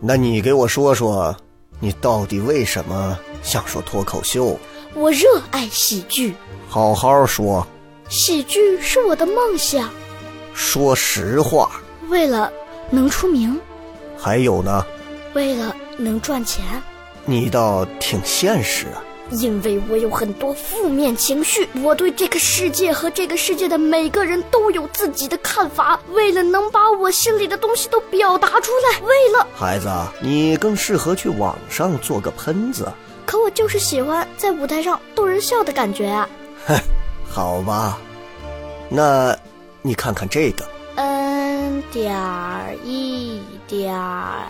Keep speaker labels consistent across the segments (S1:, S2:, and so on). S1: 那你给我说说，你到底为什么想说脱口秀？
S2: 我热爱喜剧，
S1: 好好说，
S2: 喜剧是我的梦想。
S1: 说实话。
S2: 为了能出名，
S1: 还有呢，
S2: 为了能赚钱，
S1: 你倒挺现实啊。
S2: 因为我有很多负面情绪，我对这个世界和这个世界的每个人都有自己的看法。为了能把我心里的东西都表达出来，为了……
S1: 孩子，你更适合去网上做个喷子，
S2: 可我就是喜欢在舞台上逗人笑的感觉啊。
S1: 好吧？那，你看看这个，
S2: n 嗯点儿 e 点儿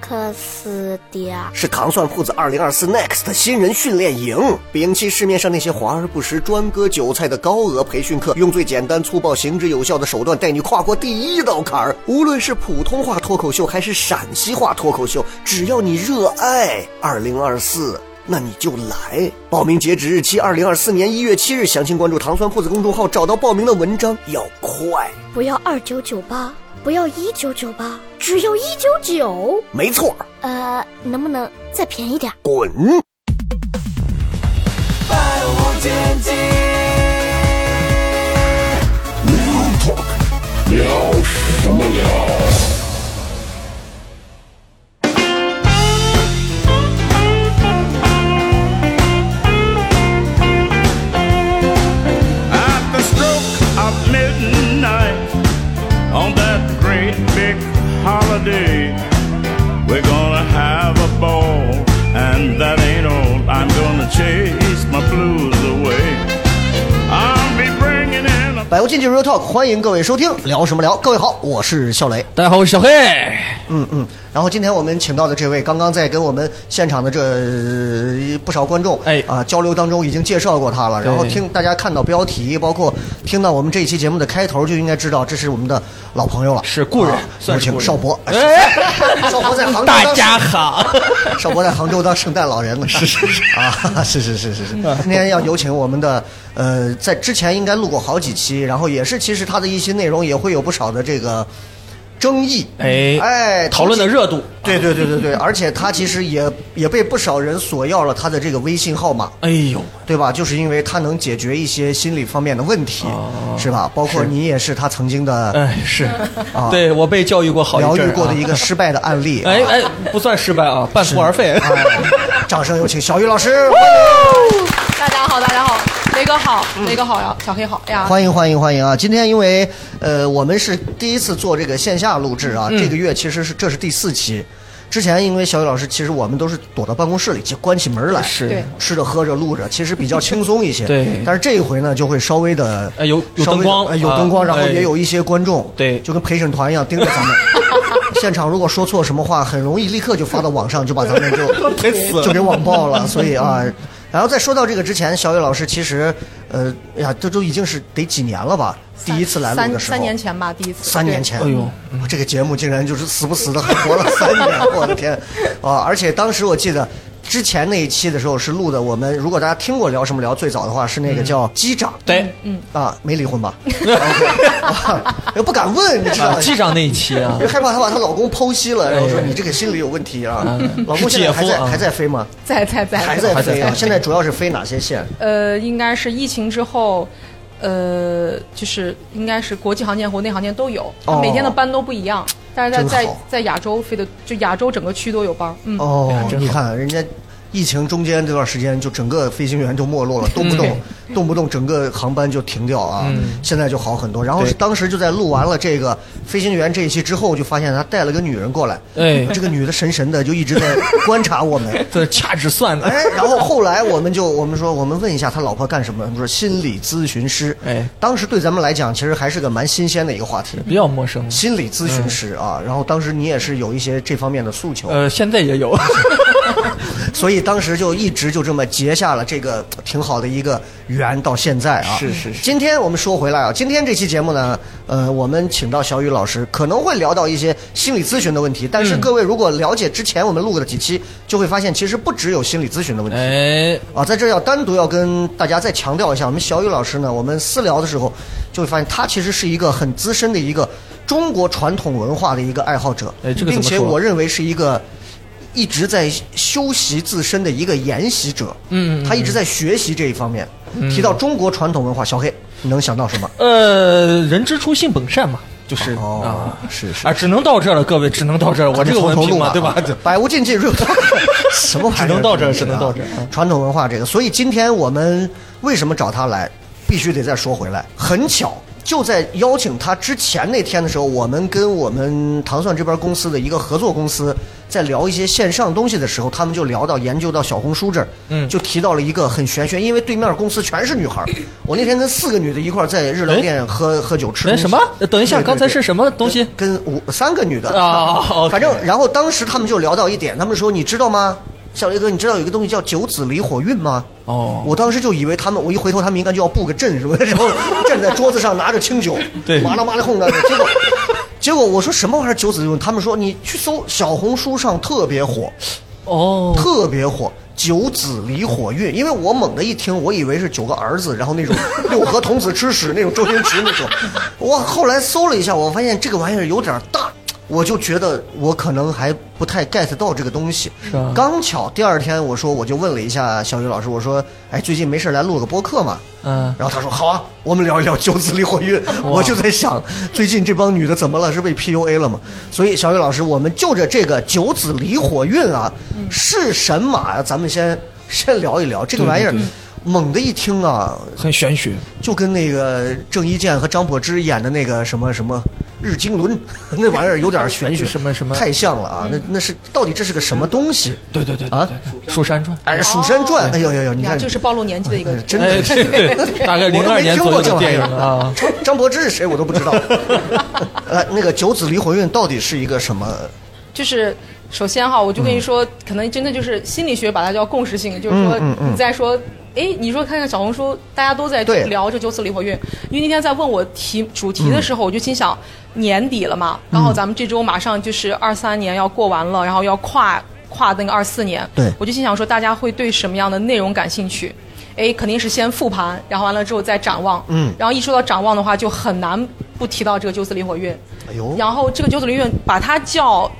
S2: x 点儿
S1: 是糖蒜铺子2024 Next 新人训练营，摒弃市面上那些华而不实、专割韭菜的高额培训课，用最简单、粗暴、行之有效的手段带你跨过第一道坎儿。无论是普通话脱口秀还是陕西话脱口秀，只要你热爱2024，那你就来！报名截止日期2024年1月7日，详情关注糖蒜铺子公众号，找到报名的文章，要快！
S2: 不要二九九八，不要一九九八，只要一九九。
S1: 没错儿，
S2: 呃，能不能再便宜点儿？
S1: 滚！
S3: 百无禁忌。
S4: At the stroke of midnight on that great big holiday, we're gonna have a ball, and that ain't all. I'm gonna chase my blues away. I'll be bringing in a
S1: 百无禁忌 Real Talk，欢迎各位收听，聊什么聊？各位好，我是笑雷。
S5: 大家好，我是小黑。
S1: 嗯嗯，然后今天我们请到的这位，刚刚在跟我们现场的这、呃不少观众
S5: 哎
S1: 啊交流当中已经介绍过他了。然后
S5: 对
S1: 听大家看到标题，包括听到我们这一期节目的开头，就应该知道这是我们的老朋友了，
S5: 是故人
S1: 啊
S5: 算
S1: 有
S5: 是
S1: 请
S5: 故人
S1: 邵博。
S5: 哎，
S1: 邵博在杭州当，
S5: 大家好。
S1: 邵博在杭州当圣诞老人了，是是是啊， 是是是是是。今天要有请我们的，呃，在之前应该录过好几期，然后也是其实他的一些内容也会有不少的这个争议，
S5: 哎
S1: 哎，
S5: 讨论的热度。
S1: 对对对对对，而且他其实也也被不少人索要了他的这个微信号码，
S5: 哎呦，
S1: 对吧？就是因为他能解决一些心理方面的问题，是吧？包括你也是他曾经的
S5: 哦哎是，对我被教育过好一阵
S1: 啊疗
S5: 儿啊
S1: 愈过的一个。失败的案例。
S5: 哎哎，不算失败啊，半途而废。
S1: 哎掌声有请小雨老 师，
S6: 大家好，大家好，雷哥好，雷哥好呀，小黑好哎呀。
S1: 嗯欢迎欢迎欢迎啊！今天因为呃我们是第一次做这个线下录制啊，
S5: 嗯
S1: 这个月其实是这是第四期。之前因为小雨老师，其实我们都是躲到办公室里，就关起门来，
S5: 是
S6: 对
S1: 吃着喝着录着，其实比较轻松一些。
S5: 对
S1: 但是这一回呢，就会稍微的，
S5: 哎有有
S1: 稍微
S5: 灯
S1: 地
S5: 光
S1: 哎有灯光，
S5: 啊
S1: 然后
S5: 哎
S1: 也有一些观众，
S5: 对
S1: 就跟陪审团一样盯着咱 们。现场如果说错什么话，很容易立刻就发到网上，就把咱 们就
S5: 赔死了
S1: 就给网爆了。所以啊，然后在说到这个之前，小雨老师其实，呃，哎呀，这都已经是得几年了吧？第一次来录的
S6: 三
S1: 时候，
S6: 三年前吧，第一次。
S1: 三年前，
S5: 哎呦
S1: 哇，这个节目竟然就是死不死的活 了三年，我的天啊！而且当时我记得。之前那一期的时候是录的，我们如果大家听过聊什么聊最早的话，是那个叫机长，
S5: 嗯对，
S6: 嗯
S1: 啊，没离 婚吧？OK，啊又不敢问，你知道
S5: 啊
S1: 吗？
S5: 机长那一期啊
S1: 因为，害怕她把她老公剖析了，然后说
S5: 哎
S1: 你这个心理 有问题啊
S5: 嗯。
S1: 老公现在还
S5: 是姐
S1: 在
S5: 夫啊
S1: 还在飞吗？
S6: 在在在。
S1: 还在
S5: 还在
S1: 飞啊！
S5: 飞
S1: 现在主要是飞哪些线？
S6: 呃，应该是疫情之后，呃，就是应该是国际航线、国内航线都有，
S1: 哦
S6: 每天的班都不一样。但是在
S1: 真
S6: 在
S1: 好
S6: 在亚洲飞的，就亚洲整个区都有班。嗯，
S1: 哦
S5: 哎呀，真好
S1: 你看人家。疫情中间这段时间，就整个飞行员就没落了，动不动， 动不动整个航班就停掉啊。
S5: 嗯
S1: 现在就好很多。然后
S5: 对
S1: 当时就在录完了这个飞行员这一期之后，就发现他带了个女人过来，
S5: 哎
S1: 这个女的神神的，就一直在观察我们。
S5: 这掐指算的。
S1: 哎，然后后来我们就我们说，我们问一下他老婆干什么？他们说心理咨询师。
S5: 哎
S1: 当时对咱们来讲，其实还是个蛮新鲜的一个话题，
S5: 比较陌生。嗯
S1: 心理咨询师啊。然后当时你也是有一些这方面的诉求，
S5: 呃，现在也有。
S1: 所以当时就一直就这么结下了这个呃挺好的一个缘，到现在啊。
S5: 是是是
S1: 今天我们说回来啊，今天这期节目呢，呃，我们请到小雨老师，可能会聊到一些心理咨询的问题。但
S5: 嗯
S1: 是各位如果了解之前我们录过的几期，就会发现其实不只有心理咨询的问题。
S5: 哎，
S1: 啊，在这儿要单独要跟大家再强调一下，我们小雨老师呢，我们私聊的时候就会发现，他其实是一个很资深的一个中国传统文化的一个爱好者，
S5: 哎这个怎么
S1: 并且
S5: 说
S1: 我认为是一个一直在修习自身的一个研习者。
S5: 嗯嗯嗯
S1: 他一直在学习这一方面。提到中国传统文化，小黑你能想到什么？
S5: 呃，人之初性本善嘛，就是
S1: 哦
S5: 啊，
S1: 是是
S5: 啊，只能到这儿了，各位，只能到这儿，我这个文凭嘛，对吧？
S1: 百无禁忌，瑞啊什么玩意 儿？
S5: 只能到这儿
S1: 真是
S5: 只能到这儿
S1: 啊
S5: 嗯
S1: 传统文化这个，所以今天我们为什么找他来，必须得再说回来。很巧，就在邀请他之前那天的时候，我们跟我们糖蒜这边公司的一个合作公司在聊一些线上东西的时候，他们就聊到研究到小红书这儿，
S5: 嗯
S1: 就提到了一个很玄学，因为对面公司全是女孩儿。我那天跟四个女的一块儿在日料
S5: 哎
S1: 店喝喝酒吃
S5: 哎，
S1: 东西。
S5: 什么？等一下，
S1: 对对
S5: 刚才
S1: 对
S5: 是什么东西？
S1: 跟五三个女的
S5: 啊，OK
S1: 反正然后当时他们就聊到一点，他们说你知道吗？小雷哥，你知道有一个东西叫九子离火运吗？
S5: 哦
S1: 我当时就以为他们，我一回头，他们应该就要布个阵什么的，然后站在桌子上拿着清酒，
S5: 对
S1: 麻辣麻辣哄啊的。结果，结果我说什么玩意儿九子离火？他们说你去搜小红书上特别火，
S5: 哦，
S1: 特别火。九子离火运，因为我猛地一听，我以为是九个儿子，然后 那种六合童子吃屎那种周星驰那种。我后来搜了一下，我发现这个玩意儿有点大，我就觉得我可能还不太 get 到这个东西。
S5: 是啊
S1: 刚巧第二天，我说我就问了一下小雨老师，我说，哎，最近没事儿来录个播客嘛？
S5: 嗯，
S1: 然后他说 好啊，我们聊一聊九子离火运。我就在想，最近这帮女的怎么了？是被 PUA 了吗？所以小雨老师，我们就着这个九子离火运啊，
S5: 嗯
S1: 是神马呀、咱们先 先聊一聊这个玩意儿。猛地一听啊，
S5: 很玄学，
S1: 就跟那个郑伊健和张柏芝演的那个什么什么日经轮 那玩意儿有点玄学，
S5: 什么什么嗯
S1: 太像了啊！那那是到底这是个什么东西？
S5: 对对对
S1: 啊，
S5: 蜀山传，哦
S1: 哎，《蜀山传》，哎呦呦呦，你
S6: 呀，
S1: 看
S6: 这是暴露年纪的一个
S1: 哎。 真
S5: 哎，
S1: 的
S5: 对
S1: 是。
S5: 对， 大概
S1: 我
S5: 零
S1: 都
S5: 二
S1: 没
S5: 年
S1: 听
S5: 左
S1: 过
S5: 右
S1: 这
S5: 的
S1: 玩
S5: 电
S1: 意
S5: 影
S1: 儿
S5: 啊，
S1: 张张柏芝是谁我都不知道。 呃，那个九子离魂运到底是一个什么？
S6: 就是首先哈，我就跟你说，可能真的就是心理学把它叫共识性，就是说
S1: 嗯嗯嗯嗯
S6: 你在说。诶，你说看看小红书，大家都在
S1: 对
S6: 聊这九死离火运。因为那天在问我题主题的时候，我就心想，年底了嘛，
S1: 嗯
S6: 刚好咱们这周马上就是二三年要过完了，然后要跨跨那个二四年，
S1: 对
S6: 我就心想说大家会对什么样的内容感兴趣？诶，肯定是先复盘，然后完了之后再展望。
S1: 嗯
S6: 然后一说到展望的话，就很难不提到这个九死离火运。
S1: 哎呦，
S6: 然后这个九子灵运把它叫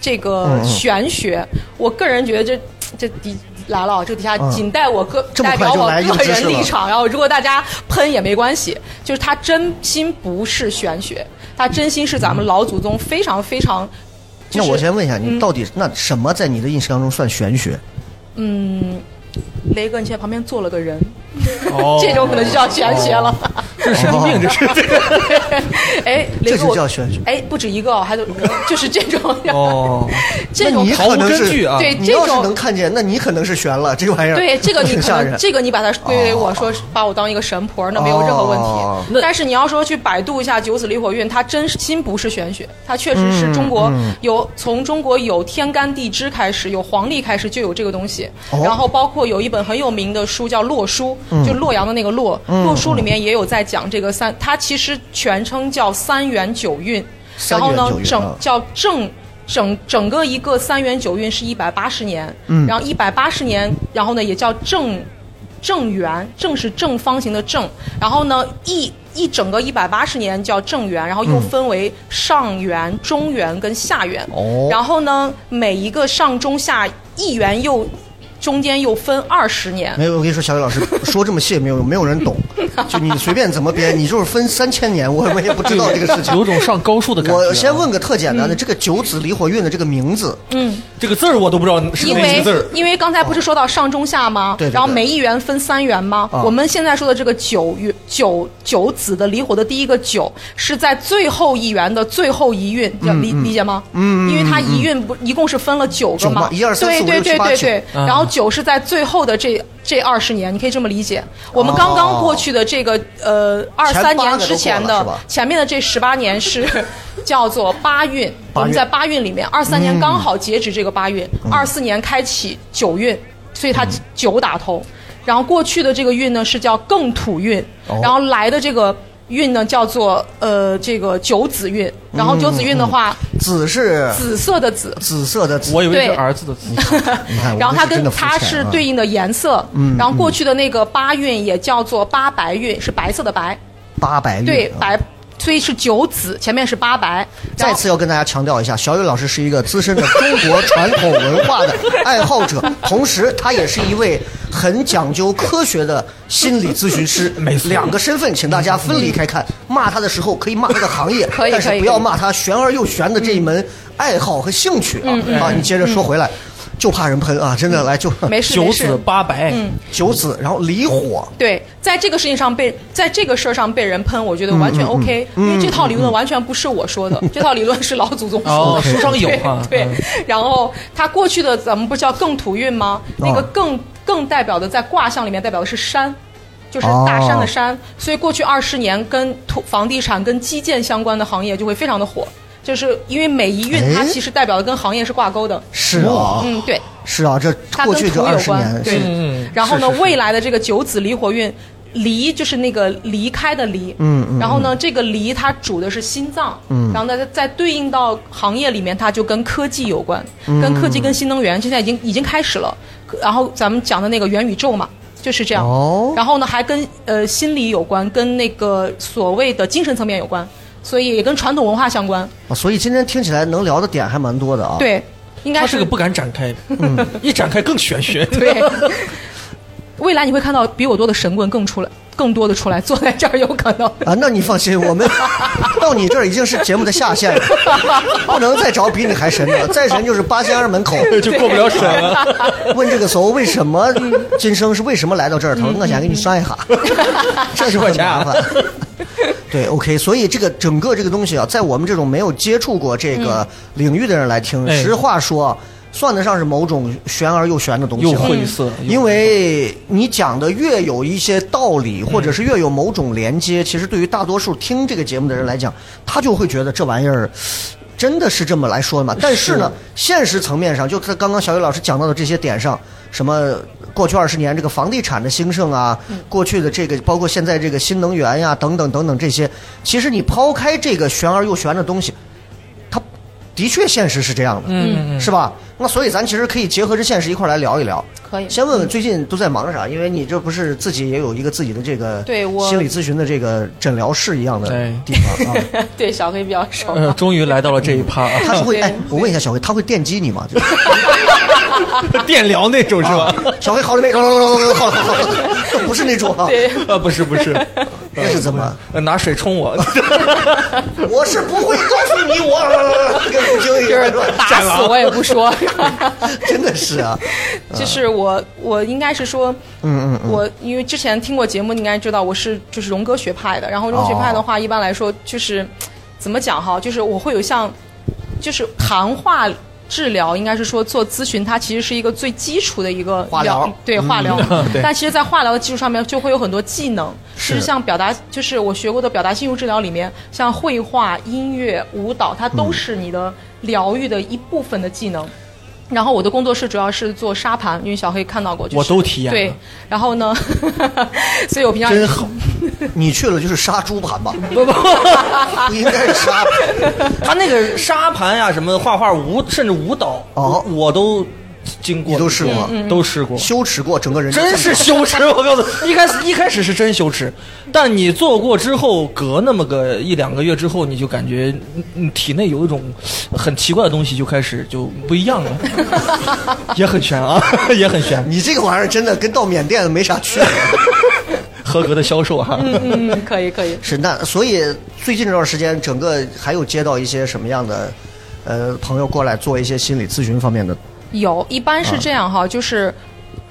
S6: 这
S1: 嗯
S6: 个玄学，我个人觉得这这底来了，这底下
S1: 嗯
S6: 仅代我个、
S1: 这么
S6: 代
S1: 快
S6: 表
S1: 就
S6: 我
S1: 来硬
S6: 个
S1: 知识
S6: 人
S1: 了
S6: 立场，然后如果大家喷也没关系，就是它真心不是玄学，它真心是咱们老祖宗非常非常。就
S1: 那
S6: 是嗯
S1: 我先问一下，你到底那什么在你的印象中算玄学？
S6: 嗯雷哥，你现在旁边坐了个人，
S5: 哦
S6: 这种可能就叫玄学了。
S5: 这是神经病，这是
S6: 哎，雷
S1: 哦这
S6: 哥，
S1: 就
S6: 我
S1: 叫 玄学
S6: 哎，不止一个哦，还有就是这种，
S5: 哦，
S6: 这种
S1: 那你
S5: 毫
S1: 可
S5: 无
S1: 能是
S5: 根据啊，
S6: 对
S1: 你要是
S6: 这种
S1: 能看见，那你可能是玄了。这玩意儿
S6: 对这个你
S1: 哎 挺
S6: 可
S1: 吓
S6: 能
S1: 人。
S6: 这个你把它归为我说是把我当一个神婆，那没有任何问
S1: 哦
S6: 题。但是你要说去百度一下九死离火运，它真是心不是玄学，它确实
S1: 嗯
S6: 是中国有从中国有天干地支开始，有黄历开始就有这个东西。
S1: 哦嗯
S6: 然后包括有一本很有名的书叫《洛书》，就洛阳的那个洛，洛书里面也有在讲这个三，它其实全称叫三元九运。
S1: 三
S6: 然
S1: 元
S6: 后呢
S1: 九，运啊
S6: 整叫正整整个一个三元九运是一百八十年，嗯然后一百八十年，然后呢也叫正正圆，正是正方形的正，然后呢一一整个一百八十年叫正圆，然后又分为上元、中元跟下元，
S1: 哦
S6: 然后呢每一个上中下一元又中间又分二十年，
S1: 没有，我跟你说，小雨老师 说这么细，没有没有 人懂。就你随便怎么编，你就是分三千年，我我也不知道这个事情。
S5: 有种上高速的感觉啊。嗯
S1: 我先问个特简单的，这个九子离火运的这个名字，
S6: 嗯
S5: 这个字儿，我都不知道是
S6: 因
S5: 哪个
S6: 为
S5: 字儿。
S6: 因为刚才不是说到上中下吗？
S1: 对对对
S6: 然后每一元分三元吗？
S1: 啊
S6: 我们现在说的这个九元九九子的离火的第一个九是在最后一元的最后一运，要理理解吗？嗯，因为它一运不一共是分了九
S1: 九
S6: 个嘛
S1: 嘛，一二三四五
S6: 对对
S1: 六七
S6: 对
S1: 八
S6: 对
S1: 九
S6: 对，
S5: 嗯
S6: 然后九是在最后的这这二十年，你可以这么理解。我们刚刚过去的这个呃二三
S1: 前八
S6: 年
S1: 个都
S6: 之前
S1: 过了
S6: 的
S1: 是吧
S6: 前面的这十八年 是叫做八运，我
S1: 八
S6: 们
S1: 运嗯
S6: 在八运里面，二三年刚好截止这个八运，二四、年开启九运，所
S1: 嗯
S6: 以它九打头。然后过去的这个运呢是叫艮土运，
S1: 哦
S6: 然后来的这个运呢叫做呃这个九子运。然后九子运的话，
S1: 子是
S6: 紫色的紫，
S1: 嗯紫色的紫。
S5: 我以为是
S6: 对
S5: 儿子的字。
S1: 你哎看我
S6: 然后它
S1: 们是
S6: 跟
S1: 真的肤
S6: 它
S1: 浅
S6: 是
S1: 啊嗯
S6: 对应的颜色。然后过去的那个八运也叫做八白运，是白色的白。
S1: 八百运
S6: 对
S1: 啊，
S6: 白所以是九子，前面是八白。然
S1: 再
S6: 后
S1: 次要跟大家强调一下，小雨老师是一个资深的中国传统文化的爱好者，同时他也是一位很讲究科学的心理咨询师。
S5: 没错
S1: 两个身份，请大家分离开看。骂他的时候可以骂他的行业，
S6: 可以
S1: 但是
S6: 可以
S1: 不要骂他玄而又玄的这一门爱好和兴趣啊！
S6: 嗯
S1: 啊，你接着说回来，就怕人喷啊！真的来就
S6: 没事
S5: 九
S6: 没
S5: 子
S6: 事。嗯
S5: 八白，
S1: 九子，然后离火，
S6: 对，在这个事情上被在这个事儿上被人喷，我觉得
S5: 嗯
S6: 完全 OK，、因为这套理论完全不是我 说的，这套理论是老祖宗说
S5: 哦
S6: 的，
S5: 书上有啊
S6: 对，对
S5: 嗯
S6: 然后它过去的咱们不是叫艮土运吗？
S5: 哦
S6: 那个艮艮代表的在卦象里面代表的是山。就是大山
S5: 哦
S6: 的山，所以过去二十年跟土房地产、跟基建相关的行业就会非常的火，就是因为每一运它
S1: 哎
S6: 其实代表的跟行业是挂钩的。
S1: 是啊，
S6: 嗯，对。
S1: 是啊，这
S6: 它
S1: 过
S6: 跟
S1: 去这
S6: 土
S1: 二
S6: 有
S1: 十
S6: 关，
S1: 年
S6: 对
S1: 是。
S5: 嗯嗯
S6: 然后呢，
S5: 是是是
S6: 未来的这个九子离火运，离就是那个离开的离，嗯，然后呢，这个离它主的是心脏，嗯，然后呢，在对应到行业里面，它就跟科技有关，跟科技跟新能源，现在已经已经开始了。可然后咱们讲的那个元宇宙嘛，就是这样。
S1: 哦
S6: 然后呢，还跟呃心理有关，跟那个所谓的精神层面有关，所以也跟传统文化相关。
S1: 啊所以今天听起来能聊的点还蛮多的啊。嗯
S6: 对，应该
S5: 他
S6: 是
S5: 这个不敢展开， 一展开更玄学。
S6: 对，未来你会看到比我多的神棍更出来，更多的出来，坐在这儿有可能。
S1: 啊，那你放心，我们到你这儿已经是节目的下限了，不能再找比你还神的，再神就是八仙二门口。
S5: 就过不了审了，
S1: 问这个时候为什么今生是为什么来到这儿？他说我想给你算一下，这就 很麻烦。对，OK，所以这个整个这个东西啊，在我们这种没有接触过这个领域的人来听，
S5: 哎
S1: 实话说，啊算得上是某种玄而又玄的东西
S5: 又
S1: 了。嗯
S5: 晦涩。又
S1: 因为你讲的越有一些道理，或者
S5: 嗯
S1: 是越有某种连接，其实对于大多数听这个节目的人来讲，他就会觉得这玩意儿。真的是这么来说的吗？但是呢，现实层面上，就在刚刚小雨老师讲到的这些点上，什么过去二十年这个房地产的兴盛啊，过去的这个包括现在这个新能源呀、等等等等这些，其实你抛开这个玄而又玄的东西，它的确现实是这样的，
S5: 嗯嗯
S1: 是吧？那所以咱其实可以结合着现实一块儿来聊一聊。
S6: 可以
S1: 先问问最近都在忙啥？因为你这不是自己也有一个自己的这个
S6: 对我
S1: 心理咨询的这个诊疗室一样的
S5: 对
S1: 地方啊。
S6: 对，小黑比较熟。
S1: 嗯
S5: 呃，终于来到了这一趴，
S1: 他是会
S6: 对
S1: 哎，我问一下小黑，他会电击你吗？就是
S5: 电疗那种是吧？
S1: 小黑好了没？好了好了好了好了，不是那种啊，
S6: 对，
S5: 呃，不是不 是，
S1: 那是怎么？
S5: 呃拿水冲我，
S1: 我是不会告诉你我，跟吴京 一
S6: 就是嗯
S1: 样，
S6: 打死我也不 说。
S1: 真的是啊，
S6: 就是我，我应该是说，嗯嗯，我因为之前听过节目，你应该知道我是就是荣格学派的。然后荣格学派的话，一般来说就是怎么讲哈，就是我会有像就是谈话。治疗应该是说做咨询，它其实是一个最基础的一个
S1: 化疗
S6: 疗对化疗。
S5: 对
S6: 但其实，在化疗的基础上面，就会有很多技能，
S1: 是
S6: 就是像表达，就是我学过的表达性艺术治疗里面，像绘画、音乐、舞蹈，它都是你的疗愈的一部分的技能。然后我的工作室主要是做沙盘，因为小黑看到过，就是、
S5: 我都体验了
S6: 对，然后呢， 所以我平常
S1: 真好。你去了就是杀猪盘吧？不不，不 应该是杀
S5: 他那个沙盘呀、什么画画舞，甚至舞蹈，
S1: 哦
S5: 我都经过，
S1: 你都试过嗯
S5: 都试过，
S1: 羞耻过整个人，
S5: 真是羞耻！ 我告诉你，一开始一开始是真羞耻，但你做过之后，隔那么个一两个月之后，你就感觉你你体内有一种很奇怪的东西，就开始就不一样了， 也很悬啊，也很悬，
S1: 你这个玩意儿真的跟到缅甸没啥区别。
S5: 合格的销售哈、
S6: 嗯，可以可以，
S1: 是那，所以最近这段时间，整个还有接到一些什么样的，呃，朋友过来做一些心理咨询方面的，
S6: 有，一般是这样哈，就是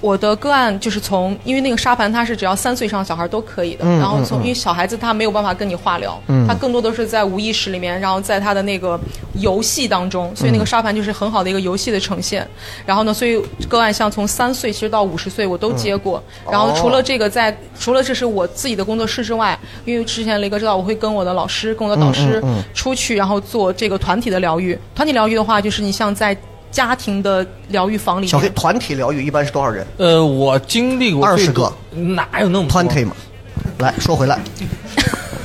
S6: 我的个案就是从，因为那个沙盘它是只要三岁以上小孩都可以的，然后从、因为小孩子他没有办法跟你化疗，他更多的是在无意识里面，然后在他的那个游戏当中，所以那个沙盘就是很好的一个游戏的呈现。然后呢，所以个案像从三岁其实到五十岁我都接过，然后除了这个在除了这是我自己的工作室之外，因为之前雷哥知道我会跟我的老师跟我的导师出去，然后做这个团体的疗愈。团体疗愈的话，就是你像在家庭的疗愈房里面，
S1: 小黑团体疗愈一般是多少人？
S5: 呃，我经历过最
S1: 20个
S5: 多，哪有那么多
S1: 团体嘛。来 说回来，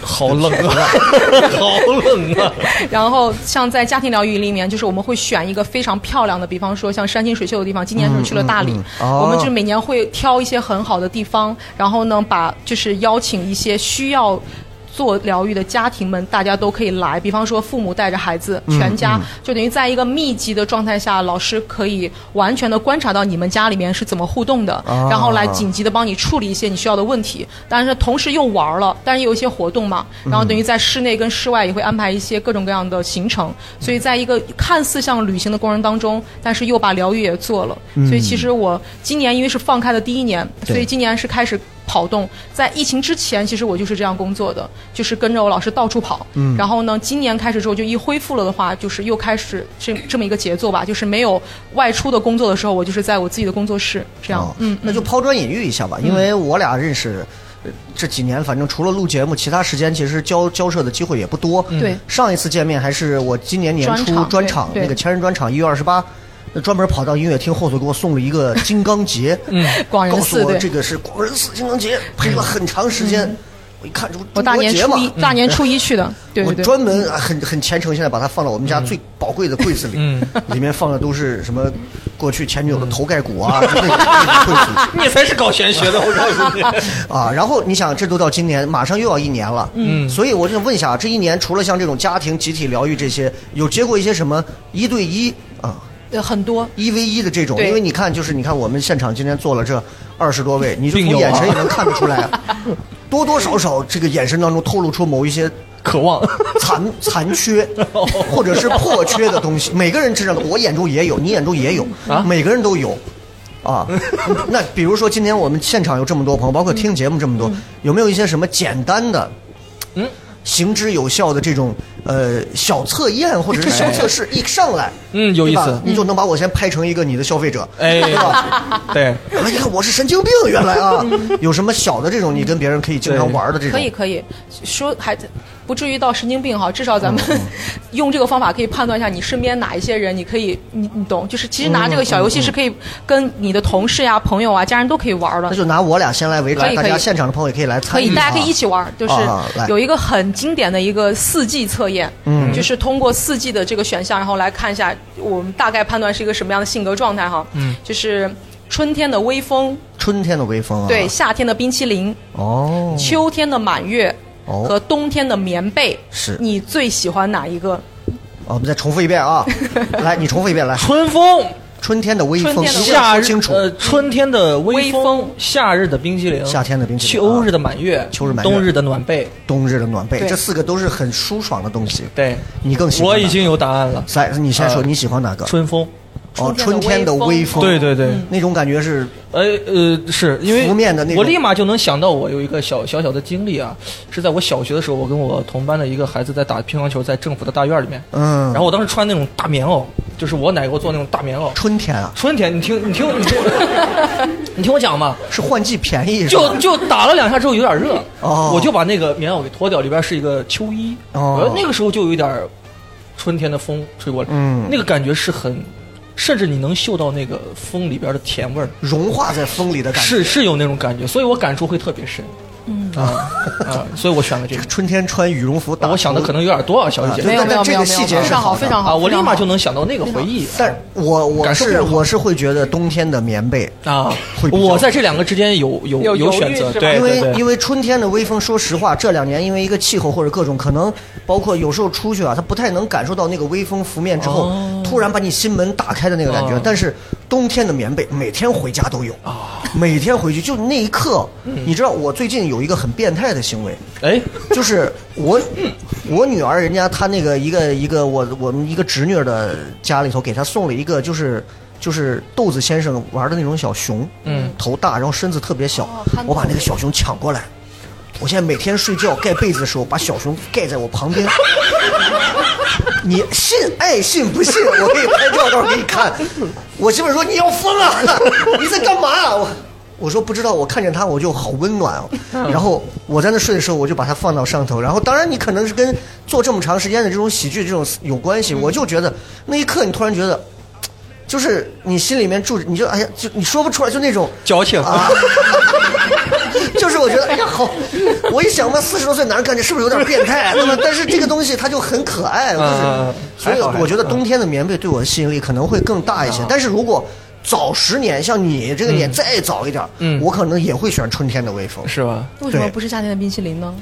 S5: 好冷 啊，好冷啊！
S6: 然后像在家庭疗愈里面，就是我们会选一个非常漂亮的，比方说像山清水秀的地方。今年是去了大理，
S1: 哦
S6: 我们就是每年会挑一些很好的地方，然后呢，把就是邀请一些需要。做疗愈的家庭们，大家都可以来。比方说，父母带着孩子，全
S1: 嗯
S6: 家、就等于在一个密集的状态下，老师可以完全的观察到你们家里面是怎么互动的，
S1: 啊
S6: 然后来紧急的帮你处理一些你需要的问题。但是同时又玩了，但是有一些活动嘛，然后等于
S1: 嗯
S6: 在室内跟室外也会安排一些各种各样的行程。所以，在一个看似像旅行的过程当中，但是又把疗愈也做了。
S1: 嗯
S6: 所以，其实我今年因为是放开的第一年，所以今年是开始。跑动，在疫情之前，其实我就是这样工作的，就是跟着我老师到处跑。嗯，然后呢，今年开始之后就一恢复了的话，就是又开始这这么一个节奏吧，就是没有外出的工作的时候，我就是在我自己的工作室这样。
S1: 哦
S6: 嗯，
S1: 那就抛砖引玉一下吧，因为我俩认识。呃这几年反正除了录节目，其他时间其实交交涉的机会也不多。
S6: 嗯对
S1: 上一次见面还是我今年年初
S6: 专场
S1: 专场
S6: 对对
S1: 那个千人专场，一月二十八，那专门跑到音乐厅后头给我送了一个金刚结，嗯，
S6: 广
S1: 告
S6: 仁
S1: 诉
S6: 寺
S1: 我
S6: 对
S1: 这个是广仁寺金刚结，陪了很长时间。嗯我一看这不
S6: 我大
S1: 中国
S6: 年
S1: 结
S6: 初
S1: 嘛
S6: 一，大年初一去 的，对
S1: 我
S6: 对嗯对。
S1: 专门啊很很虔诚，现在把它放到我们家最宝贵的柜子里，里面放的都是什么过去前女友的头盖骨啊，就那个那个柜子。
S5: 你才是搞玄学的，我告诉你。
S1: 啊，然后你想，这都到今年，马上又要一年了，嗯，所以我就想问一下，这一年除了像这种家庭集体疗愈这些，有接过一些什么一对一啊、
S6: 呃，很多
S1: 一 v 一的这种？
S6: 对
S1: 因为你看，就是你看我们现场今天坐了这二十多位，你就
S5: 并
S1: 从
S5: 有啊
S1: 眼神也能看得出来，啊多多少少这个眼神当中透露出某一些
S5: 渴望，
S1: 残残 缺或者是破缺的东西，每个人身上都，我眼中也有，你眼中也有，每个人都有。啊， 那比如说今天我们现场有这么多朋友，包括听节目这么
S6: 嗯
S1: 多，有没有一些什么简单的，
S5: 嗯，
S1: 行之有效的这种呃小测验或者是哎小测试，一上来，
S5: 嗯有意思
S1: 对吧你就能把我先拍成一个你的消费者，
S5: 哎
S1: 对吧？
S5: 对，嗯
S1: 哎呀，我是神经病，原来啊，有什么小的这种你跟别人可以经常
S5: 对
S1: 玩的这种，
S6: 可以可以说还不至于到神经病哈，至少咱们
S1: 嗯
S6: 用这个方法可以判断一下你身边哪一些人，你可以你你懂，就是其实拿这
S1: 嗯
S6: 个小游戏是可以跟你的同事呀、朋友啊、家人都可以玩的
S1: 那。就拿我俩先来为主，
S6: 可以
S1: 大
S6: 可
S1: 家
S6: 以
S1: 现场的朋友也可以来参
S6: 可
S1: 与啊，
S6: 以，大家可以一起玩儿，就是
S1: 啊来嗯
S6: 有一个很经典的一个四季测验，就是通过四季的这个选项，然后来看一下我们大概判断是一个什么样的性格状态哈，
S1: 嗯
S5: 嗯
S6: 就是春天的微风，
S1: 春天的微风啊，
S6: 对，，夏天的冰淇淋，
S1: 哦，
S6: 秋天的满月
S1: 哦
S6: 和冬天的棉被，
S1: 是
S6: 你最喜欢哪一个？
S1: 啊我们再重复一遍啊，来，你重复一遍来，
S5: 春风，
S1: 春天的微
S6: 春
S1: 风，
S6: 天的
S1: 一定要
S5: 夏
S1: 说
S5: 日
S1: 清楚，
S5: 呃，春天的微
S6: 微风
S5: 夏日的冰激凌，
S1: 夏天的冰淇淋啊
S5: 秋日的满月，
S1: 秋日满月
S5: 冬日的暖被。
S1: 冬日的暖被，
S6: 对
S1: 这四个都是很舒爽的东西，
S5: 对，
S1: 你更喜欢哪
S5: 我
S1: 个
S5: 已经有答案了，
S1: 来，你先说
S5: 呃
S1: 你喜欢哪个？
S5: 春风。
S1: 哦，春
S6: 春
S1: 天
S6: 天
S1: 的
S6: 的
S1: 微
S6: 微风
S1: 风，嗯
S5: 对对对，
S1: 那种感觉是
S5: 呃呃，是因为
S1: 拂面的那种
S5: 我立马就能想到我有一个小小小的经历啊，是在我小学的时候，我跟我同班的一个孩子在打乒乓球，在政府的大院里面，
S1: 嗯
S5: 然后我当时穿那种大棉袄，就是我奶给我做那种大棉袄。
S1: 春天啊，
S5: 春天，你听，你听，你听， 你听我讲嘛，
S1: 是换季便宜，是吧
S5: 就就打了两下之后有点热，
S1: 哦
S5: 我就把那个棉袄给脱掉，里边是一个秋衣，
S1: 哦
S5: 我那个时候就有一点儿春天的风吹过来，
S1: 嗯
S5: 那个感觉是很，甚至你能嗅到那个风里边的甜味儿，
S1: 融化在风里的感觉。
S5: 是是有那种感觉，所以我感触会特别深，嗯啊啊，所以我选了这个，
S1: 春天穿羽绒服打球，
S5: 我想的可能有点多啊，小雨
S1: 对
S5: 姐
S6: 没有
S1: 但
S6: 没有
S1: 这
S6: 没
S1: 个
S6: 有没
S1: 细
S6: 有，
S1: 节
S6: 非
S1: 是
S6: 常
S1: 好
S6: 好
S1: 的
S6: 非常好，
S5: 啊，我立
S6: 非常
S5: 马
S6: 好
S5: 就能想到那个回忆，啊
S1: 但我我
S5: 感受不
S1: 是
S5: 了
S1: 我是会觉得冬天的棉被
S5: 啊
S1: 会，比较
S5: 我在这两个之间有有
S6: 有犹豫
S5: 选择，
S6: 是吧
S5: 对
S1: 因为
S5: 对对，
S1: 因为春天的微风，说实话，这两年因为一个气候或者各种可能，包括有时候出去啊，他不太能感受到那个微风拂面之后，
S6: 哦
S1: 突然把你心门打开的那个感觉。
S5: 哦
S1: 但是冬天的棉被，每天回家都有，
S6: 哦
S1: 每天回去就那一刻，
S6: 嗯
S1: 你知道我最近有一个很变态的行为，
S5: 哎，
S1: 就是我，我女儿人家她那个一个一个我我们一个侄女儿的家里头给她送了一个就是就是豆子先生玩的那种小熊，
S5: 嗯，
S1: 头大然后身子特别小
S6: 哦憨，豆
S1: 我把那个小熊抢过来，我现在每天睡觉盖被子的时候把小熊盖在我旁边，你信爱信不信？我给你拍照，到时候给你看。我媳妇儿说你要疯啊， 你在干嘛、啊？我我说不知道，我看见它我就好温暖哦。然后我在那睡的时候，我就把它放到上头。然后当然你可能是跟做这么长时间的这种喜剧这种有关
S6: 嗯
S1: 系，我就觉得那一刻你突然觉得。就是你心里面住着，你就哎呀，就你说不出来，就那种
S5: 矫情
S1: 啊， 就是我觉得哎呀好，我一想吧，四十多岁男人干这是不是有点 变态？那么但是这个东西它就很可爱，就是
S5: 嗯嗯嗯
S1: 所以
S5: 还好还好啊
S1: 我觉得冬天的棉被对我的吸引力可能会更大一些。但是如果早十年，像你这个年再早一点，
S5: 嗯
S1: 我可能也会选春天的微风，
S5: 是吧？
S6: 为什么
S1: 对
S6: 不是夏天的冰淇 淋呢？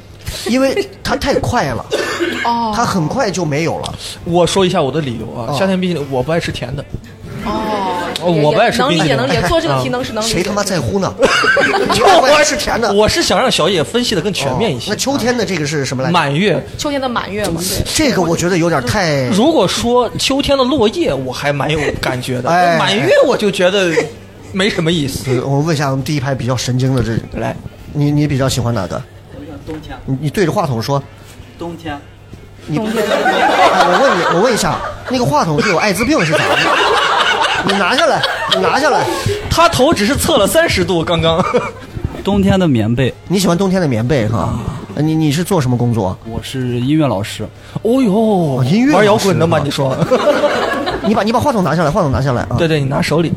S1: 因为它太快了，
S6: 哦，
S1: 它很快就没有了。
S5: 我说一下我的理由啊，
S1: 哦
S5: 夏天冰淇淋我不爱吃甜的，
S6: 哦，
S5: 我不爱吃
S6: 能
S5: 冰
S6: 理
S5: 淇
S6: 解，
S5: 淋啊
S6: 能理解，做这个题能是能理解。
S1: 谁他妈在乎呢？ 我爱吃甜的，哦
S5: 我是想让小野分析的更全面一些。
S1: 那秋天的这个是什么来着？
S5: 满月，
S6: 秋天的满月嘛？对，
S1: 这个我觉得有点太
S5: 如果说秋天的落叶，我还蛮有感觉的，
S1: 哎
S5: 但满月我就觉得没什么意思。
S1: 我问一下，我们第一排比较神经的这，
S5: 来，
S1: 你你比较喜欢哪个？
S7: 我想冬天，
S1: 你你对着话筒说。
S7: 冬天，
S1: 你哎，我问你，我问一下，那个话筒是有艾滋病是咋的？你拿下来，你拿下来。
S5: 他头只是侧了三十度，刚刚
S7: 冬天的棉被。啊
S1: 你喜欢冬天的棉被哈？你你是做什么工作？
S7: 我是音乐老师，
S5: 哦呦，
S1: 音乐
S5: 玩摇滚的吗？
S1: 老
S5: 你
S1: 师
S5: 说？
S1: 你把你把话筒拿下来，话筒拿下来啊！
S5: 对对，你拿手里。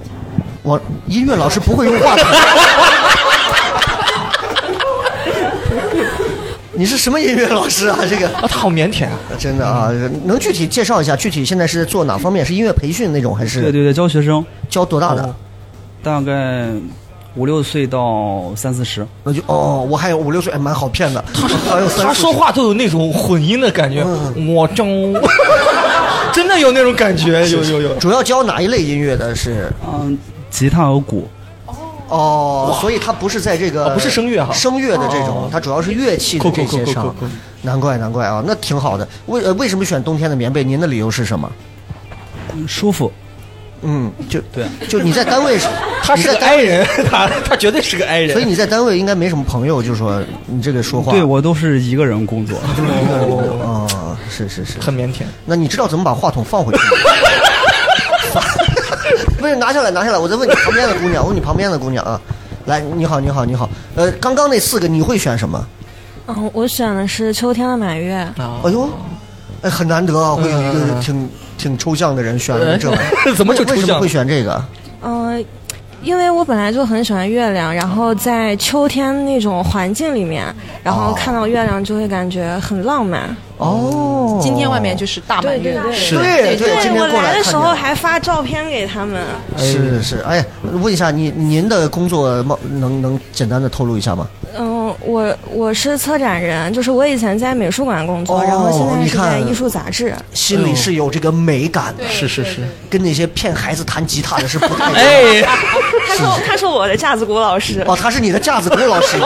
S1: 我音乐老师不会用话筒。 你是什么音乐老师啊？这个
S5: 啊，他好腼腆啊！
S1: 真的啊，能具体介绍一下？具体现在是做哪方面？是音乐培训那种，还
S7: 对
S1: 是
S7: 对对，教学生，嗯
S1: 教多大的？
S7: 大概五六岁到三四十。
S1: 那就哦，我还有五六岁，哎蛮好骗的。还有三
S5: 他
S1: 四嗯
S5: 说
S1: 岁
S5: 话都有那种混音的感觉，我中， 真的有那种感觉，有有有。
S1: 主要教哪一类音乐的是？
S7: 嗯，吉他和鼓，
S1: 哦，所以它不是在这个、
S5: 啊不是声乐哈
S1: 声乐的这
S5: 哦
S1: 种，哦它主要是乐器的这些
S5: 酷酷
S1: 上
S5: 酷酷酷。
S1: 难怪难怪啊，那挺好的。为呃为什么选冬天的棉被？您的理由是什么？
S7: 嗯舒服。
S1: 嗯，就
S7: 对，
S1: 就你在单位 是，
S5: 他是个
S1: 你在单
S5: i 人， 他他绝对是个 i
S1: 所以
S5: 人。
S1: 你在单位应该没什么朋友，就说你这个说话
S7: 对我都是一个人工 作。
S1: 啊、是是是。
S5: 很腼腆，
S1: 那你知道怎么把话筒放回去吗？ 不是，拿下来，拿下来！我在问你旁边的姑娘，我问你旁边的姑娘啊，来，你好，你好，你好。呃，刚刚那四个你会选什么？
S8: 嗯，我选的是秋天的满月。
S1: 哎呦，哎，很难得啊，会有一
S5: 啊嗯
S1: 个挺挺抽象的人选了这玩意 儿，
S5: 怎么就抽
S1: 为什么
S5: 象
S1: 会？选这个？
S8: 嗯、因为我本来就很喜欢月亮，然后在秋天那种环境里面，然后看到月亮就会感觉很浪漫。
S1: 哦，
S6: 今天外面就是大满月，
S8: 对
S1: 对
S6: 对
S1: 今天
S8: 我
S1: 过
S8: 来
S1: 来
S8: 的
S1: 看
S8: 时候
S1: 见了
S8: 还发照片给他们。
S1: 是是，哎，问一下你您的工作冒能能简单的透露一下吗？
S8: 嗯，我我是策展人，就是我以前在美术馆工作，
S1: 哦
S8: 然后现在
S1: 你
S8: 是在
S1: 看
S8: 艺术杂志。
S1: 心里是有这个美感的，
S5: 哎是是是，
S1: 跟那些骗孩子弹吉他的是不太一 样。
S5: 哎，
S8: 他是我他是我的架子鼓老师。
S1: 哦，他是你的架子鼓老师。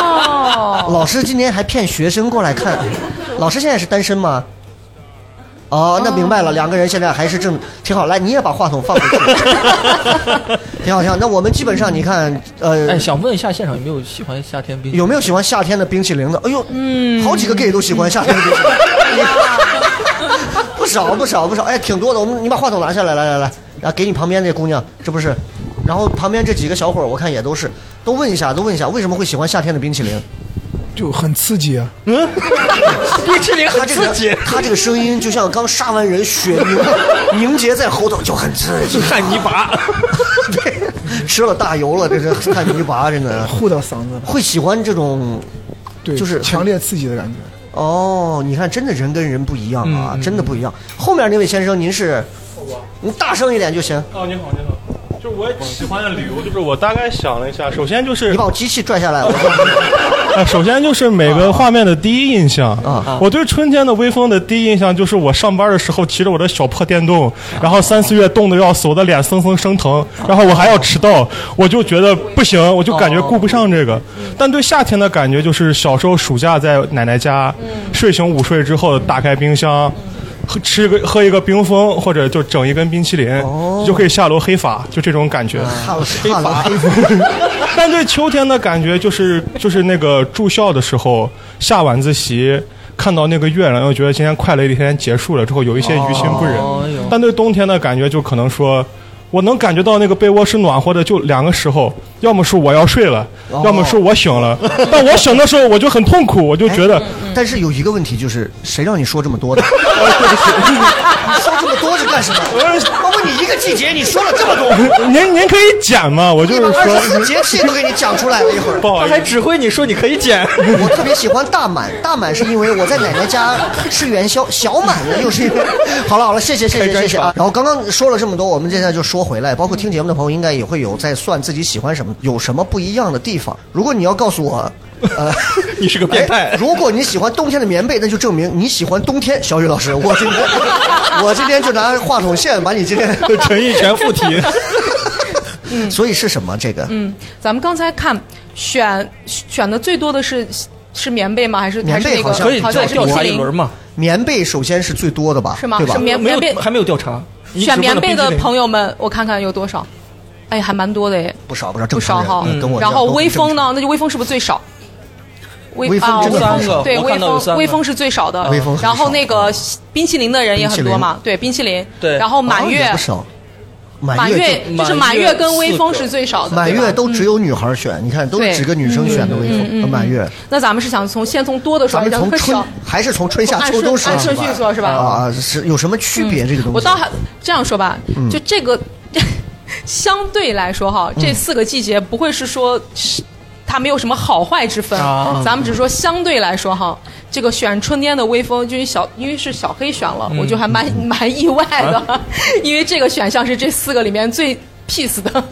S8: 哦
S1: 老师今天还骗学生过来看，老师现在是单身吗？哦，那明白了，两个人现在还是正挺好。来，你也把话筒放 回去，挺好挺好。那我们基本上你看，呃
S5: 哎，，想问一下现场有没有喜欢夏天冰淇淋？ 嗯
S1: 有没有喜欢夏天的冰淇淋的？哎呦，好几个 gay 都喜欢夏天的冰 淇淋，不少不少不少，哎，挺多的。我们你把话筒拿下来，来来来，然后给你旁边这姑娘，这不是，然后旁边这几个小伙儿，我看也都是，都问一下，都问一下，为什么会喜欢夏天的冰淇淋？嗯
S9: 就很刺激啊！
S5: 冰淇淋
S1: 他
S5: 很
S1: 这个
S5: 刺激，啊
S1: 他这个声音就像刚杀完人血凝凝结在喉头，就很刺激。
S5: 汉尼拔。
S1: 吃了大油了，这是看泥巴，真的
S9: 护到嗓子，
S1: 会喜欢这种
S9: 对，
S1: 就是
S9: 强烈刺激的感觉。
S1: 哦。你看，真的人跟人不一样啊，
S5: 嗯嗯
S1: 真的不一样。后面那位先生，您是？您大声一点就行。
S10: 哦，你好，你好。就是我喜欢的理由，就是我大概想了一下，首先就是
S1: 你把我机器拽下来，我说
S10: 呃，首先就是每个画面的第一印象。啊，我对春天的微风的第一印象就是我上班的时候骑着我的小破电动，然后三四月冻得要死，我的脸蹭蹭生疼，然后我还要迟到，我就觉得不行，我就感觉顾不上这个。但对夏天的感觉就是小时候暑假在奶奶家，睡醒午睡之后打开冰箱。喝吃一个喝一个冰峰，或者就整一根冰淇淋，就可以下楼黑法，就这种感觉。
S1: 哈罗哈罗黑子。
S10: 但对秋天的感觉就是就是那个住校的时候下晚自习。看到那个月亮，又觉得今天快乐的一天结束了之后，有一些于心不忍。
S5: 哦哎呦
S10: 但对冬天的感觉，就可能说，我能感觉到那个被窝是暖和的，就两个时候，要么是我要睡了，
S5: 哦
S10: 要么是我醒了。但我醒的时候，我就很痛苦，我就觉得，
S1: 哎但是有一个问题就是，谁让你说这 么多的？ 你说这么多是干什么？我问你一个季节，你说了这么多，
S10: 您您可以减嘛，我就是
S1: 我把二
S10: 说
S1: 十，四节气都给你讲出来了一会儿。
S10: 不好
S5: 他
S10: 意
S5: 还
S10: 思，
S5: 指挥你说你可以 剪，
S1: 哎我特别喜欢大满，大满是因为我在奶奶家吃元宵，小满呢又是因为……好了好了，谢谢谢谢谢谢啊！然后刚刚说了这么多，我们现在就说多回来，包括听节目的朋友应该也会有在算自己喜欢什么，有什么不一样的地方。如果你要告诉我，呃，
S5: 你是个
S1: 变态、如果你喜欢冬天的棉被，那就证明你喜欢冬天。小雨老师，我今天 我今天就拿话筒线把你今 天
S11: 陈毅全附体。
S1: 所以是什么？这个
S6: 嗯，咱们刚才看选选的最多的是是棉被吗？还是还
S1: 棉
S6: 是
S1: 被
S6: 那个
S1: 好像
S6: 好像是冰淇淋？
S5: 嘛。
S1: 棉被首先是最多的吧？
S6: 是吗
S1: 对吧？
S6: 是棉棉被没有还
S5: 没有调查。
S6: 选棉被的朋友们，我看看有多少？哎，还蛮多的耶，
S1: 不少不少，
S6: 不
S1: 正
S6: 少
S1: 常人
S6: 哈。
S1: 嗯跟我
S6: 然后
S1: 一样
S6: 微风？呢？那就微风是不是最少？
S1: 微风
S6: 啊，
S1: 真的很
S6: 微
S1: 少
S6: 对，
S1: 我
S6: 微
S1: 看到有三
S6: 风
S1: 个
S6: 微风是最少的。
S1: 微风很
S6: 然后那个冰淇淋的人也很多嘛，对，冰淇淋。然后满
S1: 啊
S6: 月
S1: 也不，少，
S6: 满
S1: 月
S6: 月就是满月跟微风是最少的。
S1: 满
S6: 对吧嗯
S1: 月都只有女孩选，你看都是
S6: 对
S1: 几个女生选的微
S6: 嗯嗯嗯
S1: 风
S6: 嗯
S1: 呃满月。
S6: 那咱们是想从先从多的说，
S1: 咱
S6: 还
S1: 们
S6: 是
S1: 从
S6: 从
S1: 春
S6: 少？
S1: 还是从春夏秋冬说
S6: 按顺
S1: 吧
S6: 按顺序说是吧嗯
S1: 啊啊，是有什么区别？这个东西
S6: 我倒还这样说吧，
S1: 嗯
S6: 就这个 相对来说哈，这四个季节不会是说是它没有什么好坏之分，
S5: 啊
S6: 咱们只说相对来说哈，这个选春天的微风，就是小因为是小黑选了，
S5: 嗯
S6: 我就还蛮蛮意外的，
S1: 啊
S6: 因为这个选项是这四个里面最 peace 的。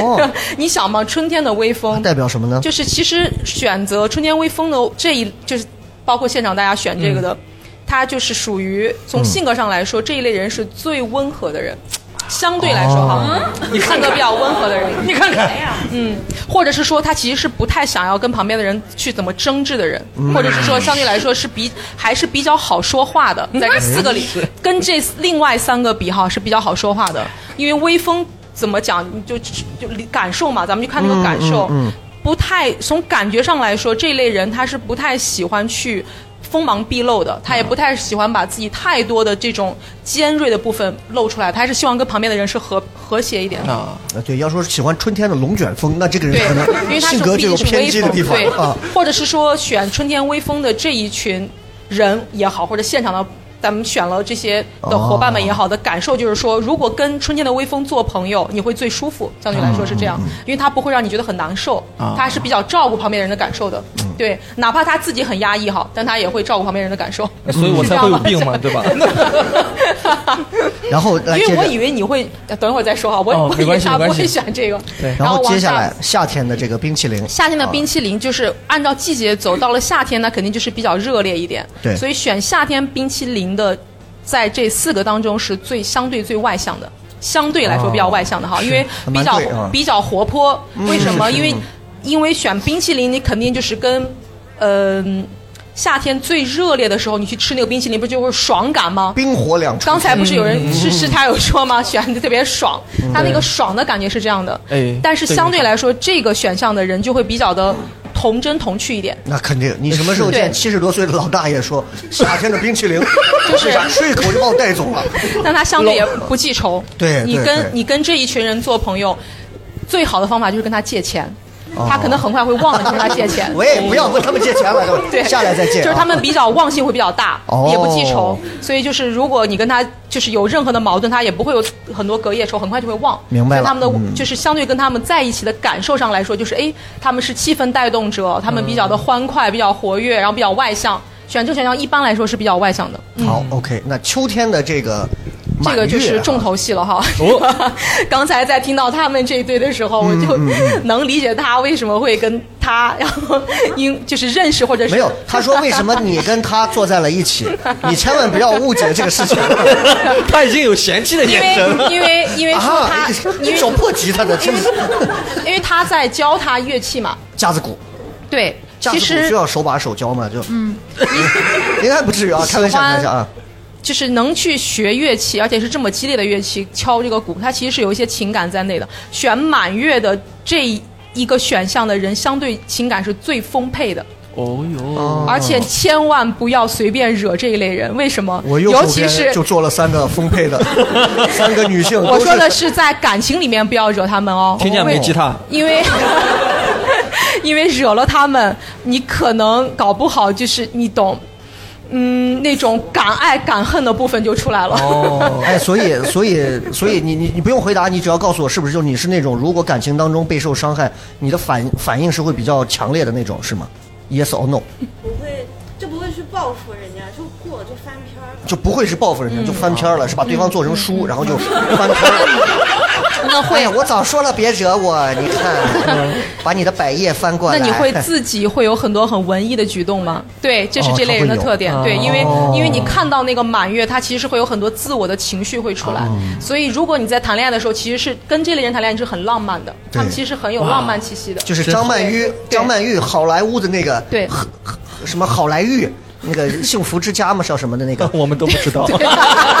S1: 哦，
S6: 你想嘛，春天的微风
S1: 代表什么呢？
S6: 就是其实选择春天微风的这一，就是包括现场大家选这个
S1: 嗯
S6: 的，他就是属于从性格上来说，这一类人是最温和的人。相对来说哈，
S1: 哦
S5: 你看看
S6: 性格比较温和的人，
S5: 嗯你看看，
S6: 嗯，或者是说他其实是不太想要跟旁边的人去怎么争执的人，
S5: 嗯
S6: 或者是说相对来说是比还是比较好说话的，在这四个里
S5: 嗯
S6: 跟这另外三个比哈是比较好说话的，因为微风怎么讲你就就感受嘛，咱们就看这个感受，
S1: 嗯嗯嗯
S6: 不太从感觉上来说，这类人他是不太喜欢去锋芒毕露的，他也不太喜欢把自己太多的这种尖锐的部分露出来，他还是希望跟旁边的人是和和谐一点的。
S5: 啊，
S1: 对，要说喜欢春天的龙卷风，那这个人
S6: 对
S1: 可，
S6: 因为
S1: 能
S6: 他
S1: 性
S6: 是
S1: 格
S6: 毕
S1: 就有
S6: 竟是
S1: 偏
S6: 微
S1: 激的
S6: 风，
S1: 地方
S6: 对
S1: 啊。，
S6: 或者是说选春天微风的这一群人也好，或者现场的。咱们选了这些
S1: 哦
S6: 的伙伴们也好的感受就是说，如果跟春天的微风做朋友，你会最舒服，相对来说是这
S1: 嗯
S6: 样，因为它不会让你觉得很难受
S5: 啊，
S6: 它是比较照顾旁边人的感受的，
S1: 嗯
S6: 对，哪怕他自己很压抑哈，但他也会照顾旁边人的感受，
S5: 所以 我
S6: 是这
S5: 才
S6: 样
S5: 会有
S6: 吗
S5: 病嘛，对吧？
S1: 然后来
S6: 因
S1: 接
S6: 为我
S1: 着，
S6: 以为你会，等一会儿再说哈，我
S1: 哦
S6: 我
S1: 没
S6: 以
S1: 关
S6: 为
S1: 系
S6: 他
S1: 没
S6: 不
S1: 关系
S6: 会选这个，
S1: 然后
S6: 往
S1: 接下
S6: 下
S1: 来夏天的这个冰淇淋，啊
S6: 夏天的冰淇淋就是按照季节走，到了夏天呢，肯定就是比较热烈一点。
S1: 对
S6: 所以选夏天冰淇淋的，在这四个当中是最相对最外向的，相对来说比较外向的哈，
S5: 哦
S6: 因为比较
S5: 蛮对啊
S6: 比较活泼。
S5: 嗯
S6: 为什么？
S5: 是是
S6: 因为因为选冰淇淋，你肯定就是跟，嗯、夏天最热烈的时候，你去吃那个冰淇淋，不就会爽感吗？
S1: 冰火两重
S6: 刚才不是有人
S1: 嗯
S6: 是是他有说吗？选的特别爽
S1: 嗯，
S6: 他那
S1: 对
S6: 个爽的感觉是这样的。
S1: 哎
S6: 但是
S1: 对
S6: 相对来说，这个选项的人就会比较的童真童趣一点。
S1: 那肯定，你什么时候见
S6: 对
S1: 七十多岁的老大 爷说夏天的冰淇淋，就是吃一口就把我带走 了？
S6: 但他相对 也不记仇。
S1: 对
S6: 你
S1: 对
S6: 跟
S1: 对
S6: 你跟这一群人做朋友，最好的方法就是跟他借钱。
S1: 哦
S6: 他可能很快会忘了跟他借钱
S1: ，我也不要问他们借钱了
S6: 对，
S1: 下来再借啊
S6: 就是他们比较忘性会比较大，
S1: 哦
S6: 也不记仇，所以就是如果你跟他就是有任何的矛盾，他也不会有很多隔夜仇，很快就会忘。
S1: 明白
S6: 所
S1: 了
S6: 以他们的、
S1: 嗯
S6: 就是相对跟他们在一起的感受上来说，就是哎，他们是气氛带动者，他们比较的欢快，比较活跃，然后比较外向。选这个选项一般来说是比较外向的。嗯
S1: 好，OK，那秋天的这个
S6: 这
S1: 满
S6: 个
S1: 月
S6: 就是
S1: 啊
S6: 重头戏了哈。
S1: 哦
S6: 刚才在听到他们这一对的时候，我
S1: 嗯嗯
S6: 就
S1: 嗯
S6: 能理解他为什么会跟他，然后因就是认识或者是
S1: 没有，他说为什么你跟他坐在了一起？你千万不要误解这个事情。
S5: 他已经有嫌弃的
S6: 因为因为因为说
S1: 啊
S6: 他，因
S1: 一
S6: 为
S1: 手破吉他的，真的
S6: 因为他在教他乐器嘛，
S1: 架子鼓，
S6: 对，
S1: 架子
S6: 其
S1: 鼓需
S6: 实
S1: 要手把手教吗？就
S6: 嗯，
S1: 应该不至于啊，开玩笑，开玩笑啊。
S6: 就是能去学乐器，而且是这么激烈的乐器敲这个鼓，它其实是有一些情感在内的。选满月的这一个选项的人，相对情感是最丰沛的。
S5: 哦哟，
S6: 而且千万不要随便惹这一类人，为什么？
S1: 我右手
S6: 尤其
S1: 边
S6: 是
S1: 就做了三个丰沛 的，三个女性。
S6: 我
S1: 都
S6: 说的是在感情里面不要惹他们哦，
S1: 听见没
S6: 因为
S1: 吉他
S6: 因为因为惹了他们，你可能搞不好就是你懂，嗯，那种敢爱敢恨的部分就出来了。
S1: 哦，哎，所以所以所以你你你不用回答，你只要告诉我是不是就你是那种如果感情当中备受伤害，你的反反应是会比较强烈的那种是吗？Yes or no，
S12: 不会就不会去报复人家，就过就翻篇儿。
S6: 嗯
S1: 就不会是报复人家，就翻篇儿了，是把对方做成书，然后就翻篇儿 了，
S6: 那会嗯
S1: 哎呀我早说了别惹我，你看，把你的百叶翻过
S6: 那
S1: 来。
S6: 你会自己会有很多很文艺的举动吗？对，这是这类人的特点。
S1: 哦他会
S6: 对，
S1: 有
S6: 因为、
S1: 哦
S6: 因为你看到那个满月，他其实会有很多自我的情绪会出来。
S1: 哦
S6: 所以如果你在谈恋爱的时候，其实是跟这类人谈恋爱是很浪漫的，
S1: 对
S6: 他们其实很有浪漫气息的。
S1: 就是张曼玉，张曼玉好莱坞的那个
S6: 对
S1: 什么好莱坞那个幸福之家嘛，是叫什么的那个？
S5: 我们都不知道。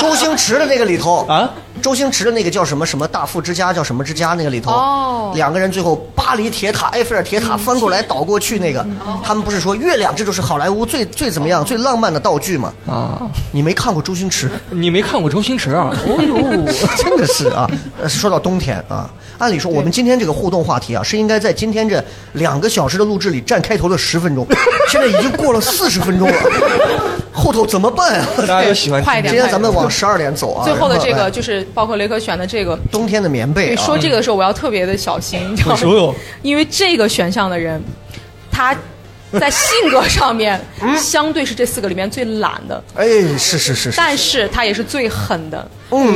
S1: 周星驰的那个里头啊，周星驰的那个叫什么什么大富之家，叫什么之家那个里头，
S6: 哦
S1: 两个人最后巴黎铁塔、埃菲尔铁塔翻过来倒过去那个，他们不是说月亮这就是好莱坞最最怎么样、最浪漫的道具嘛？
S5: 啊，
S1: 你没看过周星驰？
S5: 你没看过周星驰啊？哦呦，
S1: 真的是啊！呃说到冬天啊，按理说我们今天这个互动话题啊，是应该在今天这两个小时的录制里占开头的十分钟，现在已经过了四十分钟了，后头怎么办啊？
S5: 大家都喜欢
S6: 快点
S1: 今天咱们
S6: 快点
S1: 往十二点走啊。
S6: 最后的
S1: 然
S6: 这个
S1: 哎
S6: 就是包括雷克选的这个
S1: 冬天的棉被
S6: 对，
S1: 啊，嗯
S6: 说这个的时候我要特别的小心，你知道吗
S1: 手有
S6: 因为这个选项的人，他在性格上 面相对是这四个里面最懒的，
S1: 哎，是嗯是是是，嗯
S6: 但是他也是最狠的。
S1: 哦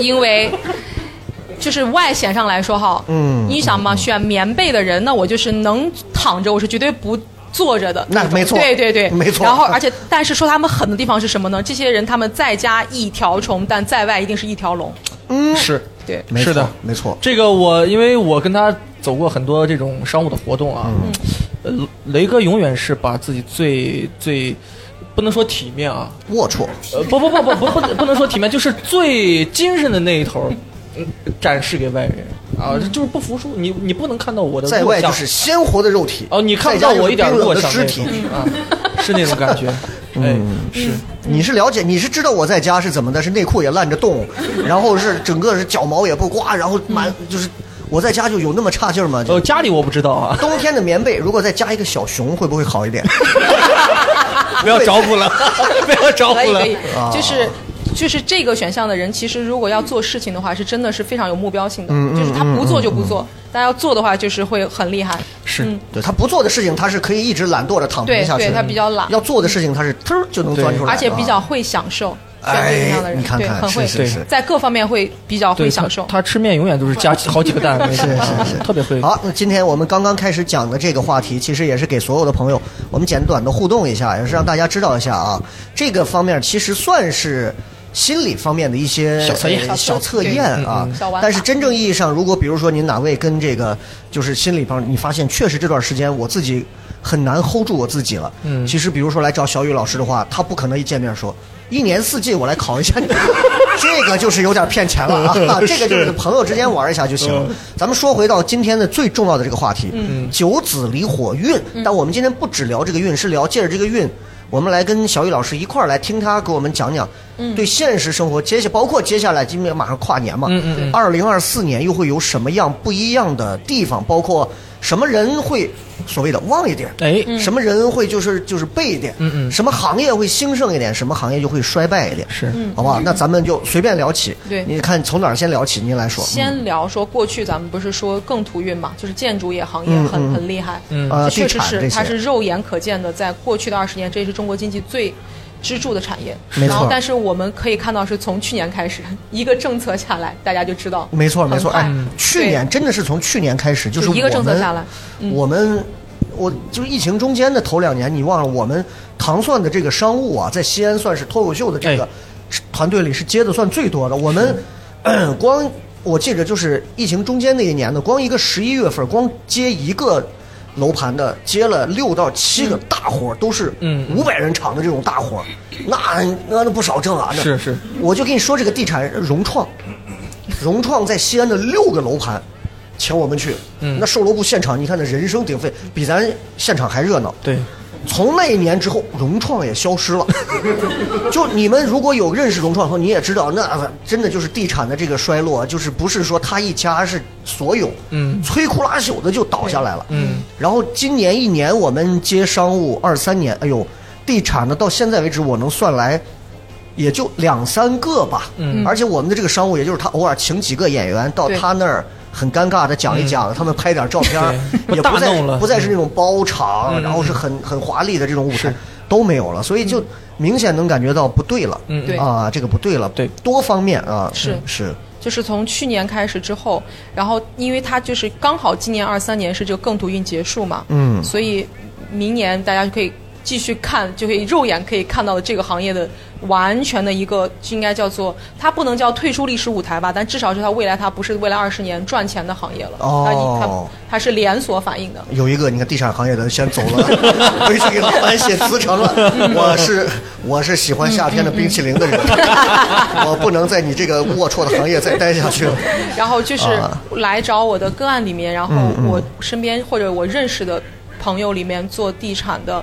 S6: 因为就是外显上来说哈，
S1: 嗯
S6: 你想嘛，选棉被的人，那我就是能躺着，我是绝对不。坐着的，
S1: 那
S6: 种
S1: 没错
S6: 对对对，
S1: 没错
S6: 然后，而且，但是说他们狠的地方是什么呢？这些人他们在家一条虫，但在外一定是一条龙。
S1: 嗯
S5: 是，
S6: 对
S1: 没错
S5: 是的，
S1: 没错。
S5: 这个我因为我跟他走过很多这种商务的活动啊，
S1: 嗯
S5: 呃雷哥永远是把自己最最不能说体面啊，
S1: 龌龊，
S5: 呃不不不不不不不能说体面，就是最精神的那一头。嗯，展示给外人啊，就是不服输，你你不能看到我的
S1: 在
S5: 弱
S1: 外
S5: 项
S1: 就是鲜活的肉体
S5: 哦，你看不到我一点弱项
S1: 在家就是冰冷的
S5: 那
S1: 肢体嗯
S5: 种啊， 是那种 感觉。哎，是
S1: 你是了解，你是知道我在家是怎么的，是内裤也烂着洞，然后是整个是脚毛也不刮，然后满就是我在家就有那么差劲儿吗？
S5: 呃，嗯家里我不知道啊，
S1: 冬天的棉被如果再加一个小熊，会不会好一 点？
S5: 不要找 补了，不要找
S6: 可
S5: 补
S6: 以
S5: 了
S6: 可以，，就
S1: 啊
S6: 是。就是这个选项的人，其实如果要做事情的话，是真的是非常有目标性的，
S1: 嗯嗯
S6: 就是他不做就不做，但要做的话，就是会很厉害。嗯
S1: 对他不做的事情，他是可以一直懒惰的躺平
S6: 对
S1: 下去的。
S6: 对他比较懒嗯
S1: 要做的事情，他是突儿就能钻出来，
S6: 而且比
S1: 啊
S6: 较会享受。选
S1: 哎
S6: 择这样的人，
S1: 你看
S6: 对，
S1: 看
S6: 很
S1: 是
S6: 会，
S1: 是对是
S6: 在各方面会比较会
S5: 对，
S6: 享
S5: 他
S6: 受。
S5: 他吃面永远都是加好几个 蛋，没事
S1: 是是是，
S5: 特别会。
S1: 好，那今天我们刚刚开始讲的这个话题，其实也是给所有的朋友，我们简短的互动一下，也是让大家知道一下啊，这个方面其实算是。心理方面的一些
S5: 小测验
S1: 呃小测验啊
S6: 对嗯嗯小玩，法
S1: 但是真正意义上，如果比如说您哪位跟这个就是心理方，你发现确实这段时间我自己很难 hold 住我自己了。
S5: 嗯
S1: 其实比如说来找小雨老师的话，他不可能一见面说一年四季我来考一下你， 这个就是有点骗钱了啊， 这个就是
S5: 是
S1: 朋友之间玩一下就行了
S5: 嗯。
S1: 咱们说回到今天的最重要的这个话题，
S5: 嗯
S1: 九子离火运。但我们今天不只聊这个运，是聊借着这个运，我们来跟小雨老师一块儿来听他给我们讲讲，
S6: 嗯
S1: 对现实生活，接下包括接下来今年马上跨年嘛，
S5: 嗯
S1: 二零二四年又会有什么样不一样的地方，包括什么人会所谓的旺一点，嗯
S5: 哎
S1: 什么人会就是就是背一点，
S5: 嗯嗯
S1: 什么行业会兴盛一点，什么行业就会衰败一点，
S5: 是
S6: 嗯
S1: 好不好？那咱们就随便聊起，
S6: 对
S1: 你看从哪儿先聊起？您来说，嗯
S6: 先聊说过去咱们不是说更图运嘛，就是建筑业行业
S1: 嗯
S6: 很、
S1: 嗯
S6: 很厉害，
S1: 嗯
S6: 这
S1: 呃
S6: 确实
S1: 地产这
S6: 是，
S1: 些
S6: 它是肉眼可见的，在过去的二十年，这是中国经济最。支柱的产业，
S1: 没错
S6: 然后但是我们可以看到，是从去年开始，一个政策下来，大家就知道，
S1: 没错，没错。
S6: 很快
S1: 哎，去年真的是从去年开始，是
S6: 就一个政策下来
S5: 嗯
S6: 嗯
S1: 我们，我们，我就是疫情中间的头两年，你忘了我们糖蒜的这个商务啊，在西安算是脱口秀的这个
S5: 哎
S1: 团队里是接的算最多的。我们 光我记着就是疫情中间那一年的，光一个十一月份，光接一个。楼盘的接了六到七个大活儿，都是
S5: 嗯
S1: 五百人场的这种大活儿，那那那不少挣啊！那
S5: 是是，
S1: 我就跟你说这个地产融创，融创在西安的六个楼盘，请我们去。
S5: 嗯
S1: 那售楼部现场，你看那人声鼎沸，比咱现场还热闹。
S5: 对，
S1: 从那一年之后，融创也消失了。 就你们如果有认识融创的朋友，你也知道，那呃真的就是地产的这个衰落，啊就是不是说他一家是所有，
S5: 嗯
S1: 摧枯拉朽的就倒下来了。
S5: 嗯，
S1: 然后今年一年我们接商务，二三年，哎呦，地产的到现在为止我能算来，也就两三个吧。
S5: 嗯
S1: 而且我们的这个商务，也就是他偶尔请几个演员到
S5: 对
S1: 他那儿。很尴尬的讲一讲，他们拍点照片儿，
S5: 嗯对
S1: 也
S5: 大
S1: 不再
S5: 弄了
S1: 不再是那种包场，
S5: 嗯
S1: 然后是很很华丽的这种舞台，都没有了，所以就明显能感觉到不对了，
S6: 嗯对
S1: 啊，这个不对了，对，多方面啊，
S6: 是
S1: 是，
S6: 就是从去年开始之后，然后因为它就是刚好今年二三年是这个更图运结束嘛，
S1: 嗯
S6: 所以明年大家就可以继续看，就可以肉眼可以看到的这个行业的完全的一个，就应该叫做它不能叫退出历史舞台吧，但至少是它未来它不是未来二十年赚钱的行业了，
S1: 哦
S6: 它它是连锁反应的。
S1: 有一个你看地产行业的先走了，回去给老板写辞呈了。我是我是喜欢夏天的冰淇淋的人， 我不能在你这个龌龊的行业再待下去了。
S6: 然后就是
S1: 啊
S6: 来找我的个案里面，然后
S1: 嗯嗯
S6: 我身边或者我认识的朋友里面做地产的，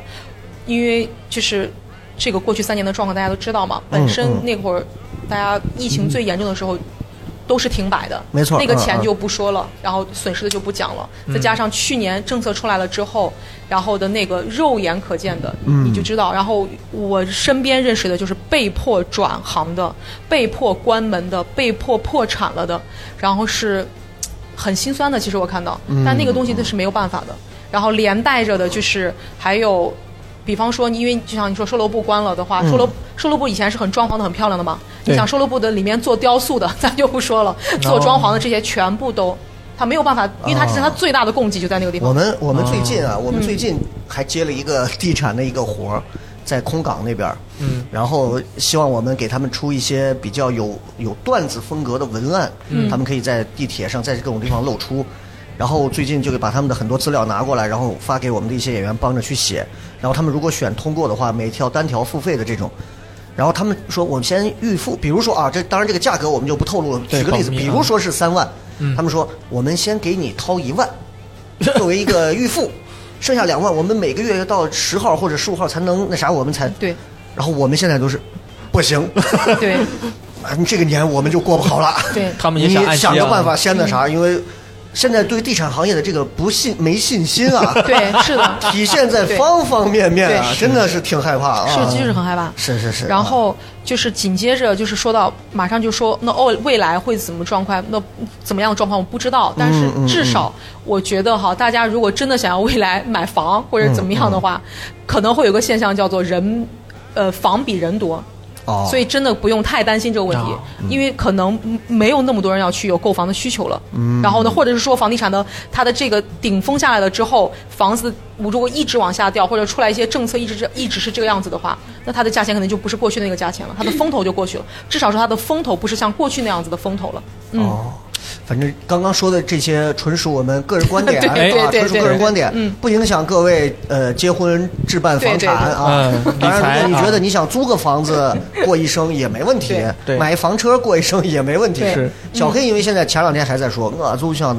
S6: 因为就是这个过去三年的状况大家都知道嘛，本身
S1: 嗯嗯
S6: 那会儿大家疫情最严重的时候。都是停摆的，
S1: 没错
S6: 那个钱
S1: 嗯嗯
S6: 就不说了，然后损失的就不讲了。再
S1: 嗯
S6: 加上去年政策出来了之后，然后的那个肉眼可见的，
S1: 嗯
S6: 你就知道。然后我身边认识的就是被迫转行的、被迫关门的、被迫破产了的，然后是很心酸的。其实我看到，
S13: 嗯
S6: 但那个东西它是没有办法的。然后连带着的就是还有，比方说，因为就像你说售楼部关了的话，
S13: 嗯
S6: 售楼售楼部以前是很装潢的很漂亮的嘛。
S13: 对
S6: 你想售楼部的里面做雕塑的，咱就不说了，
S1: 哦
S6: 做装潢的这些全部都。他没有办法，因为他之前他最大的供给就在那个地方。
S1: 哦我们我们最近啊，
S6: 嗯
S1: 我们最近还接了一个地产的一个活儿，在空港那边儿。嗯，然后希望我们给他们出一些比较有有段子风格的文案，
S10: 嗯
S1: 他们可以在地铁上，在各种地方露出。然后最近就把他们的很多资料拿过来，然后发给我们的一些演员帮着去写。然后他们如果选通过的话，每条单条付费的这种。然后他们说，我们先预付，比如说啊，这当然这个价格我们就不透露了。
S10: 对
S1: 举个例子，
S10: 保密啊
S1: 比如说是三万，
S5: 嗯
S1: 他们说我们先给你 掏一万，作为一个预付，剩下两万我们每个月到十号或者十五号才能那啥，我们才
S6: 对。
S1: 然后我们现在都是不行，
S6: 对，
S1: 啊这个年我们就过不好了。
S6: 对嗯
S5: 他们也想
S1: 你
S5: 按啊揭
S1: 想个
S5: 了
S1: 办法先那啥，因为。现在对地产行业的这个不信没信心啊，
S6: 对是的
S1: 体现在
S6: 对
S1: 方方面面啊，
S6: 对
S1: 真的是挺害怕啊，
S6: 是就是很害怕。
S1: 是是是，
S6: 然
S13: 啊
S6: 后就是紧接着就是说到，马上就说那哦未来会怎么状况，那怎么样的状况我不知道，但是
S13: 嗯嗯
S6: 至少我觉得哈，大家如果真的想要未来买房或者怎么样的
S13: 嗯
S6: 话，可能会有个现象叫做人，呃，房比人多。
S13: 哦
S6: 所以真的不用太担心这个问题，
S13: 啊
S6: 因为可能没有那么多人要去有购房的需求了。
S13: 嗯
S6: 然后呢，或者是说房地产的它的这个顶峰下来了之后，房子如果一直往下掉，或者出来一些政策一直这一直是这个样子的话，那它的价钱可能就不是过去那个价钱了，它的风头就过去了，至少说它的风头不是像过去那样子的风头了。嗯，
S1: 哦，反正刚刚说的这些纯属我们个人观点啊，
S6: 对对对
S1: 纯属
S6: 对
S1: 个人观点
S6: 嗯，
S1: 不影响各位呃结婚置办房产啊
S5: 对对对嗯。
S1: 当
S5: 理
S1: 然，如果
S5: 财
S1: 你觉得
S5: 啊
S1: 你想租个房子过一生也没问题
S5: 对，对
S1: 买房车过一生也没问题
S5: 对。是
S1: 小黑，因为现在前两天还在说，我就想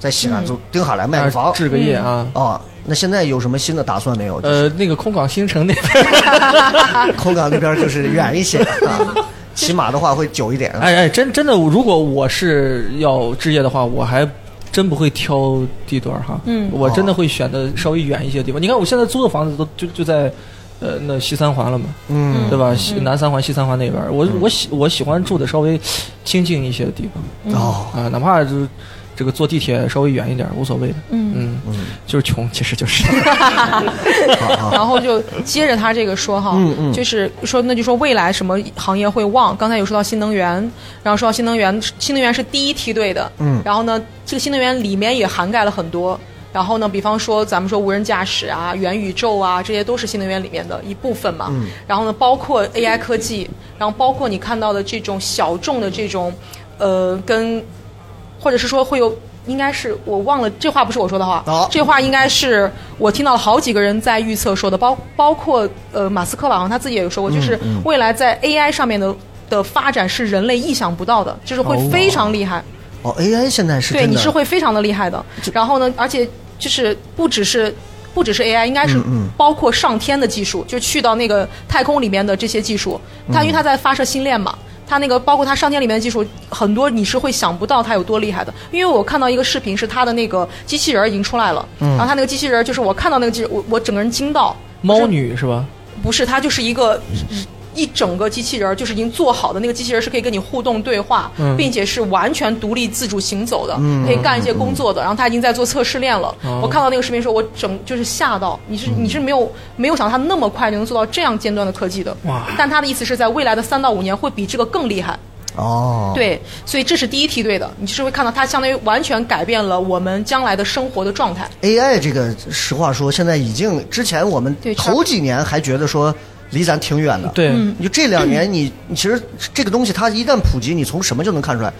S1: 在西安
S5: 嗯
S1: 租定下来买个房，
S5: 置个业啊
S1: 啊。那现在有什么新的打算没有？
S5: 呃，那个空港新城那边，
S1: 空港那边就是远一些 啊，骑马的话会久一点。
S5: 哎哎，真真的，如果我是要置业的话，我还真不会挑地段儿哈。
S6: 嗯
S5: 我
S1: 哦
S5: 真的会选择稍微远一些的地方。你看我现在租的房子都就就在。呃，那西三环了嘛，
S1: 嗯
S5: 对吧？西南三环、西三环那边儿，我我喜我喜欢住的稍微清静一些的地
S6: 嗯
S5: 方，
S1: 哦
S5: 啊、哪怕就是这个坐地铁稍微远一点儿无所谓的，
S6: 嗯
S5: 嗯，就是穷，其实就是，
S6: 然后就接着他这个说哈，
S5: 嗯嗯
S6: 就是说那就说未来什么行业会旺？刚才有说到新能源，然后说到新能源，新能源是第一梯队的，
S13: 嗯
S6: 然后呢，这个新能源里面也涵盖了很多。然后呢，比方说咱们说无人驾驶啊、元宇宙啊，这些都是新能源里面的一部分嘛。
S13: 嗯
S6: 然后呢，包括 AI 科技，然后包括你看到的这种小众的这种，呃，跟或者是说会有，应该是我忘了，这话不是我说的话，这话应该是我听到了好几个人在预测说的，包包括呃马斯克吧，好像他自己也有说过，
S13: 嗯
S6: 就是
S13: 嗯
S6: 未来在 AI 上面的的发展是人类意想不到的，就是会
S1: 哦
S6: 非常厉害。
S1: 哦，AI 现在是
S6: 对，
S1: 真
S6: 你
S1: 的
S6: 是会非常的厉害的。然后呢，而且就是不只是不只是 AI，应该是
S1: 嗯嗯
S6: 包括上天的技术，就去到那个太空里面的这些技术，它因
S1: 嗯
S6: 为它在发射星链嘛。它那个包括它上天里面的技术，很多你是会想不到它有多厉害的。因为我看到一个视频，是它的那个机器人儿已经出来了，
S5: 嗯
S6: 然后它那个机器人儿就是我看到那个机器人，我我整个人惊到，
S5: 猫女是吧？
S6: 不是，它就是一个一整个机器人儿，就是已经做好的那个机器人儿是可以跟你互动对话，
S13: 嗯
S6: 并且是完全独立自主行走的，
S13: 嗯
S6: 可以干一些工作的。然后他已经在做测试链了。
S13: 哦嗯
S6: 我看到那个视频的时候，我整就是吓到，你是你是没有没有想到他那么快就能做到这样尖端的科技的。
S1: 哇
S6: 但他的意思是在未来的三到五年会比这个更厉害。
S1: 哦，
S6: 对，所以这是第一梯队的，你是会看到它相当于完全改变了我们将来的生活的状态。
S1: AI 这个，实话说，现在已经之前我们
S6: 对
S1: 头几年还觉得说离咱挺远的，
S5: 对嗯
S1: 你就这两年你，你其实这个东西它一旦普及，你从什么就能看出来。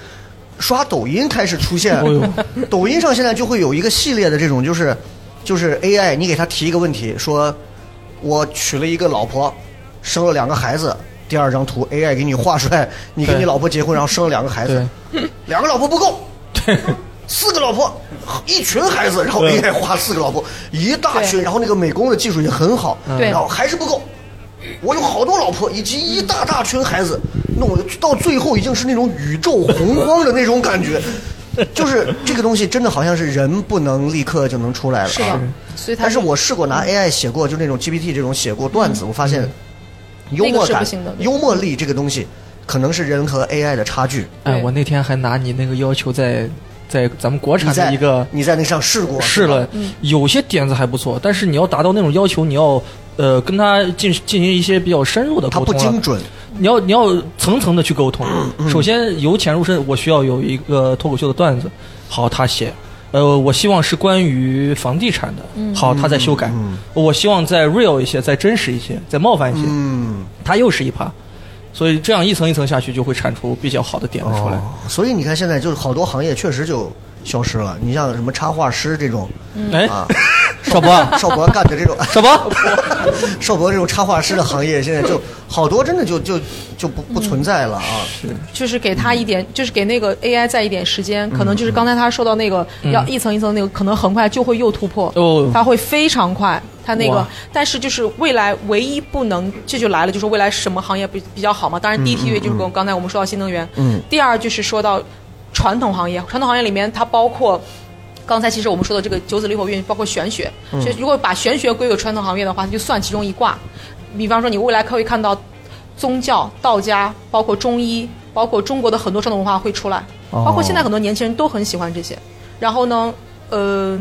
S1: 刷抖音开始出现
S5: 哦，
S1: 抖音上现在就会有一个系列的这种，就是就是 AI，你给他提一个问题，说我娶了一个老婆，生了两个孩子。第二张图 AI 给你画出来，你跟你
S5: 对
S1: 老婆结婚，然后生了两个孩子，两个老婆不够，四个老婆，一群孩子，然后
S5: 对
S1: AI 花四个老婆，一大群，然后那个美工的技术也很好，
S5: 嗯
S1: 然后还是不够，我有好多老婆以及一大大群孩子，弄得到最后已经是那种宇宙洪荒的那种 感觉，就是这个东西真的好像是人不能立刻就能出来了，啊
S6: 是的，所以它
S1: 但是我试过拿 AI 写过，就那种 GPT 这种写过段子，我发现幽默
S6: 嗯那个是不
S1: 感
S6: 行的、对
S1: 幽默力这个东西，可能是人和 AI 的差距。
S5: 哎，我那天还拿你那个要求在在咱们国产的一个
S1: 你在那上试过
S5: 试了，有些点子还不错，但是你要达到那种要求，你要呃跟他进进行一些比较深入的沟通，
S1: 它不精准，嗯
S5: 你要你要层层的去沟通。首先由浅入深，我需要有一个脱口秀的段子，好，他写。呃，我希望是关于房地产
S13: 嗯
S5: 的，好，他在修改。我希望再 real 一些，再真实一些，再冒犯一些。
S1: 嗯，
S5: 他又是一趴，所以这样一层一层下去，就会产出比较好的点子出来。
S1: 哦所以你看，现在就是好多行业确实就消失了。你像什么插画师这种，
S5: 嗯哎
S1: 啊，
S5: 少博啊
S1: 少博干的这种，
S5: 少 博，
S1: 少博这种插画师的行业，现在就好多真的就就就不不存在了啊。
S5: 是，
S6: 就是给他一点，就是给那个 AI 再一点时间，可能就是刚才他说到那个、
S1: 嗯
S6: 要一层一层那个，可能很快就会又突破，
S5: 哦
S6: 它会非常快，它那个
S5: 哇，
S6: 但是就是未来唯一不能，这就来了，就是未来什么行业比比较好嘛？当然第一梯队就是
S13: 嗯嗯
S6: 跟刚才我们说到新能源，
S13: 嗯
S6: 第二就是说到传统行业，传统行业里面它包括。刚才其实我们说的这个九紫离火运，包括玄学，
S13: 嗯
S6: 所以如果把玄学归为传统行业的话，它就算其中一卦。比方说，你未来可以看到宗教、道家，包括中医，包括中国的很多传统文化会出来，
S13: 哦
S6: 包括现在很多年轻人都很喜欢这些。然后呢，呃，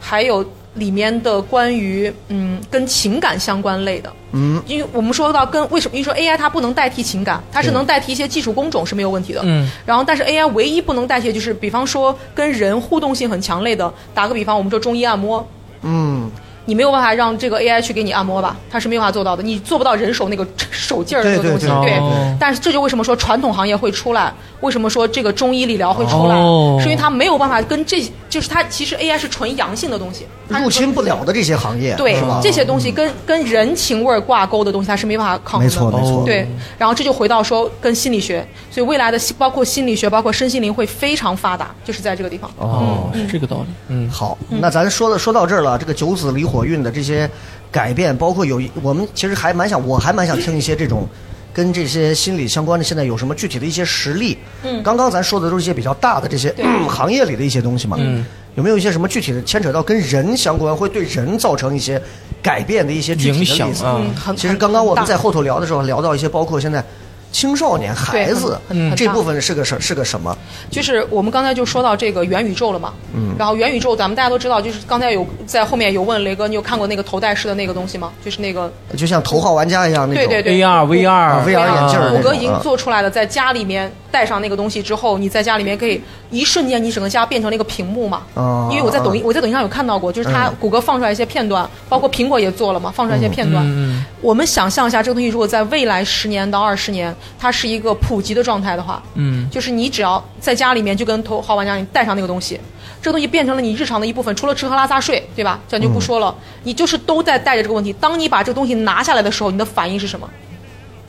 S6: 还有里面的关于嗯跟情感相关类的，
S13: 嗯
S6: 因为我们说到跟为什么，因为说 AI 它不能代替情感，它是
S13: 对
S6: 能代替一些技术工种是没有问题的。
S13: 嗯
S6: 然后但是 AI 唯一不能代替的就是，比方说跟人互动性很强类的，打个比方，我们说中医按摩，
S1: 嗯，
S6: 你没有办法让这个 AI 去给你按摩吧，它是没有办法做到的，你做不到人手那个手劲儿那个
S13: 对
S6: 东西。
S13: 对对哦
S6: 但是这就为什么说传统行业会出来，为什么说这个中医理疗会出来，
S1: 哦
S6: 是因为它没有办法跟这，就是它其实 AI 是纯阳性的东西，它
S1: 入侵不了的这些行业，
S6: 对
S1: 是吧嗯
S6: 这些东西跟跟人情味儿挂钩的东西，它是没办法抗衡的。
S1: 没错没错
S6: 对，然后这就回到说跟心理学，所以未来的包括心理学，包括身心灵会非常发达，就是在这个地方。
S1: 哦，
S5: 是这个道理。嗯，
S1: 好，那咱说了说到这儿了，这个九紫离火运的这些改变，包括有一我们其实还蛮想，我还蛮想听一些这种跟这些心理相关的，现在有什么具体的一些实例？
S13: 嗯
S1: 刚刚咱说的都是一些比较大的这些嗯行业里的一些东西嘛。
S13: 嗯，
S1: 有没有一些什么具体的牵扯到跟人相关，会对人造成一些改变的一些具体的
S5: 影响
S1: 例子
S5: 啊嗯
S1: 其实刚刚我们在后头聊的时候聊到一些，包括现在青少年孩子
S6: 很很很
S1: 这
S6: 大
S1: 部分是个什是个什么？
S6: 就是我们刚才就说到这个元宇宙了嘛，
S1: 嗯
S6: 然后元宇宙咱们大家都知道，就是刚才有在后面有问雷哥，你有看过那个头戴式的那个东西吗？就是那个
S1: 就像头号玩家一样啊那种
S6: 对对对
S5: AR VR
S1: 啊 VR 眼镜儿那种，
S6: 谷歌已经
S1: 啊
S6: 做出来了，在家里面戴上那个东西之后，你在家里面可以一瞬间，你整个家变成了一个屏幕嘛。
S1: 啊
S13: 哦
S6: 因为我在抖音，我在抖音上有看到过，就是它
S13: 嗯
S6: 谷歌放出来一些片段，包括苹果也做了嘛，放出来一些片段。
S13: 嗯
S6: 我们想象一下，这个东西如果在未来十年到二十年，它是一个普及的状态的话，
S13: 嗯
S6: 就是你只要在家里面就跟头号玩家你带上那个东西，这个东西变成了你日常的一部分，除了吃喝拉撒睡，对吧？咱就
S13: 嗯
S6: 不说了，你就是都在带着这个问题。当你把这个东西拿下来的时候，你的反应是什么？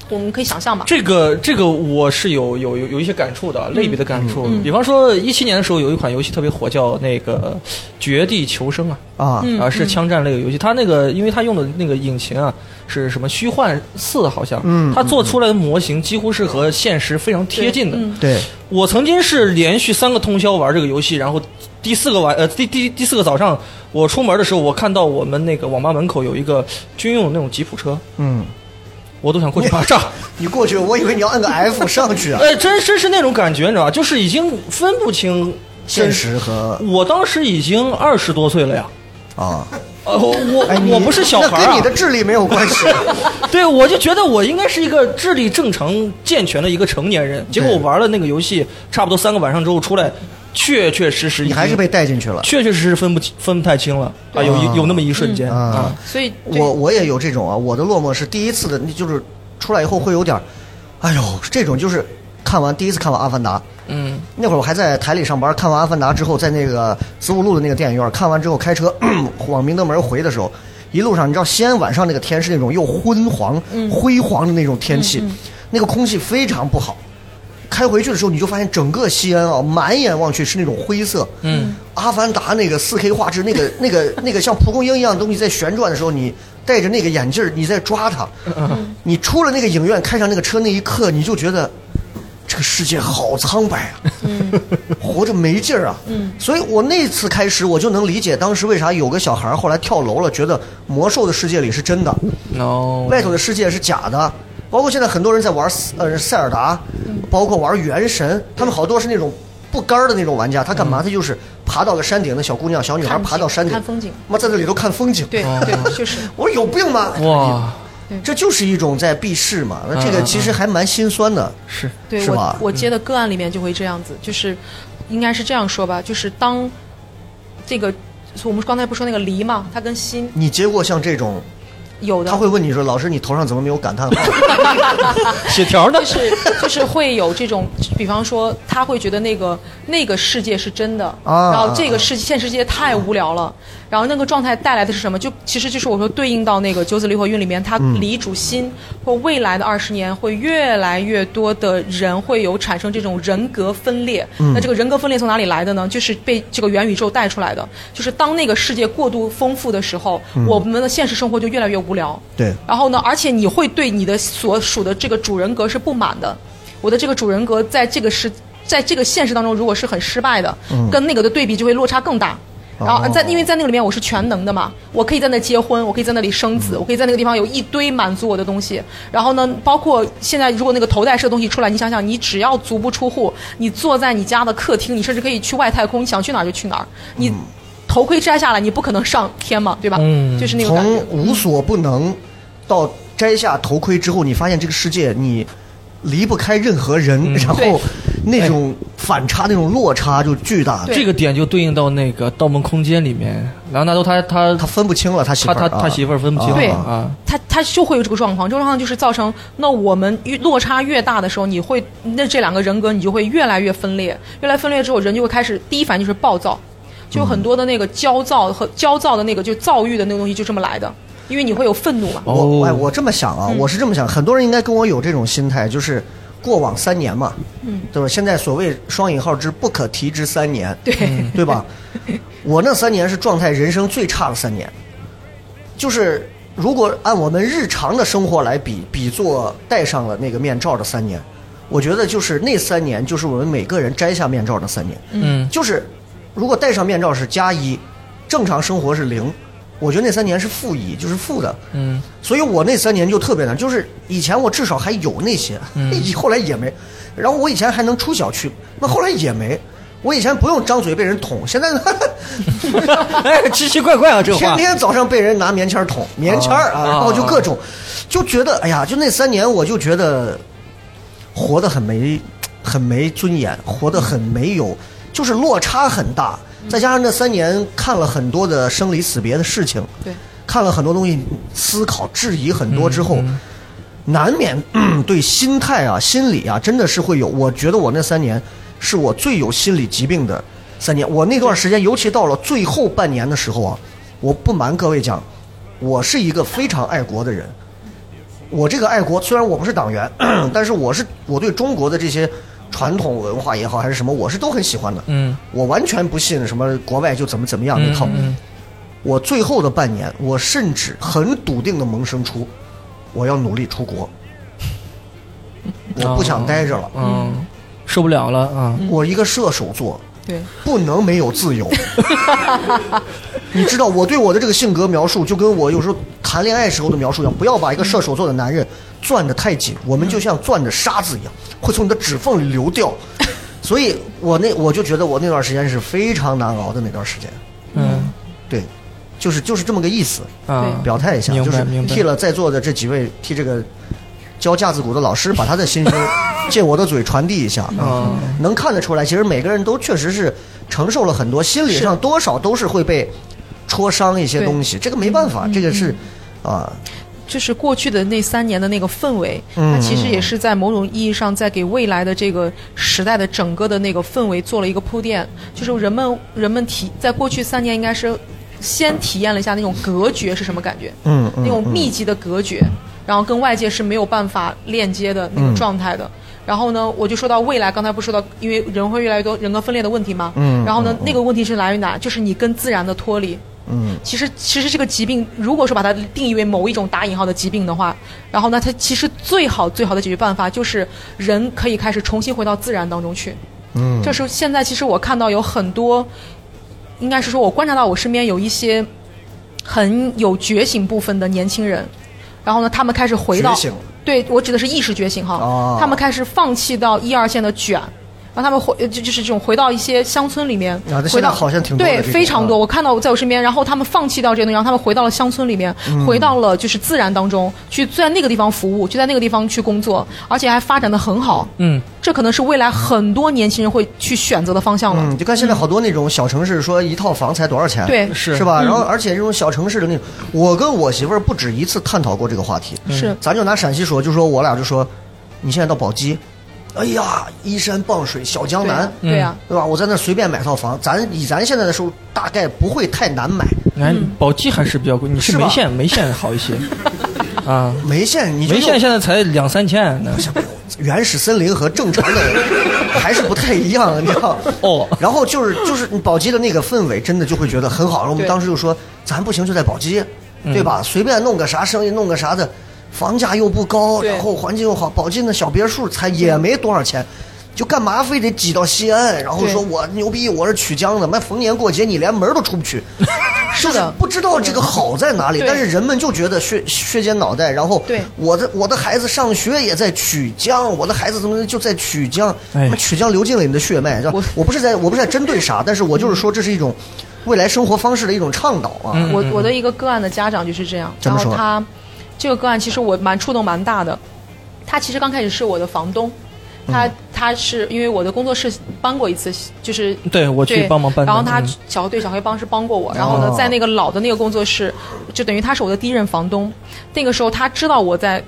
S6: 我们可以想象吧。
S5: 这个这个我是有有有有一些感触的，类比的感触。
S6: 嗯嗯
S5: 比方说，一七年的时候有一款游戏特别火，叫那个《绝地求生》啊
S1: 啊嗯
S5: 啊是枪战类的游戏。它那个因为它用的那个引擎啊是什么虚幻四好像，
S1: 嗯
S5: 它做出来的模型几乎是和现实非常贴近的。
S1: 对，嗯
S5: 我曾经是连续三个通宵玩这个游戏，然后第四个晚呃第第第四个早上我出门的时候，我看到我们那个网吧门口有一个军用那种吉普车，
S1: 嗯
S5: 我都想 过去把炸。
S1: 你过去，我以为你要按个 F 上去啊。
S5: 哎，真真是那种感觉，你知道吧？就是已经分不清
S1: 现实和……
S5: 我当时已经二十多岁了呀。
S1: 啊。
S5: 呃，我我、
S1: 哎你
S5: 我不是小孩、啊、
S1: 那跟你的智力没有关系。
S5: 对，我就觉得我应该是一个智力正常健全的一个成年人，结果我玩了那个游戏，差不多三个晚上之后出来，确确实实
S1: 你还是被带进去了，
S5: 确确实实分不清分不太清了啊，有有有那么一瞬间啊，
S6: 嗯所以对
S1: 嗯我我也有这种啊，我的落寞是第一次的，就是出来以后会有点儿，哎呦，这种就是看完第一次看完《阿凡达》，
S5: 嗯，
S1: 那会儿我还在台里上班，看完《阿凡达》之后，在那个子午路的那个电影院看完之后，开车 往明德门回的时候，一路上你知道西安晚上那个天是那种又昏黄、灰黄的那种天气，嗯那个空气非常不好。开回去的时候，你就发现整个西安啊，满眼望去是那种灰色。
S5: 嗯，
S1: 阿凡达那个四 K 画质，那个那个那个像蒲公英一样的东西在旋转的时候，你戴着那个眼镜儿你在抓它。
S5: 嗯
S1: 你出了那个影院，开上那个车那一刻，你就觉得这个世界好苍白啊，活着没劲儿啊。
S6: 嗯
S1: 所以我那次开始，我就能理解当时为啥有个小孩儿后来跳楼了，觉得魔兽的世界里是真的，
S5: 哦
S1: 外头的世界是假的。包括现在很多人在玩塞呃塞尔达，
S6: 嗯
S1: 包括玩原神，他们好多是那种不杆儿的那种玩家，他干嘛？他就是爬到个山顶，那小姑娘、小女孩
S6: 看
S1: 爬到山顶
S6: 看，风景，
S1: 妈在那里头看风景。
S6: 对对，确实。
S1: 我说有病吗？
S5: 哇，
S1: 这就是一种在避世嘛。那这
S6: 嗯
S1: 个
S6: 嗯
S1: 其实还蛮心酸的，
S5: 是
S6: 对
S1: 是
S6: 我
S1: 吧？
S6: 我接的个案里面就会这样子，就是应该是这样说吧，就是当这个我们刚才不说那个离嘛，它跟心
S1: 你接过像这种，
S6: 有的
S1: 他会问你说：“老师，你头上怎么没有感叹号
S5: 写条呢？
S6: 就是就是会有这种，比方说他会觉得那个那个世界是真的，
S1: 啊
S6: 然后这个世现实世界太无聊了，然后那个状态带来的是什么？就其实就是我说对应到那个《九子离火运》里面，他
S13: 嗯
S6: 离主心、或未来的二十年会越来越多的人会有产生这种人格分裂。
S13: 嗯
S6: 那这个人格分裂从哪里来的呢？就是被这个元宇宙带出来的。就是当那个世界过度丰富的时候，
S1: 嗯
S6: 我们的现实生活就越来越无聊。？”
S1: 对，
S6: 然后呢，而且你会对你的所属的这个主人格是不满的。我的这个主人格在这个是在这个现实当中，如果是很失败的，
S13: 嗯
S6: 跟那个的对比就会落差更大。
S13: 哦
S6: 然后在因为在那个里面我是全能的嘛，我可以在那结婚，我可以在那里生
S13: 嗯
S6: 子，我可以在那个地方有一堆满足我的东西。然后呢，包括现在如果那个头戴式的东西出来，你想想，你只要足不出户，你坐在你家的客厅，你甚至可以去外太空，你想去哪儿就去哪儿。你
S13: 嗯
S6: 头盔摘下来，你不可能上天嘛，对吧？
S13: 嗯
S6: 就是那个感觉。
S1: 从无所不能到摘下头盔之后，你发现这个世界你离不开任何人，然后那种反差、那种落差就巨大。
S5: 这个点就对应到那个《盗梦空间》里面，莱昂纳多他他他
S1: 分不清了，他
S5: 他他他媳妇儿分不清
S6: 对
S5: 了啊。
S6: 他他就会有这个状况，这个状况就是造成那我们越落差越大的时候，你会那这两个人格你就会越来越分裂，越来越分裂之后，人就会开始第一反应就是暴躁，就有很多的那个焦躁和焦躁的那个就躁郁的那个东西就这么来的，因为你会有愤怒嘛。
S1: 我哎，我这么想啊，
S6: 嗯
S1: 我是这么想，很多人应该跟我有这种心态，就是过往三年嘛，
S6: 嗯，
S1: 对吧？现在所谓双引号之不可提之三年，嗯
S6: 对
S1: 对吧？我那三年是状态人生最差的三年，就是如果按我们日常的生活来比，比作戴上了那个面罩的三年，我觉得就是那三年，就是我们每个人摘下面罩的三年。
S5: 嗯
S1: 就是如果戴上面罩是加一，正常生活是零，我觉得那三年是负一，就是负的。
S5: 嗯
S1: 所以我那三年就特别难，就是以前我至少还有那些，
S5: 嗯
S1: 后来也没。然后我以前还能出小区，那后来也没。我以前不用张嘴被人捅，现在呢
S5: 哎，奇奇怪怪啊，这
S1: 天
S5: 话
S1: 天早上被人拿棉签儿捅，棉签儿啊，
S5: 啊
S1: 然后就各种，就觉得哎呀，就那三年我就觉得活得很没很没尊严，活得很没有，就是落差很大。再加上那三年看了很多的生离死别的事情，
S6: 对，
S1: 看了很多东西，思考质疑很多之后，难免、嗯对心态啊、心理啊，真的是会有。我觉得我那三年是我最有心理疾病的三年。我那段时间，尤其到了最后半年的时候啊，我不瞒各位讲，我是一个非常爱国的人。我这个爱国，虽然我不是党员， 但是我是我对中国的这些传统文化也好，还是什么，我是都很喜欢
S8: 哦
S1: 的。
S5: 嗯，
S1: 我完全不信什么国外就怎么怎么样那套。
S5: 嗯
S1: 我最后的半年，我甚至很笃定的萌生出，我要努力出 国，我不想待着了，
S5: 嗯，受不了了啊！
S1: 我一个射手座，
S6: 对，
S1: 不能没有自由。你知道我对我的这个性格描述，就跟我有时候谈恋爱时候的描述一样，不要把一个射手座的男人攥得太紧，我们就像攥着沙子一样，会从你的指缝里流掉。所以我那我就觉得我那段时间是非常难熬的那段时间。
S5: 嗯，
S1: 对，就是就是这么个意思
S5: 啊
S1: 表态一下，
S5: 明白
S1: 就是
S5: 明白
S1: 替了在座的这几位，替这个教架子鼓的老师，把他的心声借我的嘴传递 一下
S5: 嗯
S1: 啊，能看得出来，其实每个人都确实是承受了很多，心理上多少都是会被戳伤一些
S6: 对
S1: 东西，这个没办
S5: 嗯
S1: 法，这个是啊，
S6: 就是过去的那三年的那个氛围，
S1: 嗯
S6: 它其实也是在某种意义上在给未来的这个时代的整个的那个氛围做了一个铺垫。就是人们人们体在过去三年应该是先体验了一下那种隔绝是什么感觉，
S13: 嗯嗯
S6: 那种密集的隔绝，然后跟外界是没有办法链接的那个
S13: 嗯
S6: 状态的。然后呢，我就说到未来，刚才不是说到，因为人会越来越多人格分裂的问题吗？
S13: 嗯
S6: 然后呢
S13: 嗯，嗯
S6: 那个问题是来源于哪？就是你跟自然的脱离。
S13: 嗯
S6: 其实其实这个疾病，如果说把它定义为某一种打引号的疾病的话，然后呢，它其实最好最好的解决办法就是人可以开始重新回到自然当中去。
S1: 啊
S13: 嗯
S6: 这时候现在其实我看到有很多，应该是说我观察到我身边有一些很有觉醒部分的年轻人，然后呢，他们开始回到
S13: 觉醒
S6: 对我指的是意识觉醒哈，
S1: 啊
S13: 哦
S6: 他们开始放弃到一二线的卷。让他们回就就是这种回到一些乡村里面，
S1: 啊那现
S6: 回
S1: 在
S6: 到
S1: 好像挺多的
S6: 对
S1: 这种
S6: 非常多，
S1: 啊
S6: 我看到我在我身边，然后他们放弃掉这些东西，然后他们回到了乡村里面，
S13: 嗯
S6: 回到了就是自然当中，去在那个地方服务，就在那个地方去工作，而且还发展的很好。
S5: 嗯，
S6: 这可能是未来很多年轻人会去选择的方向了。
S1: 嗯，就看现在好多那种小城市，说一套房才多少钱，
S6: 对
S1: 是
S6: 是
S1: 吧？
S6: 嗯
S1: 然后而且这种小城市的那种，我跟我媳妇儿不止一次探讨过这个话题，嗯
S6: 是
S1: 咱就拿陕西说，就说我俩就说，你现在到宝鸡，哎呀，依山傍水，小江南，嗯
S6: 对啊对啊
S1: 对吧？我在那随便买套房，咱以咱现在的收入，大概不会太难买。
S5: 哎，宝鸡还是比较贵，你去
S1: 是吧
S5: 眉县，眉县好一些啊。
S1: 眉县，你就
S5: 眉县现在才两三千呢。
S1: 原始森林和正常的 还是不太一样，你知道？
S5: 哦。
S1: 然后就是就是你宝鸡的那个氛围，真的就会觉得很好。然后我们
S5: 对
S1: 当时就说，咱不行就在宝鸡，
S6: 嗯
S1: 对吧？随便弄个啥生意，弄个啥的，房价又不高，然后环境又好，宝鸡那小别墅才也没多少钱。就干嘛非得挤到西安？然后
S13: 对
S1: 说我牛逼，我是曲江的，妈逢年过节你连门儿都出不去，
S6: 是的，
S1: 不知道这个好在哪里，
S6: 对
S1: 但是人们就觉得削削尖脑袋，然后
S6: 对
S1: 我的我的孩子上学也在曲江，我的孩子怎么就在曲江？
S5: 哎
S1: 那曲江流进了你的血脉，我我不是在我不是在针对啥，但是我就是说这是一种未来生活方式的一种倡导啊。
S5: 嗯
S6: 我我的一个个案的家长就是这样，
S1: 怎
S6: 然
S1: 么说
S6: 后他这个个案其实我蛮触动蛮大的。他其实刚开始是我的房东，
S5: 嗯
S6: 他、他是因为我的工作室搬过一次，就是
S5: 嗯对我去帮忙搬的
S6: 然后他
S5: 嗯
S6: 小对小黑帮是帮过我，然后呢
S5: 哦，
S6: 在那个老的那个工作室，就等于他是我的第一任房东。那个时候他知道我在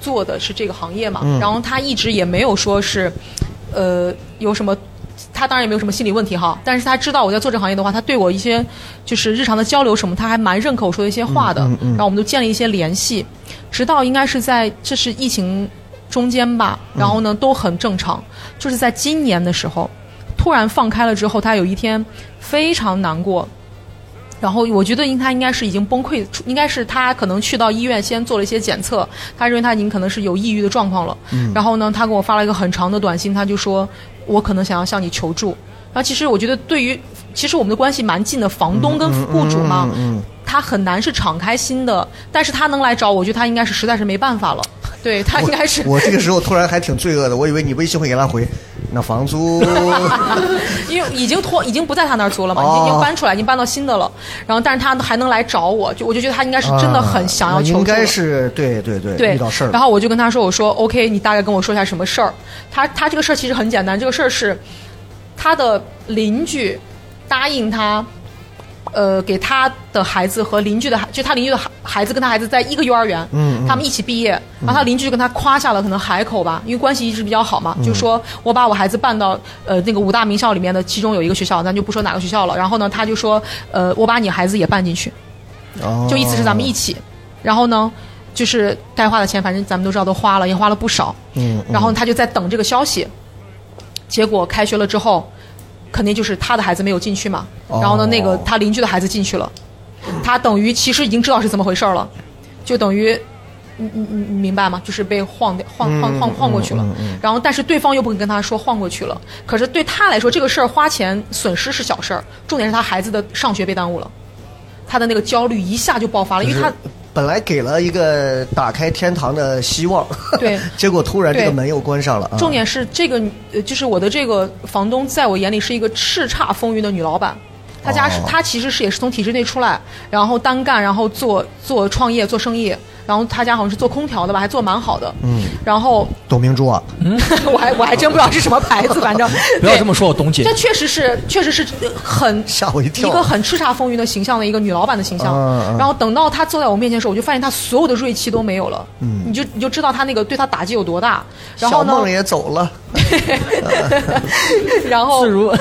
S6: 做的是这个行业嘛，
S13: 嗯
S6: 然后他一直也没有说是呃有什么。他当然也没有什么心理问题哈，但是他知道我在做这个行业的话，他对我一些就是日常的交流什么，他还蛮认可我说的一些话的。
S13: 嗯嗯嗯
S6: 然后我们就建立一些联系，直到应该是在这是疫情中间吧，
S13: 嗯
S6: 然后呢都很正常。就是在今年的时候，突然放开了之后，他有一天非常难过，然后我觉得应他应该是已经崩溃，应该是他可能去到医院先做了一些检测，他认为他已经可能是有抑郁的状况了。
S13: 嗯
S6: 然后呢，他给我发了一个很长的短信，他就说我可能想要向你求助。然后其实我觉得对于其实我们的关系蛮近的，房东跟雇主嘛，
S13: 嗯
S6: 他很难是敞开心的，但是他能来找我，我觉得他应该是实在是没办法了。对他应该是
S1: 我这个时候突然还挺罪恶的，我以为你微信会给他回，那房 租
S6: 因为已经脱，已经不在他那儿租了嘛，已经已
S1: 哦
S6: 经搬出来，已经搬到新的了。然后，但是他还能来找我，就我就觉得他应该是真的很想要
S1: 啊
S6: 求助
S1: 应
S6: 了。
S1: 该是对对对
S6: 对，
S1: 遇到事儿了，
S6: 然后我就跟他说，我说 OK，你大概跟我说一下什么事儿。他他这个事儿其实很简单，这个事儿是他的邻居答应他，呃，给他的孩子和邻居的孩，就他邻居的孩孩子跟他孩子在一个幼儿园，
S13: 嗯嗯
S6: 他们一起毕业，然后他邻居就跟他夸下了可能海口吧，因为关系一直比较好嘛，
S13: 嗯
S6: 就说我把我孩子办到呃那个五大名校里面的其中有一个学校，咱就不说哪个学校了。然后呢，他就说呃我把你孩子也办进去，
S1: 嗯
S6: 就意思是咱们
S13: 哦
S1: 哦
S6: 一起。然后呢，就是该花的钱，反正咱们都知道都花了，也花了不少。
S13: 嗯
S6: 然后他就在等这个消息。结果开学了之后，肯定就是他的孩子没有进去嘛。
S13: 哦
S6: 然后呢，那个他邻居的孩子进去了，他等于其实已经知道是怎么回事儿了，就等于。你你你明白吗？就是被晃掉晃晃晃晃过去了，
S13: 嗯嗯嗯
S6: 然后但是对方又不跟他说晃过去了。可是对他来说，这个事儿花钱损失是小事儿，重点是他孩子的上学被耽误了。他的那个焦虑一下就爆发了，因为他
S1: 本来给了一个打开天堂的希望，
S6: 对，
S1: 结果突然这个
S6: 对
S1: 门又关上了。啊
S6: 重点是这个，呃，就是我的这个房东，在我眼里是一个叱咤风云的女老板。她家是，她其实是也是从体制内出来，然后单干，然后做做创业、做生意，然后她家好像是做空调的吧，还做蛮好的。
S1: 嗯，
S6: 然后
S1: 董明珠啊，
S6: 我还我还真不知道是什么牌子，反正
S5: 不要这么说，我董姐
S6: 这。确实是，确实是呃很
S1: 吓我一跳
S6: 个很叱咤风云的形象的一个女老板的形象。
S1: 嗯嗯
S6: 然后等到她坐在我面前的时候，我就发现她所有的锐气都没有了。
S1: 嗯
S6: 你就你就知道她那个对她打击有多大。然后
S1: 小
S6: 呢，
S1: 梦也走了，
S6: 然后
S5: 自如，
S6: 然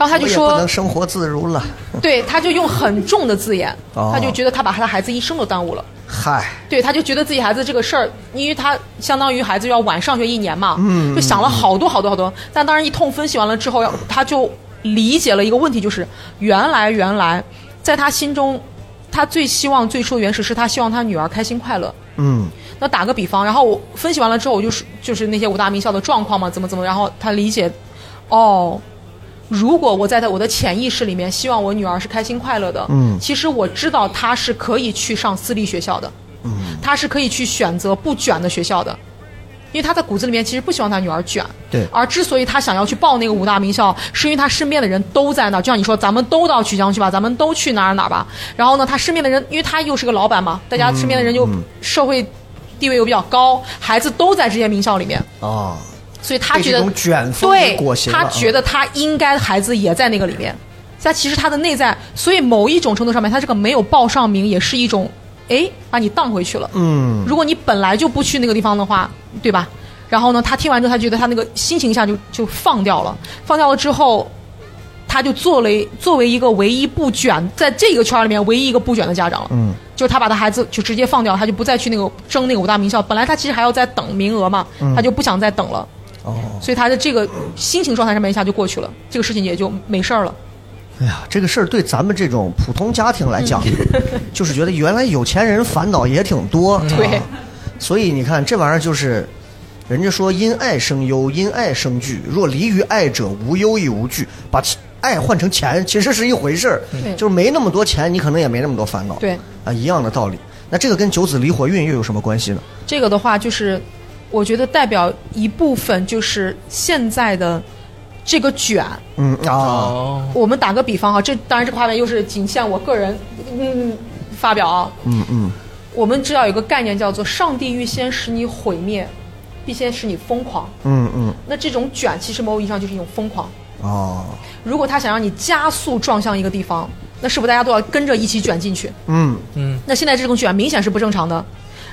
S6: 后他就
S1: 我也不
S6: 说
S1: 能，生活自如了。
S6: 对，他就用很重的字眼，
S1: 哦
S6: 他就觉得他把他的孩子一生都耽误了。
S1: 嗨，
S6: 对，他就觉得自己孩子这个事儿，因为他相当于孩子要晚上学一年嘛，
S1: 嗯
S6: 就想了好多好多好多。但当然一通分析完了之后，要他就理解了一个问题，就是原来原来在他心中，他最希望最初的原始是他希望他女儿开心快乐。
S1: 嗯，
S6: 那打个比方，然后我分析完了之后，我就是就是那些五大名校的状况嘛，怎么怎么，然后他理解，哦，如果我在他我的潜意识里面希望我女儿是开心快乐的，
S13: 嗯
S6: 其实我知道她是可以去上私立学校的，
S13: 嗯，
S6: 她是可以去选择不卷的学校的，因为她在骨子里面其实不希望她女儿卷，
S13: 对
S6: 而之所以她想要去报那个五大名校，是因为她身边的人都在那儿，就像你说，咱们都到曲江去吧，咱们都去哪儿哪儿吧。然后呢，她身边的人，因为她又是个老板嘛，大家身边的人又
S1: 嗯嗯
S6: 社会地位又比较高，孩子都在这些名校里面，
S1: 啊，
S6: 所以她
S1: 被
S6: 觉
S1: 这
S6: 得
S1: 种卷风
S6: 对
S1: 给裹挟了
S6: 她
S1: 啊
S6: 觉得她应该孩子也在那个里面。但其实她的内在，所以某一种程度上面，她这个没有报上名也是一种，哎，把你荡回去了。
S1: 嗯
S6: 如果你本来就不去那个地方的话，对吧？然后呢，他听完之后，他觉得他那个心情一下就就放掉了，放掉了之后，他就作为作为一个唯一不卷，在这个圈儿里面唯一一个不卷的家长了。
S13: 嗯
S6: 就是他把他孩子就直接放掉，他就不再去那个争那个五大名校。本来他其实还要再等名额嘛，
S13: 嗯
S6: 他就不想再等了，
S1: 哦，
S6: 所以他的这个心情状态上面一下就过去了，这个事情也就没事儿了。
S1: 哎呀，这个事儿对咱们这种普通家庭来 讲，就是觉得原来有钱人烦恼也挺多。
S6: 对
S1: 啊所以你看这玩意儿就是，人家说因爱生忧，因爱生惧，若离于爱者，无忧亦无惧。把爱换成钱，其实是一回事儿
S6: 对，
S1: 就是没那么多钱，你可能也没那么多烦恼。
S6: 对
S1: 啊，一样的道理。那这个跟九紫离火运又有什么关系呢？
S6: 这个的话，就是我觉得代表一部分就是现在的这个卷，
S1: 嗯啊，
S6: 我们打个比方哈，啊这当然这个画面又是仅限我个人嗯发表啊。
S1: 嗯嗯，
S6: 我们知道有个概念叫做“上帝预先使你毁灭，必先使你疯狂
S1: 嗯嗯”。，
S6: 那这种卷其实某种意义上就是一种疯狂。
S1: 哦，
S6: 如果他想让你加速撞向一个地方，那是不是大家都要跟着一起卷进去？
S1: 嗯
S5: 嗯，
S6: 那现在这种卷明显是不正常的。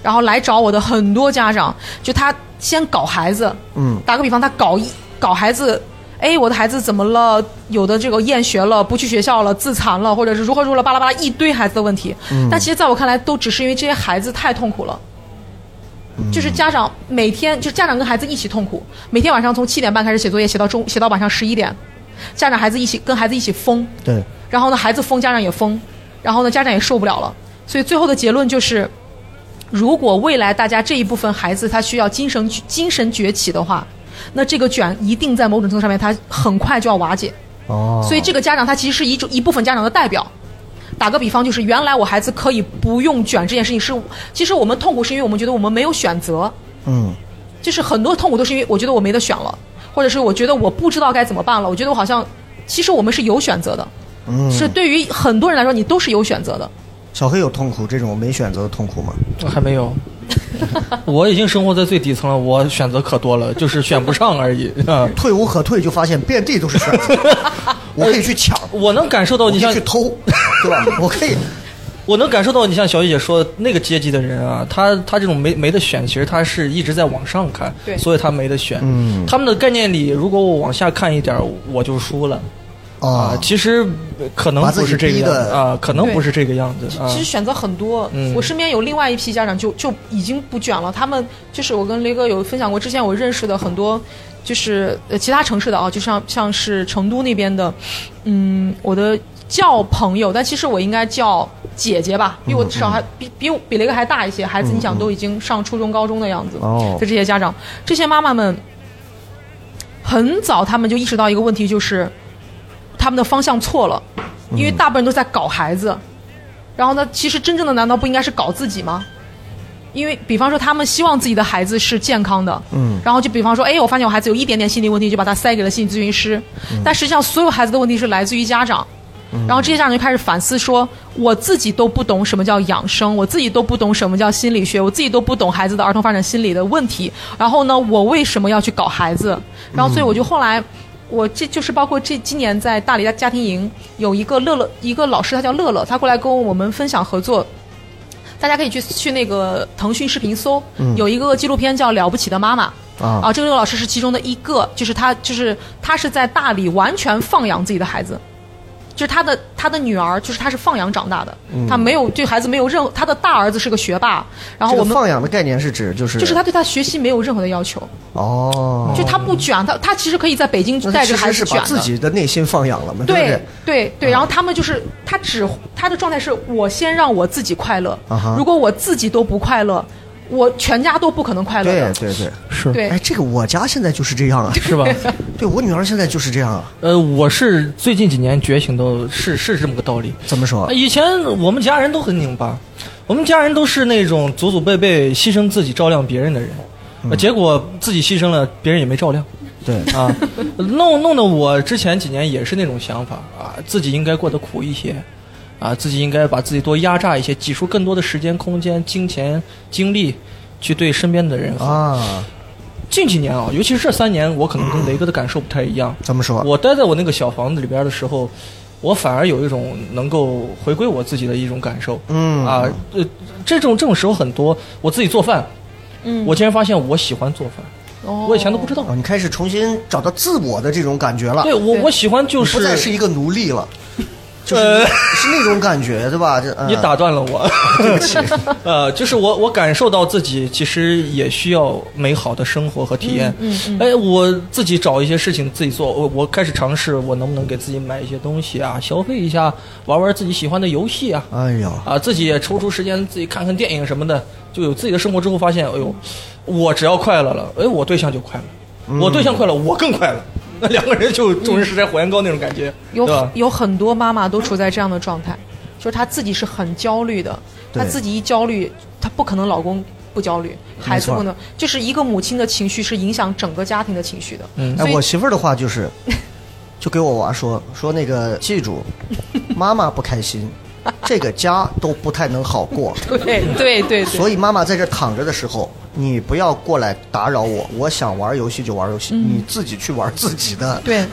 S6: 然后来找我的很多家长，就他先搞孩子，
S13: 嗯
S6: 打个比方，他搞一搞孩子，哎，我的孩子怎么了？有的这个厌学了，不去学校了，自残了，或者是如何如何了，巴拉巴拉一堆孩子的问题。
S13: 嗯
S6: 但其实在我看来，都只是因为这些孩子太痛苦了。
S13: 嗯
S6: 就是家长每天，就是家长跟孩子一起痛苦，每天晚上从七点半开始写作业，写到中，写到晚上十一点，家长孩子一起跟孩子一起疯，
S1: 对，
S6: 然后呢，孩子疯，家长也疯，然后呢，家长也受不了了。所以最后的结论就是，如果未来大家这一部分孩子他需要精神精神崛起的话，那这个卷一定在某种程度上面，它很快就要瓦解。
S1: 哦
S6: 所以这个家长他其实是一种一部分家长的代表。打个比方，就是原来我孩子可以不用卷这件事情是，其实我们痛苦是因为我们觉得我们没有选择，
S1: 嗯
S6: 就是很多痛苦都是因为我觉得我没得选了，或者是我觉得我不知道该怎么办了，我觉得我好像，其实我们是有选择的，
S1: 嗯，
S6: 是对于很多人来说，你都是有选择的。
S1: 小黑有痛苦这种没选择的痛苦吗？
S5: 哦还没有。我已经生活在最底层了，我选择可多了，就是选不上而已。啊
S1: 退无可退，就发现遍地都是选 择。我可以去抢，
S5: 我能感受到你像去
S1: 偷，对吧？ 我可以，
S5: 我能感受到你像小雨姐说的那个阶级的人啊，他他这种没没得选，其实他是一直在往上看，
S6: 对
S5: 所以他没得选。
S1: 嗯
S5: 他们的概念里，如果我往下看一点儿，我就输了。
S1: 啊，
S5: 其实呃可能
S1: 把自
S5: 不
S1: 己
S5: 是这个
S1: 逼
S5: 样
S1: 得
S5: 子啊，可能不是这个样子啊
S6: 其。实选择很多，
S5: 嗯
S6: 我身边有另外一批家长就就已经不卷了，他们就是我跟雷哥有分享过，之前我认识的很多就是呃其他城市的啊，就像像是成都那边的，嗯，我的叫朋友，但其实我应该叫姐姐吧，因为我至少还比比我比雷哥还大一些，孩子
S13: 嗯
S6: 你想都已经上初中高中的样子，
S13: 哦
S6: 就这些家长，这些妈妈们很早他们就意识到一个问题，就是他们的方向错了。因为大部分人都在搞孩子。然后呢，其实真正的难道不应该是搞自己吗？因为比方说他们希望自己的孩子是健康的，
S13: 嗯
S6: 然后就比方说，哎，我发现我孩子有一点点心理问题，就把他塞给了心理咨询师，但实际上所有孩子的问题是来自于家长。
S13: 嗯
S6: 然后这些家长就开始反思说，我自己都不懂什么叫养生，我自己都不懂什么叫心理学，我自己都不懂孩子的儿童发展心理的问题。然后呢，我为什么要去搞孩子？然后所以我就后
S13: 嗯
S6: 来，我这就是包括这今年在大理的家庭营有一个乐乐一个老师，他叫乐乐，他过来跟我们分享合作。大家可以去去那个腾讯视频搜，
S13: 嗯
S6: 有一个纪录片叫《了不起的妈妈》
S13: 啊
S6: 这个老师是其中的一个，就是他就是他是在大理完全放养自己的孩子，就是他的他的女儿，就是他是放养长大的，
S1: 嗯
S6: 他没有对孩子没有任何，他的大儿子是个学霸， 然后我
S1: 这
S6: 们、
S1: 个放养的概念是指就是
S6: 就是他对他学习没有任何的要求，
S1: 哦，
S6: 就他不卷，他他其实可以在北京
S1: 那
S6: 带着
S1: 其
S6: 孩
S1: 实
S6: 子
S1: 是
S6: 卷
S1: 把
S6: 的。
S1: 自己的内心放养了嘛，不
S6: 对
S1: 对？嗯
S6: 对对，然后他们就是他只他的状态是我先让我自己快乐
S1: 啊哈，
S6: 如果我自己都不快乐，我全家都不可能快乐
S1: 对
S6: 的。
S1: 对对，
S5: 是
S6: 对
S1: 哎，这个我家现在就是这样啊，
S5: 是吧？
S1: 对我女儿现在就是这样啊，
S5: 呃，我是最近几年觉醒的，是是这么个道理。啊
S1: 怎么说？
S5: 以前我们家人都很拧巴，我们家人都是那种祖祖辈辈牺牲自己照亮别人的人，
S1: 嗯
S5: 呃结果自己牺牲了，别人也没照亮。
S1: 对
S5: 啊，弄弄得我之前几年也是那种想法啊，自己应该过得苦一些，啊，自己应该把自己多压榨一些，挤出更多的时间、空间、金钱、精力去对身边的人好。
S1: 啊，
S5: 近几年啊，尤其是这三年，我可能跟雷哥的感受不太一样。
S1: 嗯怎么说？
S5: 我待在我那个小房子里边的时候，我反而有一种能够回归我自己的一种感受。
S1: 嗯
S5: 啊，呃，这种这种时候很多，我自己做饭，
S6: 嗯哦
S5: 我竟然发现我喜欢做饭。
S6: 我
S5: 以前都不知道、
S1: 哦你开始重新找到自我的这种感觉了。
S5: 对我我喜欢就是呃
S1: 你不再是一个奴隶 了，就是、是那种感觉，对吧？这、嗯
S5: 你打断了我，
S1: 对不起。
S5: 呃，就是我我感受到自己其实也需要美好的生活和体验。
S6: 嗯嗯嗯
S5: 哎，我自己找一些事情自己做，我我开始尝试我能不能给自己买一些东西啊，消费一下，玩玩自己喜欢的游戏啊。
S1: 哎呦，
S5: 啊，自己也抽出时间自己看看电影什么的，就有自己的生活之后，发现，哎呦，我只要快乐了，哎，我对象就快乐，
S1: 嗯
S5: 我对象快乐，我更快乐， 那两个人就众人拾柴火焰高那种感觉，
S6: 有
S5: 对吧？
S6: 有很多妈妈都处在这样的状态，就是她自己是很焦虑的，
S5: 对
S6: 她自己一焦虑，她不可能老公不焦虑，孩子
S1: 没错
S6: 不能，就是一个母亲的情绪是影响整个家庭的情绪的。所
S1: 哎，
S6: 以
S1: 我媳妇儿的 话就是，就给我娃说说那个，记住，妈妈不开心，这个家都不太能好过。
S6: 对对对对，
S1: 所以妈妈在这躺着的时候，你不要过来打扰我，我想玩游戏就玩游戏，
S6: 嗯
S1: 你自己去玩自己的。
S6: 对，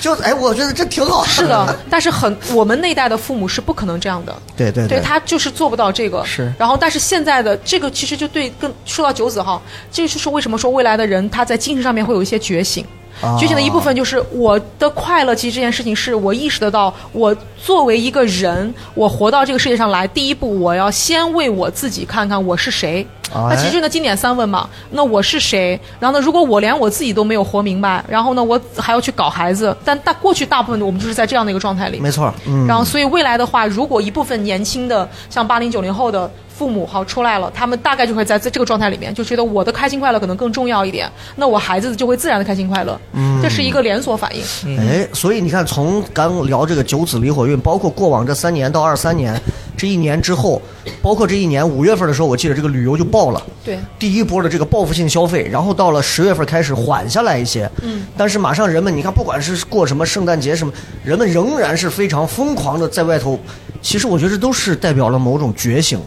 S1: 就哎，我觉得这挺好。
S6: 是的，但是很我们那一代的父母是不可能这样的。
S1: 对对
S6: 他就是做不到这个。
S1: 是
S6: 然后，但是现在的这个其实就对更说到九子哈，这就是为什么说未来的人他在精神上面会有一些觉醒。
S13: 啊
S6: 觉醒的一部分就是我的快乐，其实这件事情是我意识得到，我作为一个人，我活到这个世界上来，第一步我要先为我自己看看我是谁。
S13: 哎
S1: 啊
S6: 那其实呢，经典三问嘛，那我是谁？然后呢，如果我连我自己都没有活明白，然后呢，我还要去搞孩子，但大过去大部分我们就是在这样的一个状态里。
S1: 没错，嗯，
S6: 然后，所以未来的话，如果一部分年轻的，像八零九零后的父母好出来了，他们大概就会在这这个状态里面，就觉得我的开心快乐可能更重要一点，那我孩子就会自然的开心快乐，
S1: 嗯
S6: 这是一个连锁反应。
S1: 哎，所以你看，从刚聊这个九子离火运，包括过往这三年到二三年，这一年之后，包括这一年五月份的时候，我记得这个旅游就爆了，
S6: 对，
S1: 第一波的这个报复性消费，然后到了十月份开始缓下来一些，
S6: 嗯
S1: 但是马上人们，你看，不管是过什么圣诞节什么，人们仍然是非常疯狂的在外头。其实我觉得这都是代表了某种觉醒，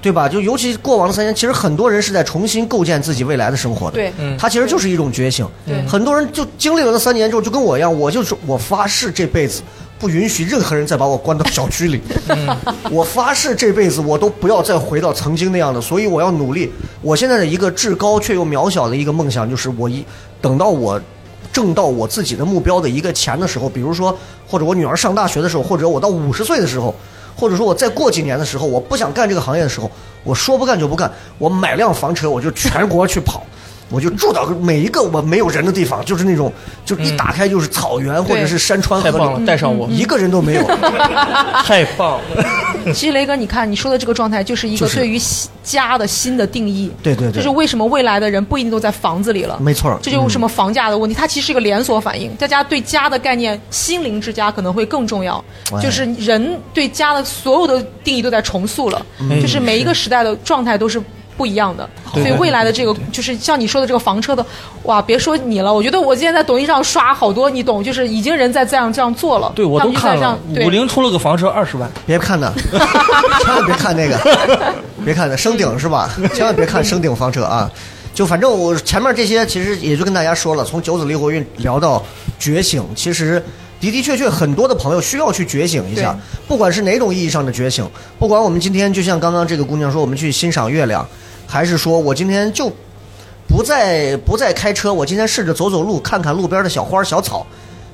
S1: 对吧？就尤其过往的三年，其实很多人是在重新构建自己未来的生活的。
S13: 对嗯
S1: 他其实就是一种觉醒。
S13: 对
S1: 很多人就经历了那三年之后，就跟我一样，我就是我发誓这辈子不允许任何人再把我关到小 区里。
S13: 嗯
S1: 我发誓这辈子我都不要再回到曾经那样的，所以我要努力。我现在的一个至高却又渺小的一个梦想，就是我一等到我挣到我自己的目标的一个钱的时候，比如说，或者我女儿上大学的时候，或者我到五十岁的时候，或者说我再过几年的时候，我不想干这个行业的时候，我说不干就不干，我买辆房车我就全国去跑。我就住到每一个我没有人的地方，就是那种，就是一打开就是草原或者是山川河
S5: 嗯太棒
S1: 流，
S5: 了带上我
S1: 一个人都没有。
S5: 太棒了！
S6: 其实雷哥，你看你说的这个状态，就是一
S1: 就
S6: 个
S1: 是
S6: 对于新家的新的定义。
S1: 对对对
S6: 就是为什么未来的人不一定都在房子里了。
S1: 没错儿
S6: 这就是为什
S1: 嗯
S6: 么房价的问题，它其实是一个连锁反应。大家对家的概念，心灵之家可能会更重要。
S1: 哎
S6: 就是人对家的所有的定义都在重塑了，
S1: 嗯
S6: 就是每一个时代的状态都是。不一样的，
S1: 对
S6: 所以未来的这个就是像你说的这个房车的，哇，别说你了，我觉得我今天在抖音上刷好多，你懂，就是已经人在这样这样做了，
S5: 对我
S6: 他
S5: 都
S6: 们就在
S5: 看
S6: 这
S5: 了
S6: 样，对
S5: 五菱出了个房车二十万，
S1: 别看呐，千万别看那个，别看那升顶是吧？千万别看升顶房车啊！就反正我前面这些其实也就跟大家说了，从九子离火运聊到觉醒，其实的的确确很多的朋友需要去觉醒一下
S10: 对，
S1: 不管是哪种意义上的觉醒，不管我们今天就像刚刚这个姑娘说，我们去欣赏月亮，还是说我今天就不再不再开车，我今天试着走走路，看看路边的小花小草，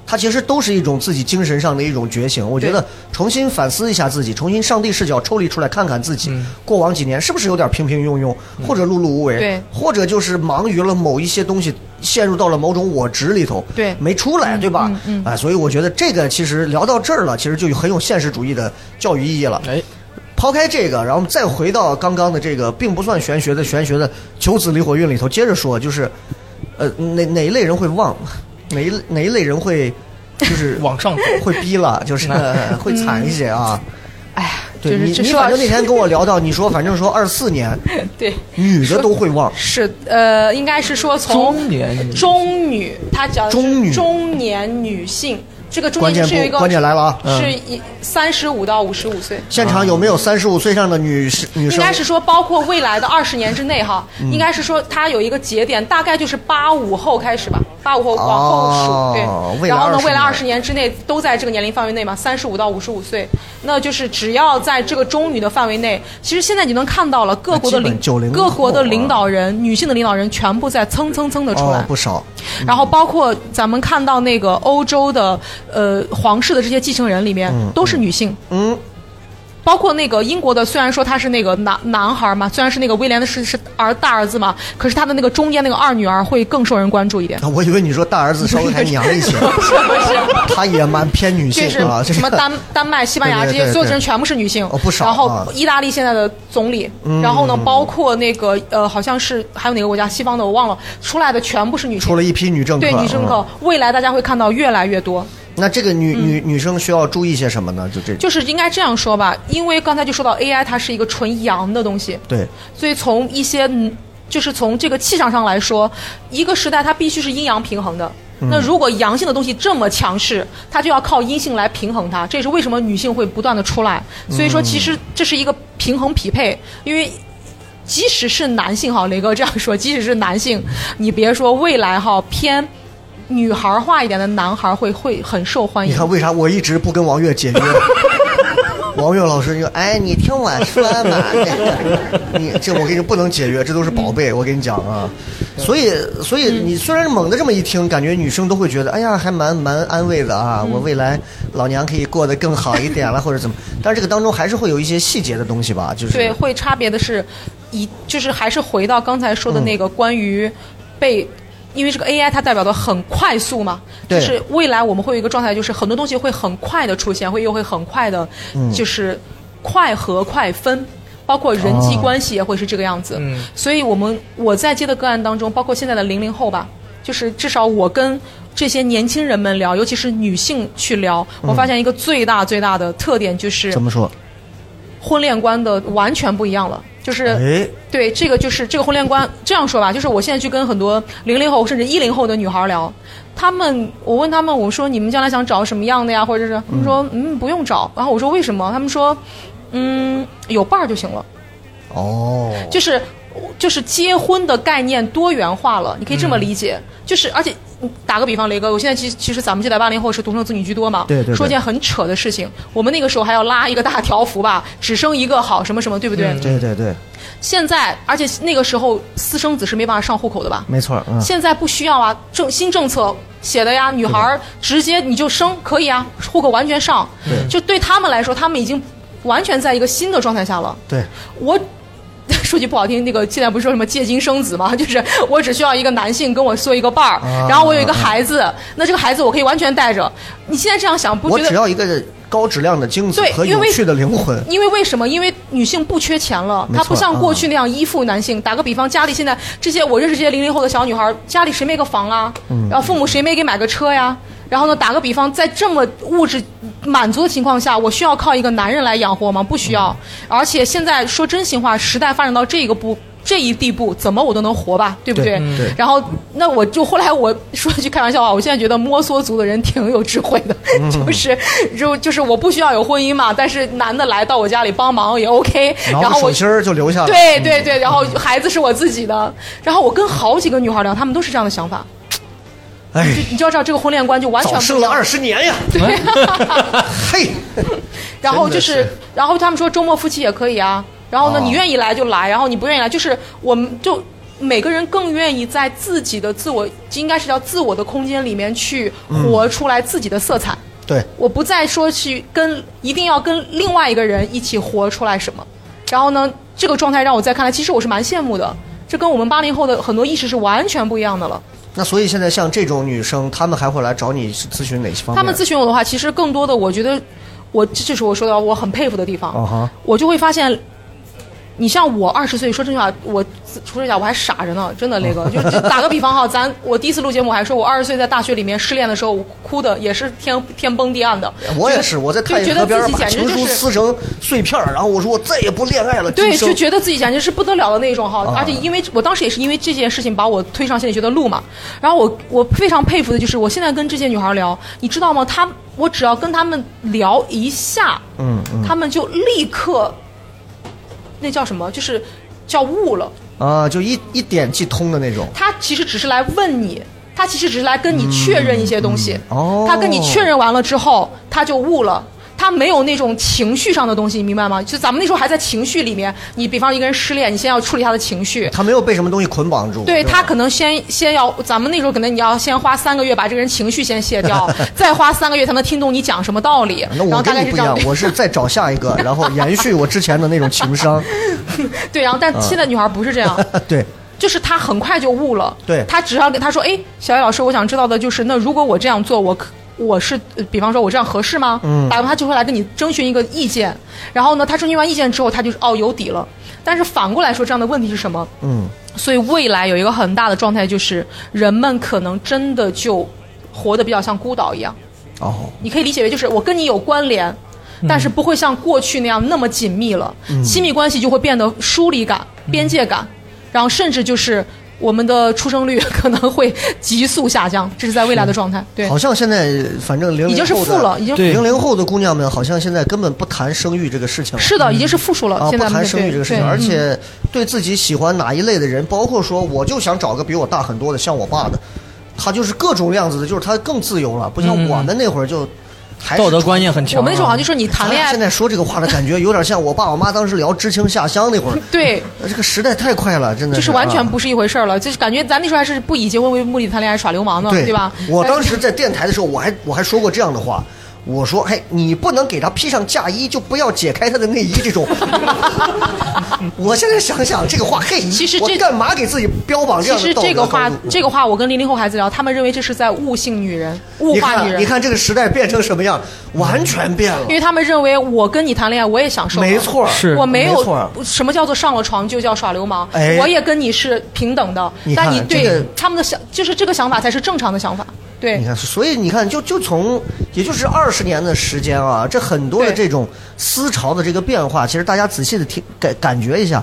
S1: 它其实都是一种自己精神上的一种觉醒。我觉得重新反思一下自己，重新上帝视角抽离出来看看自己，过往几年是不是有点平平庸庸，或者碌碌无为，
S6: 对
S1: 或者就是忙于了某一些东西，陷入到了某种我执里头，
S6: 对
S1: 没出来，对吧？嗯啊，所以我觉得这个其实聊到这儿了，其实就很有现实主义的教育意义了。
S5: 哎。
S1: 抛开这个，然后我们再回到刚刚的这个并不算玄学的玄学的九子离火运里头，接着说，就是，呃，哪哪一类人会忘， 哪一哪一类人会就是
S5: 往上走，
S1: 会逼了，就是、
S5: 嗯
S1: 会惨一些啊。哎呀，对
S6: 就是
S1: 你
S6: 这
S1: 你
S6: 说到
S1: 反正那天跟我聊到，你说反正说二四年
S6: 对，
S1: 女的都会忘，
S6: 是呃，应该是说从
S1: 中年女
S6: 中女，她讲
S1: 中女
S6: 中年女性，这个中
S1: 关
S6: 间
S1: 键
S6: 是有一
S1: 不
S6: 个
S1: 关键来了啊，
S6: 是一三十五到五十五岁。
S1: 现场有没有三十五岁以上的女士女
S6: 应
S1: 生？
S6: 该是说，包括未来的二十年之内哈，
S1: 嗯
S6: 应该是说它有一个节点，大概就是八五后开始吧，八五后往后数，
S1: 哦
S6: 对。
S1: 未来
S6: 然后呢
S1: 20，
S6: 未来
S1: 年
S6: 二十年之内都在这个年龄范围内嘛，三十五到五十五岁，那就是只要在这个中女的范围内，其实现在你能看到了各国的
S1: 那基
S6: 领
S1: 本90
S6: 各国
S1: 后
S6: 的
S1: 啊
S6: 领导人，女性的领导人全部在蹭蹭蹭的出来
S1: 哦，，不少，
S6: 然后包括咱们看到那个欧洲的呃皇室的这些继承人里面
S1: 嗯，
S6: 都是女性。
S1: 嗯。
S6: 包括那个英国的，虽然说他是那个男男孩嘛，虽然是那个威廉的是是儿大儿子嘛，可是他的那个中间那个二女儿会更受人关注一点。
S1: 啊我以为你说大儿子稍微还娘 一些，她也蛮偏女性
S6: 就是
S1: 啊，这
S6: 什么 丹丹麦、西班牙这
S1: 对对
S6: 些
S1: 对
S6: 所有的
S1: 对
S6: 人全部是女性，
S1: 哦不少
S6: 然
S1: 啊
S6: 后意大利现在的总理，
S1: 嗯
S6: 然后呢，包括那个呃，好像是还有哪个国家西方的我忘了，出来的全部是女性
S1: 出。了一批女政客，
S6: 对女生课
S1: 嗯，
S6: 未来大家会看到越来越多。
S1: 那这个女女女生需要注意些什么呢？就这，
S6: 嗯就是应该这样说吧，因为刚才就说到 AI 它是一个纯阳的东西，
S1: 对，
S6: 所以从一些嗯就是从这个气场上来说，一个时代它必须是阴阳平衡的。
S13: 嗯
S6: 那如果阳性的东西这么强势，它就要靠阴性来平衡它，这也是为什么女性会不断的出来。所以说，
S13: 嗯
S6: 其实这是一个平衡匹配，因为即使是男性哈，雷哥这样说，即使是男性，你别说未来哈偏女孩化一点的男孩会会很受欢迎。
S1: 你看为啥我一直不跟王 悦解约？王悦老师就哎，你听我说嘛，啊 你这我跟你不能解约，这都是宝贝，
S6: 嗯
S1: 我跟你讲啊。所以，所以你虽然猛的这么一听，感觉女生都会觉得，哎呀，还蛮蛮安慰的啊，
S6: 嗯
S1: 我未来老娘可以过得更好一点了，啊或者怎么？但是这个当中还是会有一些细节的东西吧，就是
S6: 对，会差别的是，一就是还是回到刚才说的那个关于被，因为这个 AI 它代表的很快速嘛，就
S13: 对
S6: 是未来我们会有一个状态，就是很多东西会很快的出现，会又会很快的
S13: 嗯，
S6: 就是快合快分。包括人际
S13: 哦
S6: 关系也会是这个样
S1: 哦
S6: 子，
S13: 嗯
S6: 所以我们我在接的个案当中，包括现在的零零后吧，就是至少我跟这些年轻人们聊，尤其是女性去聊，我
S1: 嗯
S6: 发现一个最大最大的特点就是
S1: 怎么说？
S6: 婚恋观的完全不一样了，就是。
S1: 哎，
S6: 对，这个就是这个婚恋观。这样说吧，就是我现在去跟很多零零后甚至一零后的女孩聊，她们，我问她们，我说你们将来想找什么样的呀？或者是她们说，嗯，不用找。然后我说为什么？她们说，嗯，有伴儿就行了。
S1: 哦，
S6: 就是就是结婚的概念多元化了，你可以
S13: 嗯
S6: 这么理解。就是而且嗯打个比方，雷哥，我现在其实其实咱们这代八零后是独生子女居多嘛，
S13: 对对对
S6: 说件很扯的事情，我们那个时候还要拉一个大条幅吧，只生一个好什么什么，对不对？
S1: 嗯
S13: 嗯
S1: 对对对，
S6: 现在而且那个时候私生子是没办法上户口的吧？
S1: 没错，嗯。
S6: 现在不需要啊，政新政策写的呀，女孩儿直接你就生可以啊，户口完全上
S13: 对，
S6: 就对他们来说，他们已经完全在一个新的状态下了。
S1: 对，
S6: 我 说句不好听，那个现在不是说什么借精生子吗？ 就是我只需要一个男性跟我做一个伴儿，
S1: 啊
S6: 然后我有一个孩子，那这个孩子我可以完全带着。你现在这样想，不
S1: 我
S6: 觉得
S1: 只要一个高质量的精子
S6: 对
S1: 和
S6: 因
S1: 有
S6: 为
S1: 趣的灵魂。
S6: 因为为什么？因为女性不缺钱了，
S1: 没错嗯
S6: 她不像过去那样依附男性。打个比方，家里现在这些我认识这些零零后的小女孩，家里谁没个房啊？
S1: 嗯
S6: 然后父母谁没给买个车呀？然后呢，打个比方，在这么物质满足的情况下，我需要靠一个男人来养活吗？不需要。
S1: 嗯
S6: 而且现在说真心话，时代发展到这个步。这一地步，怎么我都能活吧，对不
S13: 对嗯对
S6: 然后，那我就后来我说一句开玩笑话，我现在觉得摩梭族的人挺有智慧的，
S13: 嗯
S6: 就是就就是我不需要有婚姻嘛，但是男的来到我家里帮忙也 OK，然
S1: 后
S6: 后我
S1: 手心儿就留下了。嗯
S6: 对对对，然后孩子是我自己的，然后我跟好几个女孩聊，她们都是这样的想法。
S1: 哎
S6: 就，你就要知道这个婚恋观就完全
S1: 早
S6: 不
S1: 生
S6: 一
S1: 了
S6: 样
S1: 二十年呀！
S6: 对，
S1: 嘿，
S6: 然后就
S1: 真
S6: 是
S1: 的是，
S6: 然后他们说周末夫妻也可以啊。然后呢，
S1: 哦
S6: 你愿意来就来，然后你不愿意来，就是我们就每个人更愿意在自己的自我，应该是叫自我的空间里面去活出来自己的色彩。
S1: 对，
S6: 我不再说去跟一定要跟另外一个人一起活出来什么。然后呢，这个状态让我在看来，其实我是蛮羡慕的。这跟我们八零后的很多意识是完全不一样的了。
S1: 那所以现在像这种女生，她们还会来找你咨询哪些方面？
S6: 他们咨询我的话，其实更多的我觉得，我这这是我说的我很佩服的地方。
S1: 啊哈，
S6: 我就会发现，你像我二十岁，说真话，我自说真话我还傻着呢，真的雷 哥。就就打个比方哈，咱我第一次录节目我还说，我二十岁在大学里面失恋的时候，我哭的也是天天崩地暗的。
S1: 我
S6: 就
S1: 也是，我在
S6: 就
S1: 太
S6: 觉
S1: 原
S6: 得
S1: 河边
S6: 自
S1: 儿
S6: 己
S1: 把
S6: 简直
S1: 情
S6: 就
S1: 书
S6: 是
S1: 撕成碎片儿，然后我说我再也不恋爱了。
S6: 对，
S1: 今生
S6: 就觉得自己简直是不得了的那种哈。
S1: 啊
S6: 而且因为我当时也是因为这件事情把我推上心理学的路嘛。然后我我非常佩服的就是，我现在跟这些女孩聊，你知道吗？她我只要跟她们聊一下，
S1: 嗯嗯
S6: 她们就立刻那叫什么？就是叫悟了。
S1: 啊，就一一点即通的那种。
S6: 她其实只是来问你。她其实只是来跟你确认一些东西，
S1: 哦
S6: 她跟你确认完了之后，她就悟了，她没有那种情绪上的东西，你明白吗？就咱们那时候还在情绪里面，你比方一个人失恋，你先要处理他的情绪，
S1: 她没有被什么东西捆绑住。
S6: 对
S1: 吧
S6: 他可能先先要，咱们那时候可能你要先花三个月把这个人情绪先卸 掉，再花三个月才能听懂你讲什么道理。
S1: 那
S6: 然
S1: 我
S6: 后大
S1: 跟
S6: 概是
S1: 你不
S6: 这
S1: 一
S6: 样
S1: 样，
S6: 的。
S1: 我是再找下一个，然后延续我之前的那种情商。
S6: 对，然后但现在女孩不是这样，
S1: 嗯 对，
S6: 就是她很快就悟了。
S1: 对
S6: 她只要跟她说，哎，小叶老师，我想知道的就是，那如果我这样做，我可我是呃比方说我这样合适吗？
S13: 嗯
S6: 打完她就会来跟你征询一个意见，然后呢，她征询完意见之后，她就是哦有底了。但是反过来说，这样的问题是什么？
S1: 嗯，
S6: 所以未来有一个很大的状态就是，人们可能真的就活得比较像孤岛一样。
S1: 哦，
S6: 你可以理解为就是我跟你有关联，
S1: 嗯
S6: 但是不会像过去那样那么紧密了，
S13: 嗯
S6: 亲密关系就会变得疏离感、
S1: 嗯
S6: 边界感，然后甚至就是我们的出生率可能会急速下降，这是在未来的状态。对，
S1: 好像现在反正零零
S6: 哎已经是负了已经对
S1: 零零后的姑娘们好像现在根本不谈生育这个事情了。
S6: 是
S5: 嗯
S6: 的，已经是负数了。
S1: 啊，
S6: 现
S1: 不
S6: 在
S1: 谈生育
S6: 对
S1: 这个事情，
S6: 对
S1: 而
S6: 嗯
S1: 且对自己喜欢哪一类的人，包括说我就想找个比我大很多的，像我爸的，他就是各种样子的，就是他更自由了，不像
S5: 嗯
S1: 我们那会儿就还是
S5: 道德观念很强啊我们那时候好像就
S6: 说你谈
S1: 恋爱，现在说这个话的感觉有点像我爸我妈当时聊知青下乡那会儿， 呃
S6: 对，
S1: 这个时代太快了，真的
S6: 就是完全
S1: 啊
S6: 不是一回事儿了，就是感觉咱那时候还是不以结婚为目的谈恋爱耍流氓呢，
S1: 对
S6: 对吧？哎
S1: 我
S6: 但是
S1: 当时在电台的时候，我还我还说过这样的话。我说，嘿，你不能给他披上嫁衣，就不要解开他的内衣这种。 我现在想想这个话，嘿，其实我干嘛给自己标榜这
S6: 其
S1: 样的
S6: 实
S1: 道德
S6: 这个话
S1: 高度，
S6: 这个话，我跟零零后孩子聊，他们认为这是在物性女人，物
S1: 你
S6: 化女
S1: 看，
S6: 人。
S1: 你看这个时代变成什么样，完全变了
S6: 因。为他们认为我跟你谈恋爱，我也享受了，
S1: 没错是
S6: 我没
S1: 没
S6: 有
S1: 错
S6: 什么叫做上了床就叫耍流氓，
S1: 哎
S6: 我也跟你是平等的。
S1: 你看
S6: 但你对、
S1: 这个
S6: 他们的想，就是这个想法才是正常的想法。对
S1: 你看，所以你看，就就从也就是二十年的时间啊，这很多的这种思潮的这个变化，其实大家仔细的听感感觉一下，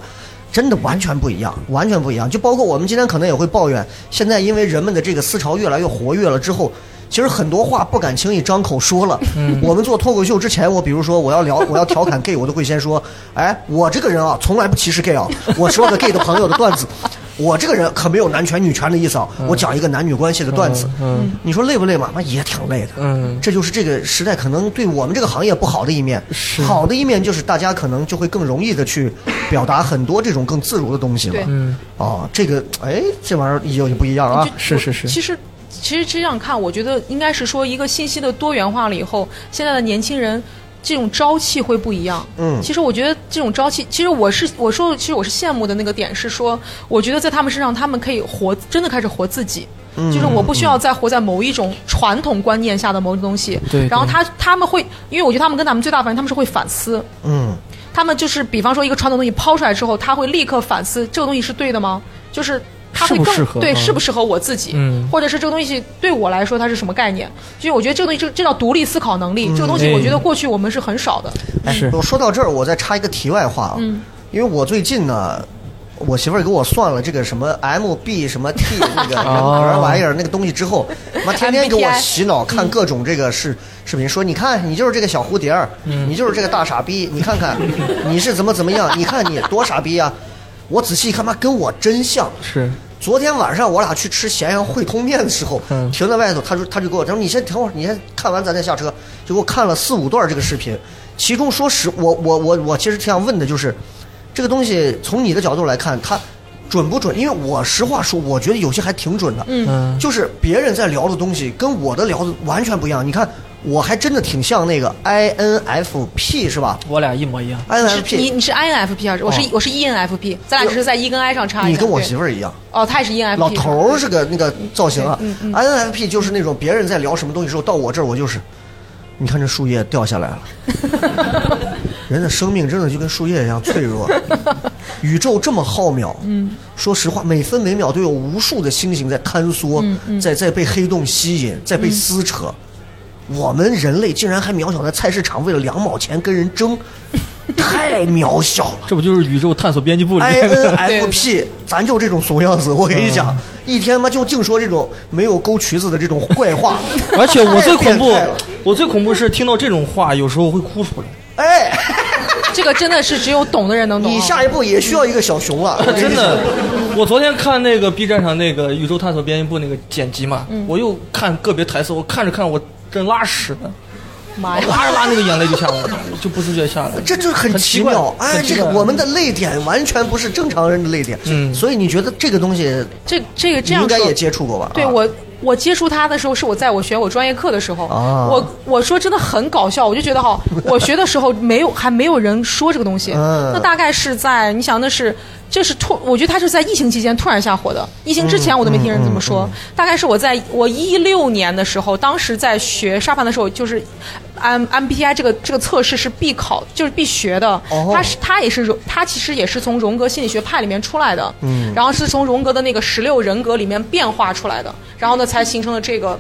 S1: 真的完全不一样，完全不一样。就包括我们今天可能也会抱怨，现在因为人们的这个思潮越来越活跃了之后。其实很多话不敢轻易张口说了。
S10: 嗯
S1: 我们做脱口秀之前，我比如说我要聊我要调侃 gay，我都会先说，哎，我这个人啊，从来不歧视 gay 啊，我说个 gay 的朋友的段子，我这个人可没有男权女权的意思啊，我讲一个男女关系的段子，
S5: 嗯
S1: 你说累不累嘛？那也挺累的。
S5: 嗯，
S1: 这就是这个时代可能对我们这个行业不好的一面。好的一面就是大家可能就会更容易的去表达很多这种更自如的东西了
S6: 对。
S5: 嗯，
S1: 哦，这个哎，这玩意儿又不一样啊。
S5: 是是是
S6: 其实，其实这样看，我觉得应该是说一个信息的多元化了以后，现在的年轻人这种朝气会不一样。
S3: 嗯
S6: 其实我觉得这种朝气，其实我是我说，其实我是羡慕的那个点是说，我觉得在他们身上，他们可以活，真的开始活自己。
S3: 嗯
S6: 就是我不需要再活在某一种传统观念下的某种东西。
S3: 对
S6: 然后
S3: 对
S6: 他他们会，因为我觉得他们跟咱们最大反应，他们是会反思。
S3: 嗯
S6: 他们就是比方说一个传统东西抛出来之后，他会立刻反思这个东西是对的吗？就是他会
S3: 适不
S6: 更
S3: 适合
S6: 对
S3: 嗯
S6: 适不适合我自己，
S3: 嗯
S6: 或者是这个东西对我来说它是什么概念？就是我觉得这个东西这这叫独立思考能力，
S1: 嗯
S6: 这个东西我
S1: 哎
S6: 觉得过去我们是很少的。
S1: 是。哎我说到这儿，我再插一个题外话啊，
S6: 嗯
S1: 因为我最近呢，我媳妇儿给我算了这个什么 MB 什么 T 那个人
S5: 哦
S1: 格玩意儿那个东西之后，妈天天给我
S3: MBTI
S1: 洗脑，看各种这个视视频，说你看你就是这个小蝴蝶儿，你就是这个大傻逼，你看看你是怎么怎么样，你看你多傻逼呀、啊我仔细一看，妈跟我真像。
S5: 是
S1: 昨天晚上我俩去吃咸阳烩通面的时候，停在外头，他说他就给我，他说你先等会儿，你先看完咱再下车，就给我看了四五段这个视频，其中说实我我我我其实挺想问的就是，这个东西从你的角度来看，它准不准？因为我实话说，我觉得有些还挺准的，
S3: 嗯
S1: 就是别人在聊的东西跟我的聊的完全不一样，你看。我还真的挺像那个 INFP 是吧？
S5: 我俩一模一样。
S1: INFP，
S6: 你你是 INFP 还是我是
S1: 哦
S6: 我是 E ENFP？咱俩只是在 E 跟 I 上差一
S1: 你
S6: 下。
S1: 跟我
S6: 对
S1: 媳妇儿一样。
S6: 哦，他也是 ENFP。
S1: 老头儿是个那个造型啊
S6: 嗯嗯
S1: ，INFP 就是那种别人在聊什么东西的时候，到我这儿我就是，你看这树叶掉下来 了，人的生命真的就跟树叶一样脆弱，宇宙这么浩渺，
S3: 嗯
S1: 说实话，每分每秒都有无数的星星在坍缩，在在被黑洞吸引，在被撕扯。我们人类竟然还渺小，在菜市场为了两毛钱跟人争，太渺小了。
S5: 这不就是宇宙探索编辑部里
S1: I
S5: 面
S1: N
S5: 的，
S1: F P，咱就这种怂样子，我跟你讲，一天妈就净说这种没有沟渠子的这种怪话
S5: 而且我最恐怖
S1: 太变态了，
S5: 我最恐怖是听到这种话，有时候会哭出来。
S6: 这个真的是只有懂的人能懂啊。
S1: 你下一步也需要一个小熊了
S5: 真的，我昨天看那个 B 站上那个《宇宙探索编辑部》那个剪辑嘛，
S6: 嗯
S5: 我又看个别台词，我看着看着我正拉屎呢，
S6: 妈
S5: 拉
S6: 呀！
S5: 着拉着那个眼泪就下来了，就不自觉下来了。
S1: 哎这就很
S5: 很
S1: 奇
S5: 奇怪
S1: 妙。哎，
S5: 很奇
S1: 这
S5: 怪
S1: 个我们的泪点完全不是正常人的泪点，嗯，所以你觉得这个东西，
S6: 这这个这
S1: 你
S6: 样
S1: 应该
S6: 说
S1: 也接触过吧？
S6: 对
S1: 啊，
S6: 我，我接触他的时候是我在我学我专业课的时候，
S1: 啊
S6: 我我说真的很搞笑，我就觉得 哈，我学的时候没有还没有人说这个东西，
S3: 嗯
S6: 那大概是在你想那是这是突，我觉得他是在疫情期间突然下火的，疫情之前我都没听人这么说，
S3: 嗯
S6: 大概是我在我一六年的时候，当时在学沙盘的时候，就是嗯 M MBTI 这个这个测试是必考，就是必学的，
S3: 哦
S6: 它是它也是荣，它其实也是从荣格心理学派里面出来的，
S3: 嗯
S6: 然后是从荣格的那个十六人格里面变化出来的，然后呢才形成了这个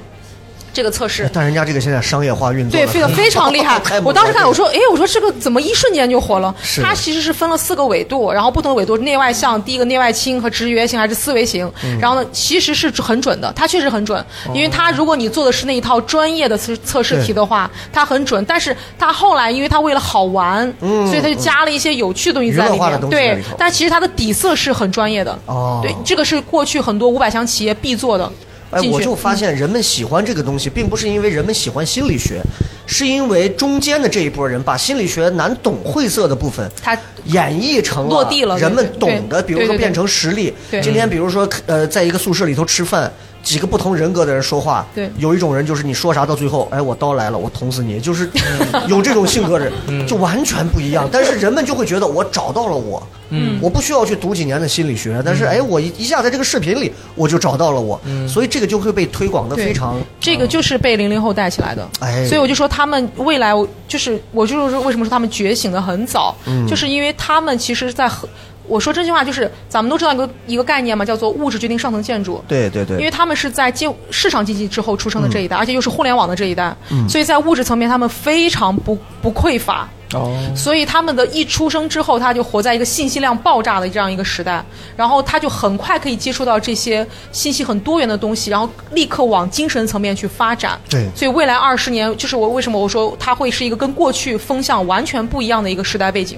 S6: 这个测
S3: 哎
S6: 试。
S1: 哎但人家这个现在商业化运作
S6: 对，
S1: 得
S6: 非 常
S1: 很
S6: 非常厉害
S1: 太。猛
S6: 我当时
S1: 了
S6: 看，我说，哎，我说这个怎么一瞬间就火了？
S1: 是
S6: 它其实是分了四个纬度，然后不同的纬度，内外向，第一个内外倾和直觉型还是思维型，
S3: 嗯
S6: 然后呢，其实是很准的，它确实很准，因为它如果你做的是那一套专业的测测试题的话，它很准。但是它后来因为它为了好玩，
S3: 嗯
S6: 所以它就加了一些有趣的东西在
S3: 娱
S6: 里
S3: 乐化的
S6: 面。
S3: 东西在
S6: 对
S3: 里头，
S6: 但其实它的底色是很专业的。
S1: 哦
S6: 对，这个是过去很多五百强企业必做的。
S1: 哎，
S6: 进去
S1: 我就发
S6: 嗯
S1: 现人们喜欢这个东西，并不是因为人们喜欢心理学，是因为中间的这一波人把心理学难懂晦涩的部分，
S6: 它
S1: 演绎成了
S6: 落地了
S1: 人们
S6: 对
S1: 懂的，
S6: 对
S1: 比如
S6: 对
S1: 说
S6: 对
S1: 变成实例。
S6: 对
S1: 今天比如说呃，在一个宿舍里头吃饭，几个不同人格的人说话，
S6: 对
S1: 有一种人就是你说啥到最后，哎，我刀来了，我捅死 你，就是嗯有这种性格的
S6: 嗯
S1: 人，就完全不一样。但是人们就会觉得我找到了我，
S3: 嗯
S1: 我不需要去读几年的心理学，但
S6: 嗯
S1: 是哎，我一一下在这个视频里我就找到了我，所以这个就会被推广的
S6: 对
S1: 非常。嗯
S6: 这个就是被零零后带起来的，
S1: 哎
S6: 所以我就说他们未来我就是我就是说为什么说他们觉醒的很早，
S3: 嗯
S6: 就是因为他们其实在很，我说真心话就是咱们都知道一个一个概念嘛，叫做物质决定上层建筑，
S1: 对对对，
S6: 因为他们是在进市场经济之后出生的这一代，而且又是互联网的这一代，
S1: 嗯
S6: 所以在物质层面他们非常不不匮乏，
S5: 哦
S6: 所以他们的一出生之后，他就活在一个信息量爆炸的这样一个时代，然后他就很快可以接触到这些信息很多元的东西，然后立刻往精神层面去发展。
S3: 对
S6: 所以未来二十年，就是我为什么我说它会是一个跟过去风向完全不一样的一个时代背景。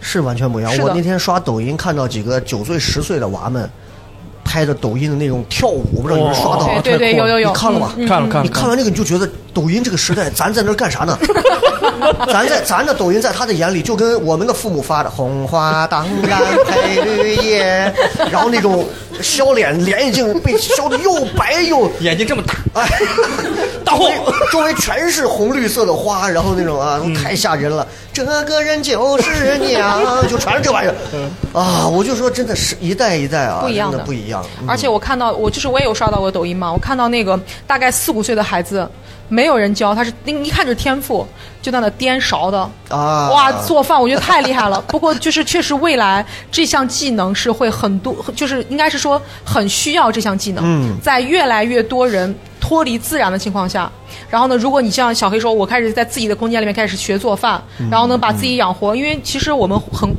S1: 是完全不一样
S6: 是。的
S1: 我那天刷抖音看到几个九岁、十岁的娃们。拍的抖音的那种跳舞，我不知道你们刷到
S6: 哇
S1: 了？
S6: 哦对对对有有有
S1: 你看了吗？
S6: 嗯嗯看了看了
S1: 你看完这个，你就觉得抖音这个时代，咱在那儿干啥呢？咱在咱的抖音，在他的眼里就 跟我们的父母发的“红花当然配绿叶”，然后那种削脸，脸已经被削的又白又
S5: 眼睛这么大，
S1: 哎，
S5: 大
S1: 红，周围全是红绿色的花，然后那种啊，
S6: 嗯
S1: 太吓人了。这个人就是 娘，就全是这玩意儿啊！我就说，真的是一代一代啊，
S6: 不一样的
S1: 真的不一样。嗯
S6: 而且我看到，我就是我也有刷到过抖音嘛，我看到那个大概四五岁的孩子，没有人教，他是那一看就是天赋，就在那颠勺的，
S1: 啊，
S6: 哇，做饭我觉得太厉 害了。不过就是确实未来这项技能是会很多，就是应该是说很需要这项技能，
S13: 嗯
S6: 在越来越多人脱离自然的情况下。然后呢，如果你像小黑说，我开始在自己的空间里面开始学做饭，
S13: 嗯
S6: 然后呢把自己养活，因为其实我们很，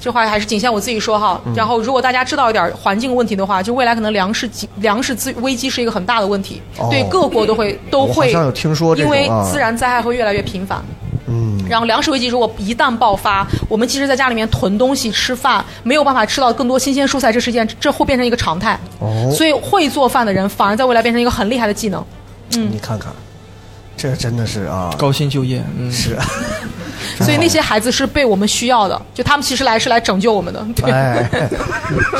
S6: 这话还是仅限我自己说哈。
S13: 嗯
S6: 然后如果大家知道一点环境问题的话，就未来可能粮食紧粮食资危机是一个很大的问题，
S1: 哦
S6: 对各国都会都
S1: 我好
S6: 会
S1: 像有听说这
S6: 因
S1: 种
S6: 为
S1: 啊
S6: 自然灾害会越来越频繁。
S1: 嗯，
S6: 然后粮食危机如果一旦爆发，我们其实在家里面囤东西吃饭，没有办法吃到更多新鲜蔬菜，这是一件这会变成一个常态。
S1: 哦
S6: 所以会做饭的人反而在未来变成一个很厉害的技能。嗯
S1: 你，看看，这真的是啊，
S5: 高薪就业，嗯，
S1: 是。啊
S6: 所以那些孩子是被我们需要的，就他们其实来是来拯救我们的。对
S1: 哎，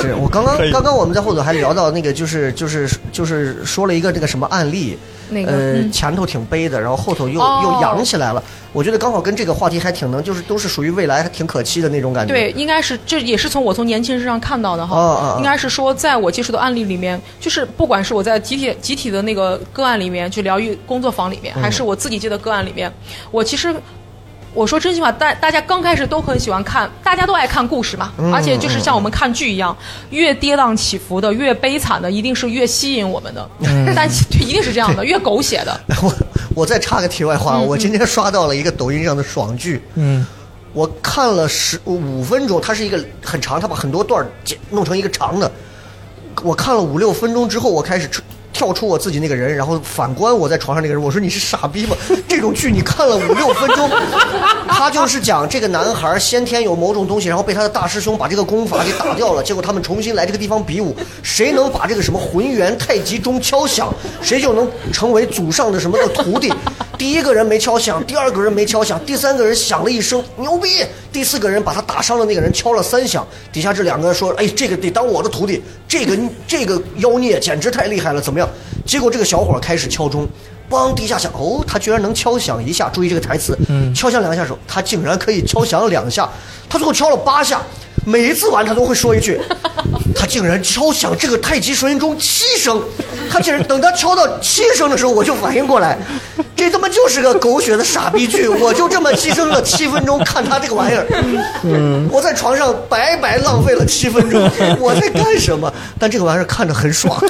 S1: 是我刚刚
S6: 可以
S1: 刚刚我们在后头还聊到那个，就是就是就是说了一个这个什么案例，
S6: 哪个
S1: 呃，
S6: 嗯
S1: 前头挺悲的，然后后头又、
S6: 哦
S1: 又扬起来了。我觉得刚好跟这个话题还挺能，就是都是属于未来还挺可期的那种感觉。
S6: 对，应该是这也是从我从年轻人身上看到的哈，
S1: 哦哦哦
S6: 应该是说在我接触的案例里面，就是不管是我在集体集体的那个个案里面，就疗愈工作坊里面，
S13: 嗯
S6: 还是我自己接的个案里面，我其实。我说真心话，大大家刚开始都很喜欢看，大家都爱看故事嘛，
S13: 嗯
S6: 而且就是像我们看剧一样，越跌宕起伏的、越悲惨的，一定是越吸引我们的。
S1: 嗯
S6: 但是对一定是这样的，越狗血的。
S1: 我再插个题外话，
S6: 嗯嗯
S1: 我今天刷到了一个抖音上的爽剧，
S5: 嗯，
S1: 我看了十五分钟，它是一个很长，它把很多段儿剪弄成一个长的。我看了五六分钟之后，我开始出跳出我自己那个人，然后反观我在床上那个人，我说你是傻逼吗？ 这种剧你看了五六分钟， 他就是讲这个男孩先天有某种东西，然后被他的大师兄把这个功法给打掉了，结果他们重新来这个地方比武，谁能把这个什么浑元太极钟敲响，谁就能成为祖上的什么的徒弟。 第一个人没敲响，第二个人没敲响，第三个人响了一声，牛逼！第四个人把他打伤的那个人敲了三响，底下这两个人说：“哎，这个得当我的徒弟，这个这个妖孽简直太厉害了，怎么样？”结果这个小伙儿开始敲钟，梆，地下响，哦，他居然能敲响一下，注意这个台词，
S5: 嗯
S1: 敲响两下手，他竟然可以敲响两下，他最后敲了八下，每一次完他都会说一句，他竟然敲响这个太极神钟七声，他竟然等他敲到七声的时候，我就反应过来，这他妈就是个狗血的傻逼剧，我就这么牺牲了七分钟看他这个玩意儿，
S13: 嗯
S1: 我在床上白白浪费了七分 钟，我在干什么？ 但这个玩意儿看着很爽，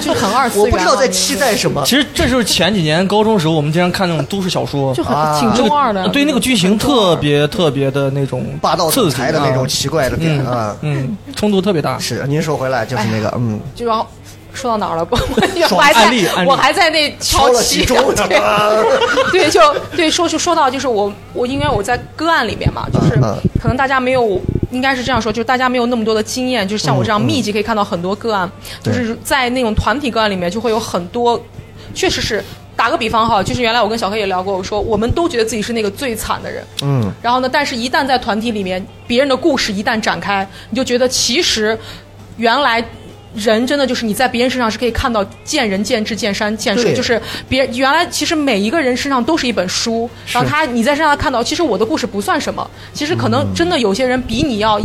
S6: 就很二次
S1: 我
S6: 元
S1: 不知道
S6: 了
S1: 在期待什么。
S5: 其实这就是前几年高中时候，我们经常看那种都市小说，
S1: 就很啊挺中二的
S5: 那个对那个剧情特别特别的那种
S1: 霸道
S5: 刺
S1: 总
S5: 激
S1: 裁的那种奇怪的点啊，
S5: 嗯，冲突特别大。
S1: 是，您说回来就是那个，
S6: 哎
S1: 嗯，
S6: 就然后说到哪儿了？我我
S1: 爽
S6: 还
S1: 案例
S6: 在
S1: 案，例
S6: 我还在那
S1: 敲
S6: 敲
S1: 了
S6: 棋
S1: 几钟
S6: 对，对，就对，说就说到就是我我因为我在个案里面嘛，就是
S13: 嗯
S6: 可能大家没有。应该是这样说，就是大家没有那么多的经验，就是像我这
S13: 嗯
S6: 样
S13: 嗯
S6: 密集可以看到很多个案，
S13: 对
S6: 就是在那种团体个案里面就会有很多，确实是打个比方哈，就是原来我跟小黑也聊过，我说我们都觉得自己是那个最惨的人，
S13: 嗯
S6: 然后呢，但是一旦在团体里面，别人的故事一旦展开，你就觉得其实原来。人真的就是你在别人身上是可以看到见仁见智、见山见水，
S13: 对
S6: 就是别人原来其实每一个人身上都是一本书，
S13: 是
S6: 然后他你在身上看到，其实我的故事不算什么，其实可
S13: 嗯
S6: 能真的有些人比你要，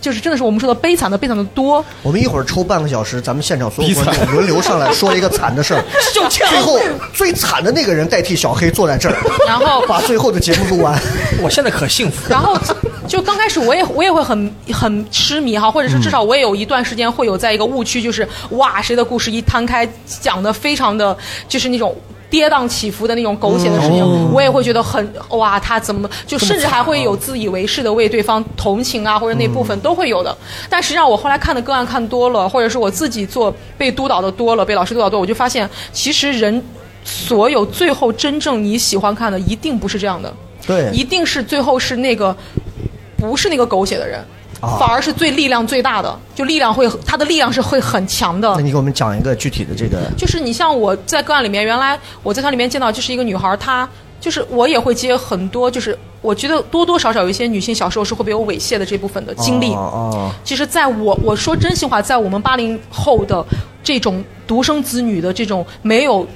S6: 就是真的是我们说的悲惨的悲惨的多。
S1: 我们一会儿抽半个小时，咱们现场所有观
S6: 比惨
S1: 众轮流上来说一个惨的事儿，
S6: 就这样
S1: 最后最惨的那个人代替小黑坐在这儿，
S6: 然后
S1: 把最后的节目录完。
S5: 我现在可幸福。
S6: 然后 就刚开始我也我也会很很痴迷哈，或者是至少我也有一段时间会有在一个误区，就是哇谁的故事一摊开讲的非常的就是那种。跌宕起伏的那种狗血的事情，
S13: 嗯哦
S6: 我也会觉得很哇，他怎么就甚至还会有自以为是的为对方同情啊，或者那部分都会有的。但实际上，我后来看的个案看多了，或者是我自己做被督导的多了，被老师督导多了，我就发现，其实人所有最后真正你喜欢看的，一定不是这样的。
S1: 对
S6: 一定是最后是那个不是那个狗血的人，
S1: 啊
S6: 反而是最力量最大的，就力量会他的力量是会很强的
S1: 那。你给我们讲一个具体的这个，
S6: 就是你像我在个案里面，原来我在它里面见到就是一个女孩，她就是我也会接很多，就是我觉得多多少少有一些女性小时候是会被有猥亵的这部分的经历。
S1: 哦
S6: 其实，在我我说真心话，在我们八零后的这种独生子女的这种没有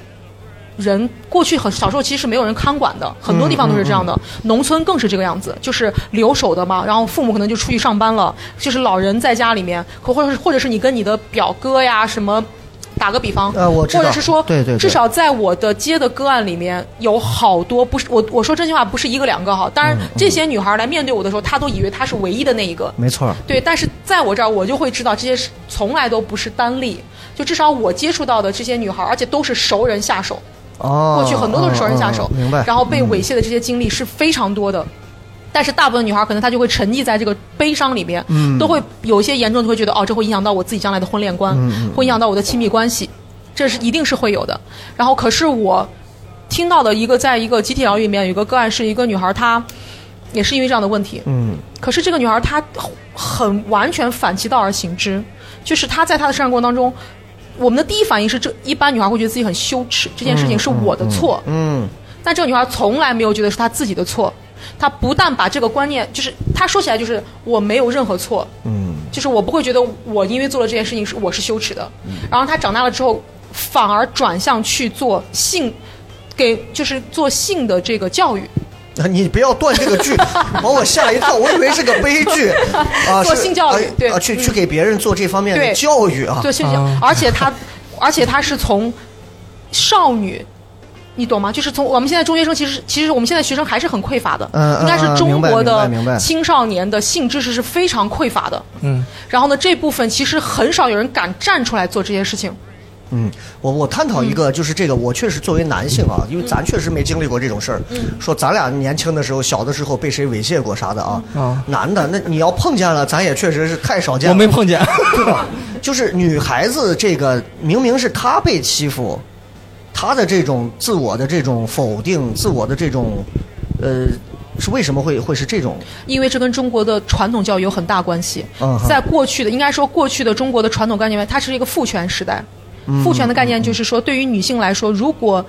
S6: 人过去很小时候其实没有人看管的，很多地方都是这样
S1: 嗯
S6: 的，农村更是这个样子，就是留守的嘛，然后父母可能就出去上班了，就是老人在家里面，或或者是或者是你跟你的表哥呀什么。打个比方，
S1: 呃我知道
S6: 或者是说，
S1: 对对对
S6: 至少在我的接的个案里面，有好多不是我我说真心话，不是一个两个哈。当
S1: 嗯
S6: 然，这些女孩来面对我的时候，她都以为她是唯一的那一个，
S1: 没错，
S6: 对，但是在我这儿，我就会知道这些是从来都不是单例，就至少我接触到的这些女孩，而且都是熟人下手，
S1: 哦，
S6: 过去很多都是熟人下手，
S1: 嗯嗯明白？
S6: 然后被猥亵的这些经历是非常多的。但是大部分女孩可能她就会沉溺在这个悲伤里面，
S1: 嗯
S6: 都会有一些严重的会觉得哦，这会影响到我自己将来的婚恋观，
S1: 嗯嗯
S6: 会影响到我的亲密关系，这是一定是会有的。然后可是我听到的一个，在一个集体疗愈里面有一个个案，是一个女孩，她也是因为这样的问题，
S1: 嗯
S6: 可是这个女孩她很完全反其道而行之，就是她在她的成长过程当中，我们的第一反应是这一般女孩会觉得自己很羞耻，这件事情是我的错，
S1: 嗯，
S6: 但这个女孩从来没有觉得是她自己的错，她不但把这个观念，就是她说起来就是我没有任何错，
S1: 嗯，
S6: 就是我不会觉得我因为做了这件事情是我是羞耻的，
S1: 嗯
S6: 然后她长大了之后反而转向去做性，给就是做性的这个教育，
S1: 啊你不要断这 个剧，把我吓一跳，我以为是个悲剧啊！
S6: 做
S1: 是
S6: 性教育
S1: 啊
S6: 对
S1: 啊，去
S6: 嗯
S1: 去给别人做这方面的
S6: 对
S1: 教育啊，
S6: 对，性教，而且他， 而且他是从少女，你懂吗？就是从我们现在中学生，其实其实我们现在学生还是很匮乏的，
S1: 嗯嗯
S6: 应该是
S1: 嗯
S6: 中
S1: 明白
S6: 国
S1: 明白
S6: 的
S1: 明白
S6: 青少年的性知识是非常匮乏的。
S1: 嗯
S6: 然后呢，这部分其实很少有人敢站出来做这些事情。
S1: 嗯，我我探讨一个，就是这个，我确实作为男性啊，因为咱确实没经历过这种事儿。
S6: 嗯
S1: 说咱俩年轻的时候，小的时候被谁猥亵过啥的
S6: 嗯
S1: 啊？
S5: 啊，
S1: 男的，那你要碰见了，咱也确实是太少见了。
S5: 我没碰见，
S1: 对吧？就是女孩子这个，明明是她被欺负，她的这种自我的这种否定，自我的这种，呃，是为什么会会是这种？
S6: 因为这跟中国的传统教育有很大关系。
S1: 嗯哼
S6: 在过去的，应该说过去的中国的传统概念，它是一个父权时代。
S1: 嗯
S6: 父权的概念就是说，对于女性来说，如果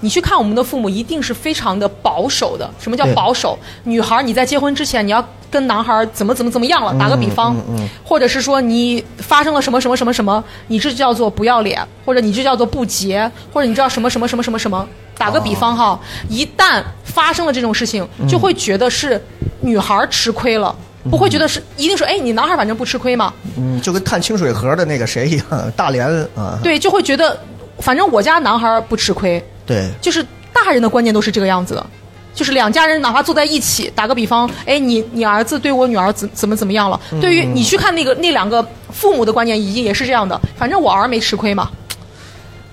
S6: 你去看我们的父母，一定是非常的保守的。什么叫
S1: 对
S6: 保守？女孩儿你在结婚之前，你要跟男孩儿怎么怎么怎么样了？打个比方，
S1: 嗯嗯嗯
S6: 或者是说你发生了什么什么什么什么，你这叫做不要脸，或者你这叫做不洁，或者你知道什么什么什么什么什么。打个比方哈，一旦发生了这种事情，
S13: 嗯
S6: 就会觉得是女孩吃亏了，不会觉得是一定说，哎，你男孩反正不吃亏嘛，
S1: 嗯，就跟探清水河的那个谁一样，大连啊。
S6: 对，就会觉得反正我家男孩不吃亏，
S1: 对，
S6: 就是大人的观念都是这个样子的，就是两家人哪怕坐在一起，打个比方，哎，你你儿子对我女儿怎怎么怎么样了？
S1: 嗯
S6: 对于你去看那个那两个父母的观念，已经也是这样的，反正我儿没吃亏嘛，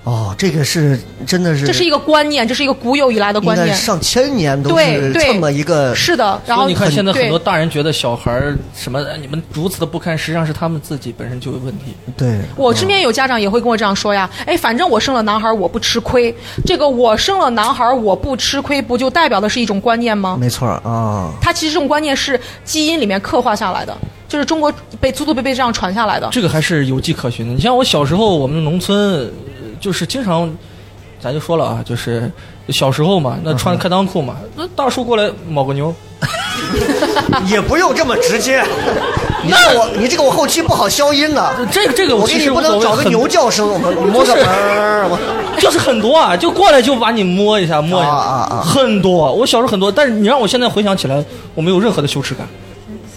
S1: 哦，这个是真的是，
S6: 这是一个观念，这是一个古有以来的
S1: 应
S6: 观
S1: 该
S6: 念。
S1: 上千年都
S6: 对
S1: 是
S6: 对
S1: 这么一个。
S6: 是的，然后
S5: 所以你看，现在很多
S6: 对
S5: 大人觉得小孩儿什么，哎你们如此的不堪，实际上是他们自己本身就有问题。
S1: 对，
S6: 我身边有家长也会跟我这样说呀，哎，反正我生了男孩，我不吃亏。这个我生了男孩，我不吃亏，不就代表的是一种观念吗？
S1: 没错儿啊。
S6: 它其实这种观念是基因里面刻画下来的，就是中国被祖祖辈辈这样传下来的。
S5: 这个还是有迹可循的。你像我小时候，我们农村呃就是经常，咱就说了啊，就是小时候嘛，那穿开裆裤嘛，那大叔过来抹个牛，
S1: 也不用这么直接。你这个我，你这个我后期不好消音呢。
S5: 这个这个
S1: 我
S5: 我
S1: 给
S5: 其
S1: 你
S5: 实
S1: 不
S5: 无所
S1: 能
S5: 谓
S1: 找个
S5: 很
S1: 牛叫声，我们 摸
S5: 就
S1: 个
S5: 是
S1: 门儿。啊 我啊
S5: 就是很多啊，就过来就把你摸一下，摸一下，很多。啊我小时候很多，但是你让我现在回想起来，我没有任何的羞耻感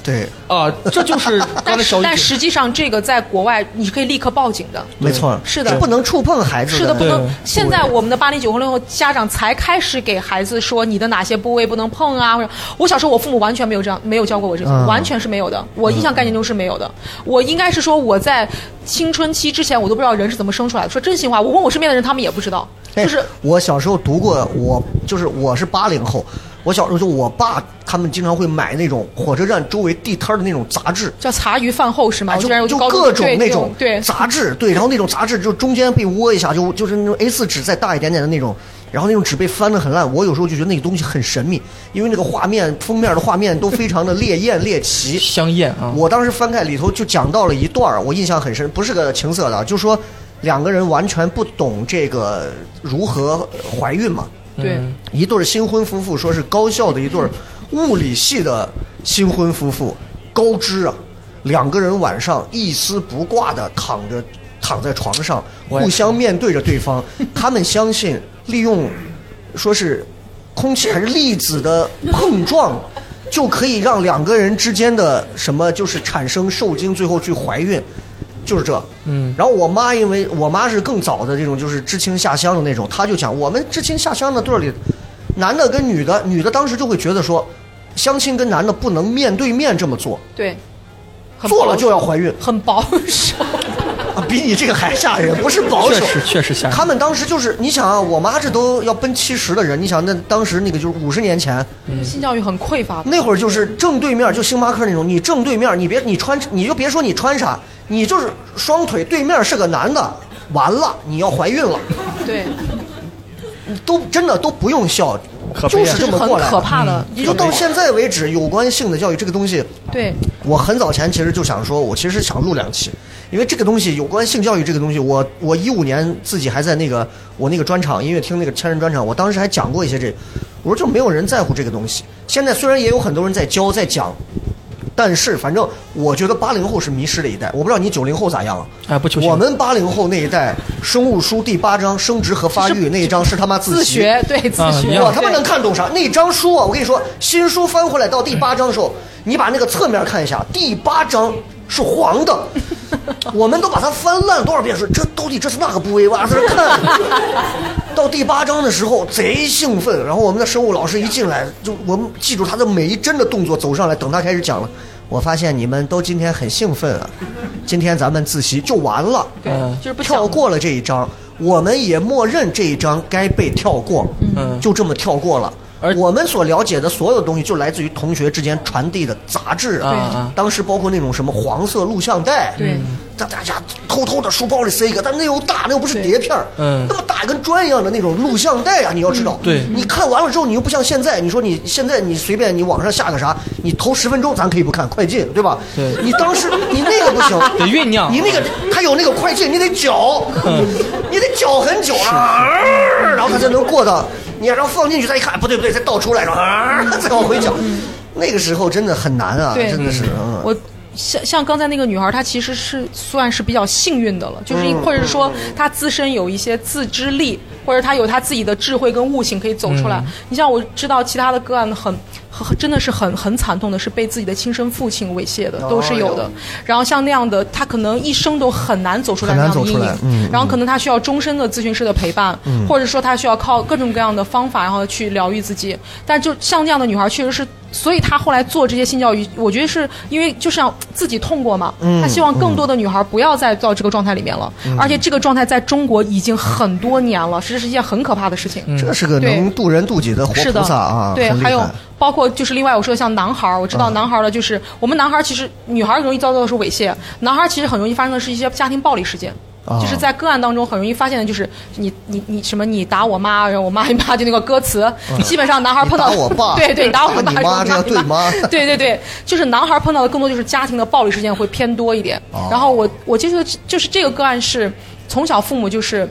S1: 对
S5: 啊，这就是刚
S6: 但
S5: 才小
S6: 是
S5: 雨
S6: 但实际上，这个在国外你是可以立刻报警的。
S1: 没错儿，
S6: 是的
S1: 这不能触碰孩子
S6: 是的，不能
S1: 对。
S6: 现在我们的八零九零后家长才开始给孩子说你的哪些部位不能碰啊，或者我小时候我父母完全没有这样，没有教过我这些，
S13: 嗯
S6: 完全是没有的。我印象概念中是没有的。我应该是说我在青春期之前，我都不知道人是怎么生出来的。说真心话，我问我身边的人，他们也不知道。
S1: 就是哎我小时候读过，我就是我是八零后，我小时候就我爸他们经常会买那种火车站周围地摊儿的那种杂志，
S6: 叫茶余饭后是吗？我
S1: 哎就
S6: 居然有
S1: 就
S6: 高中
S1: 各种
S6: 对
S1: 那种
S6: 对
S1: 杂志，对，然后那种杂志就中间被窝一下，就就是那种 A 4纸再大一点点的那种，然后那种纸被翻得很烂，我有时候就觉得那个东西很神秘，因为那个画面封面的画面都非常的猎艳猎奇，
S5: 香艳啊！
S1: 我当时翻开里头就讲到了一段儿我印象很深，不是个情色的啊，就说两个人完全不懂这个如何怀孕嘛，
S6: 对
S5: 嗯
S1: 一对儿新婚夫妇说是高校的一对儿物理系的新婚夫妇，高知啊，两个人晚上一丝不挂的躺着躺在床上，
S10: 我也
S1: 互相面对着对方，他们相信利用说是空气还是粒子的碰撞。就可以让两个人之间的什么，就是产生受精，最后去怀孕，就是这。
S5: 嗯，
S1: 然后我妈因为我妈是更早的这种，就是知青下乡的那种，她就讲我们知青下乡的队儿里，男的跟女的，女的当时就会觉得说，相亲跟男的不能面对面这么做，
S6: 对，很
S1: 做了
S6: 保
S1: 就要怀孕，
S6: 很保守，
S1: 啊比你这个还吓人，不是保守，
S5: 确实确实吓人。
S1: 他们当时就是，你想啊，我妈这都要奔七十的人，你想那当时那个就是五十年前，
S5: 嗯
S6: 性教育很匮乏。
S1: 那会儿就是正对面，就星巴克那种，你正对面，你别你穿，你就别说你穿啥，你就是双腿对面是个男的，完了你要怀孕了，
S6: 对，
S1: 都真的都不用笑，
S6: 可悲
S1: 就
S6: 啊
S1: 是这么过来
S6: 很
S1: 嗯
S6: 可怕的
S1: 也就到现在为止，有关性的教育这个东西，
S6: 对，
S1: 我很早前其实就想说，我其实想录两期，因为这个东西有关性教育这个东西，我我一五年自己还在那个我那个专场音乐厅那个千人专场，我当时还讲过一些这个，我说就没有人在乎这个东西。现在虽然也有很多人在教在讲，但是反正我觉得八零后是迷失的一代，我不知道你九零后咋样啊？
S5: 哎，不求
S1: 我们八零后那一代，生物书第八章生殖和发育那一章是他妈自
S6: 自
S1: 习
S6: 学对自
S5: 啊
S6: 学
S1: 我他妈
S6: 对
S1: 能看懂啥？那张书啊，我跟你说，新书翻回来到第八章的时候，你把那个侧面看一下，第八章是 黄的，我们都把它翻烂多少遍，说这到底这是哪个部位哇？在这看，到第八章的时候贼兴奋，然后我们的生物老师一进来，就我们记住他的每一帧的动作走上来，等他开始讲了。我发现你们都今天很兴奋啊，今天咱们自习就完了，
S6: 对就是不
S1: 跳过了这一章，我们也默认这一章该被跳过，
S5: 嗯
S1: 就这么跳过了。而我们所了解的所有东西，就来自于同学之间传递的杂志
S5: 啊啊
S1: 当时包括那种什么黄色录像带，
S5: 对嗯，
S1: 大大家偷偷的书包里塞一个，但那又大，那又不是碟片儿
S5: 嗯
S1: 那么大跟砖一样的那种录像带啊，你要知道，
S5: 对
S1: 你看完了之后，你又不像现在，你说你现在你随便你网上下个啥，你头十分钟咱可以不看，快进，对吧？
S5: 对
S1: 你当时你那个不行，
S5: 得酝酿嗯
S1: 你那个他有那个快进，你得搅，你得搅很久啊，然后他才能过到。你然后放进去再一看，不对不对，再倒出来，然后啊 再往回搅。
S5: 嗯
S1: 那个时候真的很难啊，
S6: 对
S1: 真的是。嗯
S6: 我像像刚才那个女孩，她其实是算是比较幸运的了，就是一
S1: 嗯
S6: 或者是说她自身有一些自知力，或者她有她自己的智慧跟悟性可以走出来。
S5: 嗯
S6: 你像我知道其他的个案很很真的是很很惨痛的，是被自己的亲生父亲猥亵的，
S5: 哦
S6: 都是有的。
S5: 哟
S6: 然后像那样的，她可能一生都很难走出来
S1: 很
S6: 那
S1: 难
S6: 样的阴
S1: 走出
S6: 影
S1: 来，嗯
S6: 然后可能她需要终身的咨询师的陪伴，
S1: 嗯
S6: 或者说她需要靠各种各样的方法，然后去疗愈自己。但就像这样的女孩，确实是，所以她后来做这些性教育，我觉得是因为就是想自己痛过嘛，
S13: 嗯
S6: 她希望更多的女孩不要再到这个状态里面了。
S1: 嗯
S6: 而且这个状态在中国已经很多年了，实际是一件很可怕的事情。
S1: 这是个
S6: 对
S1: 能渡人渡己的活
S6: 是
S1: 菩
S6: 的
S1: 萨啊，
S6: 对，
S1: 很厉
S6: 还有
S1: 害
S6: 包括就是另外我说的像男孩儿，我知道男孩儿的就是、我们男孩儿其实女孩儿容易遭到的是猥亵，男孩儿其实很容易发生的是一些家庭暴力事件。
S13: 啊
S6: 就是在个案当中很容易发现的，就是你你你什么你打我妈，然后我妈一骂就那个歌词，基本上男孩儿碰到
S1: 嗯你打我 爸
S6: 对对，打我爸，
S1: 打 你妈这样对吗
S6: 对对对，就是男孩儿碰到的更多就是家庭的暴力事件会偏多一点。
S13: 哦
S1: 啊
S6: 然后我我接触的就是这个个案是从小父母就是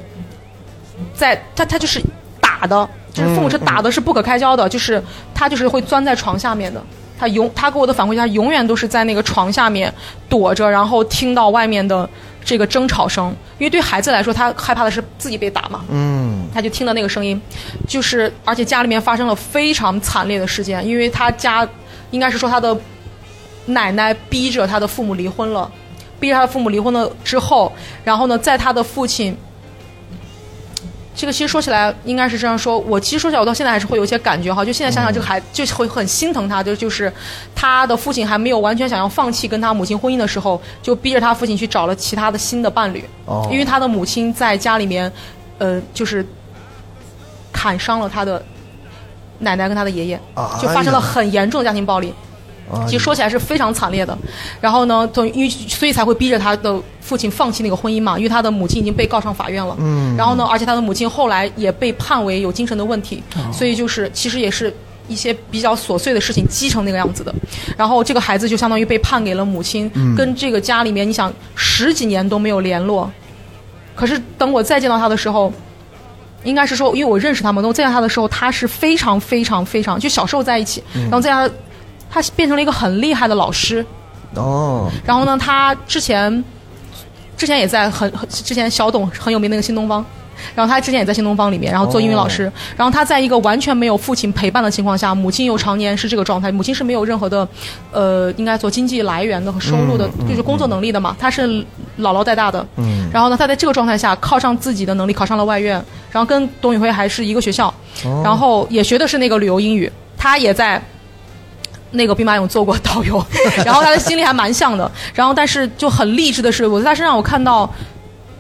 S6: 在他他就是打的，就是父母
S1: 嗯
S6: 是打的是不可开交的，就是他就是会钻在床下面的。他永他给我的反馈，他永远都是在那个床下面躲着，然后听到外面的这个争吵声，因为对孩子来说，他害怕的是自己被打嘛。
S13: 嗯
S6: 他就听到那个声音，就是而且家里面发生了非常惨烈的事件，因为他家应该是说他的奶奶逼着他的父母离婚了，逼着他的父母离婚了之后，然后呢，在他的父亲。这个其实说起来应该是这样说，我其实说起来我到现在还是会有一些感觉哈，就现在想想这个孩就会很心疼他，就就是他的父亲还没有完全想要放弃跟他母亲婚姻的时候，就逼着他父亲去找了其他的新的伴侣，
S13: 哦
S6: 因为他的母亲在家里面，呃，就是砍伤了他的奶奶跟他的爷爷，
S13: 啊
S6: 就发生了很严重的家庭暴力。
S13: 哎呀
S6: 其实说起来是非常惨烈的，然后呢，等因为所以才会逼着他的父亲放弃那个婚姻嘛，因为他的母亲已经被告上法院了。
S13: 嗯
S6: 然后呢，而且他的母亲后来也被判为有精神的问题，
S13: 哦
S6: 所以就是其实也是一些比较琐碎的事情积成那个样子的。然后这个孩子就相当于被判给了母亲，
S13: 嗯
S6: 跟这个家里面，你想十几年都没有联络，可是等我再见到他的时候，应该是说，因为我认识他嘛，等我见到他的时候，他是非常非常非常就小时候在一起，
S1: 嗯
S6: 然后见他，他变成了一个很厉害的老师。
S1: 哦，
S6: 然后呢，他之前之前也在很很之前小董很有名那个新东方，然后他之前也在新东方里面，然后做英语老师。
S13: 哦
S6: 然后他在一个完全没有父亲陪伴的情况下，母亲又常年是这个状态，母亲是没有任何的呃，应该做经济来源的和收入的，
S13: 嗯嗯
S6: 就是工作能力的嘛，他是姥姥带大的。
S13: 嗯
S6: 然后呢，他在这个状态下靠上自己的能力考上了外院，然后跟董宇辉还是一个学校，
S13: 哦
S6: 然后也学的是那个旅游英语，他也在那个兵马俑做过导 游，然后他的心里还蛮像的。然后，但是就很励志的是，我在他身上我看到，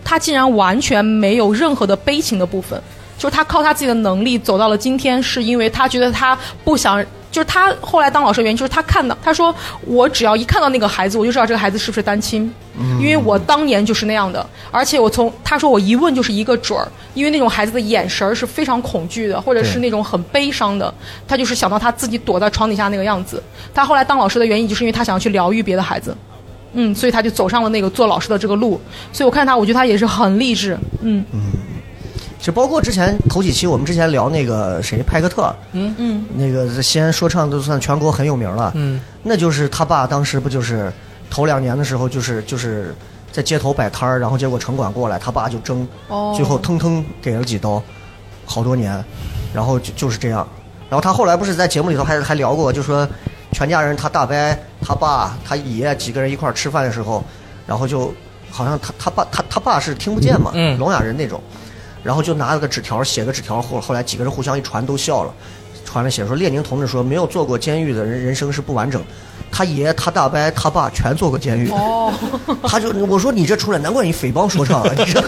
S6: 他竟然完全没有任何的悲情的部分，就是他靠他自己的能力走到了今天，是因为他觉得他不想。就是他后来当老师的原因，就是他看到他说我只要一看到那个孩子，我就知道这个孩子是不是单亲，
S13: 嗯
S6: 因为我当年就是那样的。而且我从他说我一问就是一个准儿，因为那种孩子的眼神儿是非常恐惧的，或者是
S13: 对
S6: 那种很悲伤的。他就是想到他自己躲在床底下那个样子。他后来当老师的原因，就是因为他想要去疗愈别的孩子，嗯，所以他就走上了那个做老师的这个路。所以我看他，我觉得他也是很励志，嗯
S1: 就包括之前头几期我们之前聊那个谁派克特，
S6: 嗯嗯，
S1: 那个西安说唱都算全国很有名了，
S5: 嗯，
S1: 那就是他爸当时不就是头两年的时候就是就是在街头摆摊儿，然后结果城管过来，他爸就争，
S10: 哦
S1: 最后腾腾给了几刀，好多年，然后就就是这样，然后他后来不是在节目里头还还聊过，就说全家人他大伯、他爸、他爷几个人一块儿吃饭的时候，然后就好像他他爸他他爸是听不见嘛，
S5: 嗯
S1: 聋哑人那种，然后就拿了个纸条写个纸条，后后来几个人互相一传都笑了，传了写说列宁同志说没有坐过监狱的人人生是不完整，他爷他大伯他爸全坐过监狱，
S6: 哦，
S1: 他就我说你这出来难怪你匪帮说唱、啊，你这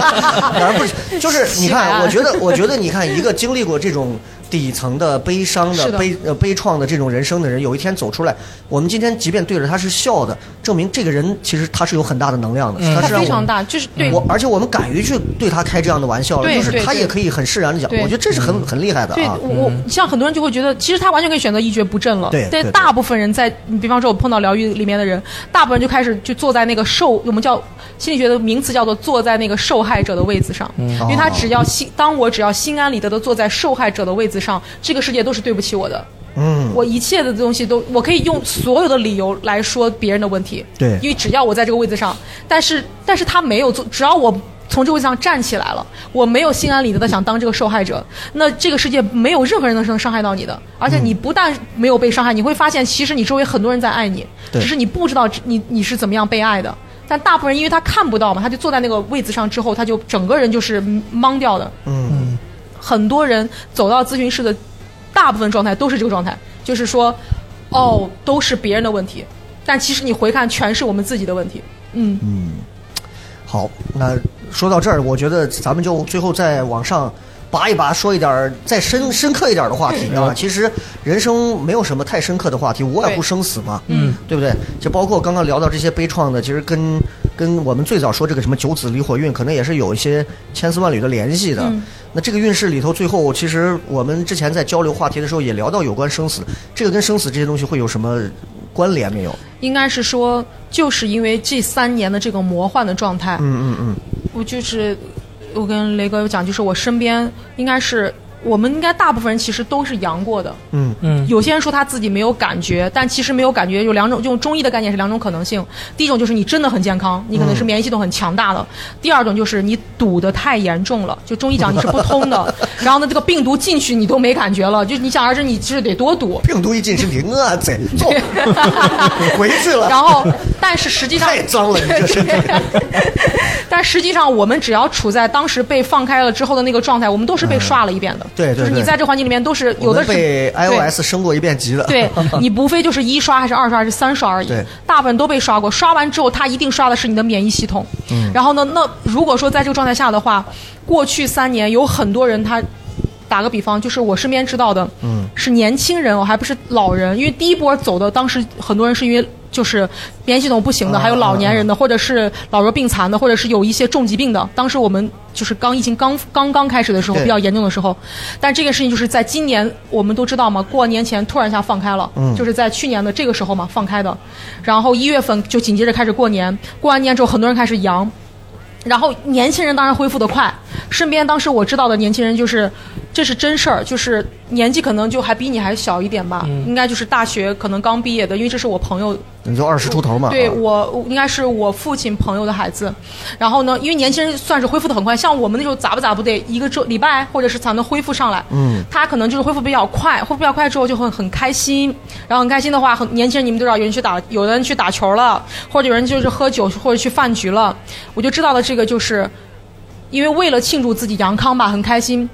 S1: 反正不 是就是啊你
S10: 西安
S6: 啊
S1: 看，我觉得我觉得你看一个经历过这种底层的悲伤
S10: 是
S1: 的
S10: 的
S1: 悲呃悲怆的这种人生的人，有一天走出来，我们今天即便对着他是笑的，证明这个人其实他是有很大的能量的，
S6: 嗯
S1: 他是让
S6: 非
S1: 我
S6: 常
S1: 们
S6: 大就是对
S1: 我，而且我们敢于去对他开这样的玩笑了，
S6: 对
S1: 就是
S6: 对
S1: 他
S6: 对
S1: 也可以很释然的讲，
S6: 对嗯
S1: 我觉得这是很很厉害的
S6: 对
S1: 啊。
S6: 我我像很多人就会觉得，其实他完全可以选择一蹶不振了。
S1: 对对
S6: 但
S1: 对
S6: 大部分人在，你比方说我碰到疗愈里面的人，大部分人就开始就坐在那个受，我们叫心理学的名词叫做坐在那个受害者的位子上，
S13: 嗯
S6: 因为他
S1: 哦
S6: 只要心，当我只要心安理得的坐在受害者的位子上，这个世界都是对不起我的。
S1: 嗯
S6: 我一切的东西都，我可以用所有的理由来说别人的问题。
S13: 对
S6: 因为只要我在这个位置上，但是但是他没有做，只要我从这个位置上站起来了，我没有心安理得的想当这个受害者，那这个世界没有任何人能能伤害到你的。而
S13: 嗯
S6: 且你不但没有被伤害，你会发现其实你周围很多人在爱你，
S13: 对
S6: 只是你不知道你你是怎么样被爱的。但大部分人因为他看不到嘛，他就坐在那个位子上之后，他就整个人就是懵掉的。
S1: 嗯，
S6: 很多人走到咨询室的大部分状态都是这个状态，就是说，哦，都是别人的问题，但其实你回看，全是我们自己的问题。嗯，
S1: 好，那说到这儿，我觉得咱们就最后再往上拔一拔，说一点儿再深深刻一点儿的话题啊。其实人生没有什么太深刻的话题，无外乎生死嘛，
S5: 嗯，
S1: 对不对？就包括刚刚聊到这些悲怆的，其实跟跟我们最早说这个什么九子离火运，可能也是有一些千丝万缕的联系的。
S10: 嗯
S1: 那这个运势里头，最后其实我们之前在交流话题的时候也聊到有关生死，这个跟生死这些东西会有什么关联没有？
S6: 应该是说，就是因为这三年的这个魔幻的状态，
S1: 嗯嗯嗯，
S6: 我就是我跟雷哥有讲，就是我身边应该是我们应该大部分人其实都是阳过的，
S1: 嗯
S5: 嗯
S6: 有些人说他自己没有感觉，但其实没有感觉有两种，用中医的概念是两种可能性。第一种就是你真的很健康，你可能是
S13: 嗯
S6: 免疫系统很强大的；第二种就是你堵得太严重了，就中医讲你是不通的。然后呢，这个病毒进去你都没感觉了，就是你想而知你是得多堵。
S1: 病毒一进 身体，我贼走，回去了。
S6: 然后，但是实际上
S1: 太脏了你这身体
S6: 但实际上，我们只要处在当时被放开了之后的那个状态，我们都是被刷了一遍的。
S1: 嗯对对
S6: 就是
S1: 对
S6: 你在这环境里面都是有
S1: 我
S6: 的
S1: 们
S6: 是
S1: 被
S6: 对
S1: iOS 升过一遍 级的。
S6: 对你无非就是一刷还是二刷还是三刷而已
S1: 对，
S6: 大部分都被刷过。刷完之后，它一定刷的是你的免疫系统。
S13: 嗯
S6: 然后呢，那如果说在这个状态下的话，过去三年有很多人他。打个比方，就是我身边知道的，
S13: 嗯
S6: 是年轻人哦，还不是老人，因为第一波走的，当时很多人是因为就是免疫系统不行的，
S13: 啊
S6: 还有老年人的，或者是老弱病残的，或者是有一些重疾病的。当时我们就是刚疫情刚刚刚开始的时候，
S13: 对
S6: 比较严重的时候，但这个事情就是在今年，我们都知道嘛，过完年前突然一下放开了，
S13: 嗯
S6: 就是在去年的这个时候嘛放开的，然后一月份就紧接着开始过年，过完年之后很多人开始阳，然后年轻人当然恢复的快，身边当时我知道的年轻人就是，这是真事儿，就是年纪可能就还比你还小一点吧，
S1: 嗯
S6: 应该就是大学可能刚毕业的，因为这是我朋友
S1: 你就二十出头嘛，
S6: 对
S1: 啊
S6: 我我应该是我父亲朋友的孩子，然后呢，因为年轻人算是恢复的很快，像我们那时候咋不咋不得一个周礼拜或者是才能恢复上来，
S13: 嗯
S6: 他可能就是恢复比较快，恢复比较快之后就会很开心，然后很开心的话，很年轻人你们都知道，有人去打，有的人去打球了，或者有人就是喝酒或者去饭局了，我就知道了这个就是，因为为了庆祝自己阳康吧，很开心，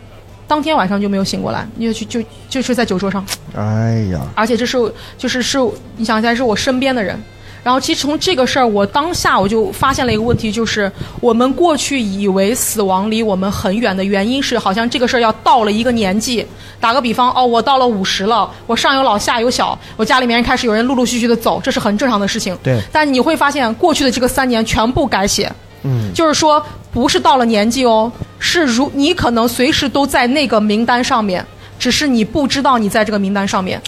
S6: 当天晚上就没有醒过来，因为就就就是在酒桌上。
S1: 哎呀，
S6: 而且这是就是是你想起来是我身边的人。然后其实从这个事儿，我当下我就发现了一个问题，就是我们过去以为死亡离我们很远的原因是，好像这个事儿要到了一个年纪。打个比方，哦，我到了五十了，我上有老下有小，我家里面开始有人陆陆续续的走，这是很正常的事情。
S13: 对
S6: 但你会发现，过去的这个三年全部改写。
S13: 嗯
S6: 就是说不是到了年纪哦，是如你可能随时都在那个名单上面，只是你不知道你在这个名单上面，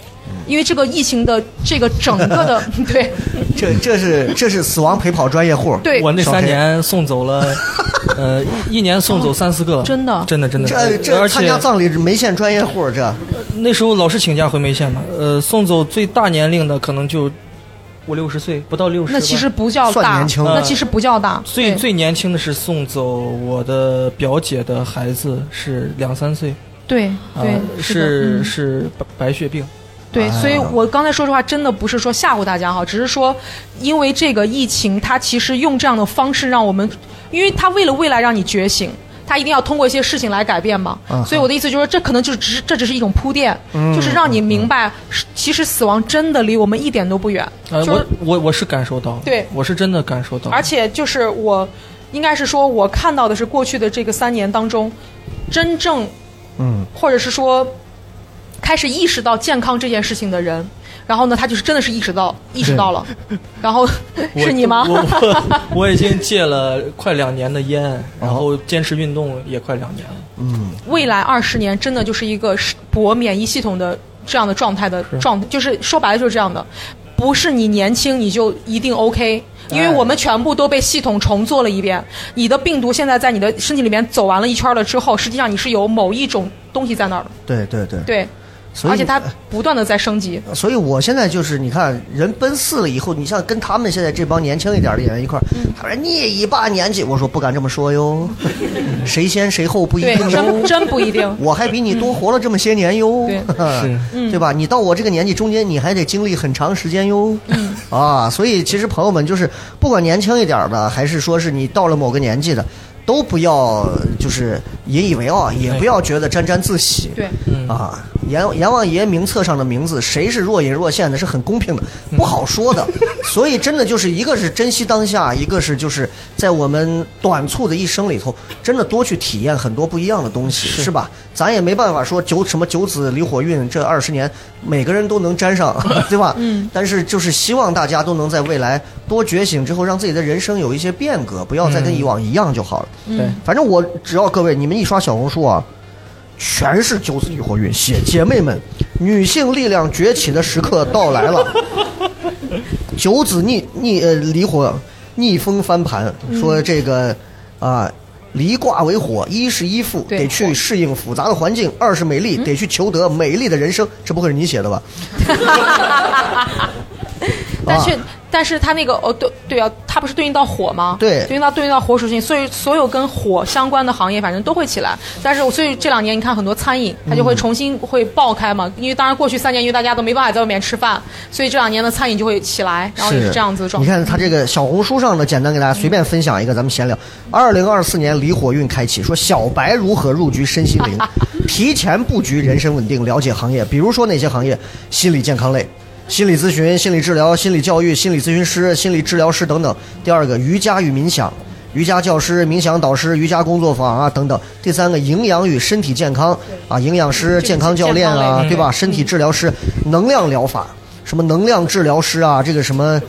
S6: 因为这个疫情的这个整个的 对
S1: 这这是这是死亡陪跑专业户。
S6: 对
S5: 我那
S1: 小
S5: 三
S1: 黑
S5: 年送走了，呃，一年送走三四个，
S6: 真的
S5: 真的真的，
S1: 这这
S5: 而
S1: 参
S5: 且
S1: 加葬礼是梅县专业户儿，这
S5: 那时候老是请假回梅县嘛，呃，送走最大年龄的可能就五六十岁，不到六十吧。呃
S6: 那其实不叫大，那其实不叫大，
S5: 最最年轻的是送走我的表姐的孩子，是两三岁，
S6: 对
S5: 啊
S6: 对、是的
S5: 是
S6: 嗯
S5: 是白白血病。
S6: 对，所以
S5: 哎呀
S6: 我刚才说实话，真的不是说吓唬大家哈，只是说，因为这个疫情，它其实用这样的方式让我们，因为它为了未来让你觉醒，它一定要通过一些事情来改变嘛。
S13: 嗯
S6: 所以我的意思就是说，这可能就是只是这只是一种铺垫，
S5: 嗯
S6: 就是让你明白，是其实死亡真的离我们一点都不远。
S5: 呃，
S6: 就是
S5: 我我我是感受到了，
S6: 对
S5: 我是真的感受到了，
S6: 而且就是我，应该是说我看到的是过去的这个三年当中，真正
S1: 嗯
S6: 或者是说开始意识到健康这件事情的人，然后呢，他就是真的是意识到意识到了，然后
S5: 我
S6: 是你吗？
S5: 我 我 我已经戒了快两年的烟，然后坚持运动也快两年了。
S1: 哦嗯，
S6: 未来二十年真的就是一个是博免疫系统的这样的状态的状，就是说白了就是这样的，不是你年轻你就一定 OK。因为
S5: 哎
S6: 我们全部都被系统重做了一遍，你的病毒现在在你的身体里面走完了一圈了之后，实际上你是有某一种东西在那儿的，
S1: 对对对。
S6: 对，
S1: 所以
S6: 而且
S5: 呃
S6: 它不断的在升级。
S1: 所以我现在就是，你看人奔四了以后，你像跟他们现在这帮年轻一点的演员一块儿，
S6: 嗯
S1: 他说你也一把年纪，我说不敢这么 说哟，谁先谁后不一定
S6: 对
S1: 哟，
S6: 真真不一定
S1: 我还比你多活了这么些年哟，
S6: 对嗯
S1: 对吧？你到我这个年纪中间，你还得经历很长时间哟，
S6: 嗯
S1: 啊，所以其实朋友们就是，不管年轻一点的，还是说是你到了某个年纪的。都不要，就是引以为傲，也不要觉得沾沾自喜。
S6: 对，
S1: 啊，阎阎王爷名册上的名字，谁是若隐若现的，是很公平的，不好说的。所以真的就是一个是珍惜当下，一个是就是在我们短促的一生里头，真的多去体验很多不一样的东西，是吧？咱也没办法说九什么九子离火运这二十年，每个人都能沾 上，对吧？嗯。但是就是希望大家都能在未来多觉醒之后，让自己的人生有一些变革，不要再跟以往一样就好了。
S13: 嗯对
S1: 反正我只要各位你们一刷小红书啊。全是九死与火运，写姐妹们，女性力量崛起的时刻到来了。九子逆逆呃离火，逆风翻盘，
S13: 嗯
S1: 说这个啊、离卦为火，一是依附，得去适应复杂的环境；二是美丽，得去求得美丽的人生。这不会是你写的吧？啊
S6: 但是、但是它那个哦对对啊，它不是对应到火吗？
S1: 对
S6: 对应到对应到火属性，所以所有跟火相关的行业反正都会起来。但是我所以这两年你看很多餐饮，它就
S1: 嗯
S6: 会重新会爆开嘛，因为当然过去三年因为大家都没办法在外面吃饭，所以这两年的餐饮就会起来，然后也是这样子的状
S1: 你
S6: 态。
S1: 看他这个小红书上呢，简单给大家随便分享一个，咱们闲聊。二零二四年离火运开启，说小白如何入局 身心灵，提前布局人生稳定，了解行业，比如说哪些行业？心理健康类。心理咨询、心理治疗、心理教育、心理咨询师、心理治疗师等等。第二个，瑜伽与冥想，瑜伽教师、冥想导师、瑜伽工作坊啊等等。第三个，营养与身体健康啊，营养师、健康教练啊，对
S6: 嗯
S1: 吧？身体治疗师、能量疗法，什么能量治疗师啊，这个什么。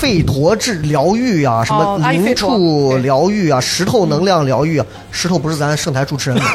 S1: 吠陀治疗愈啊，什么
S13: 哦阿育
S1: 灵
S13: 吠陀
S1: 触疗愈啊，石头能量疗愈啊，石头不是咱盛台主持人吗？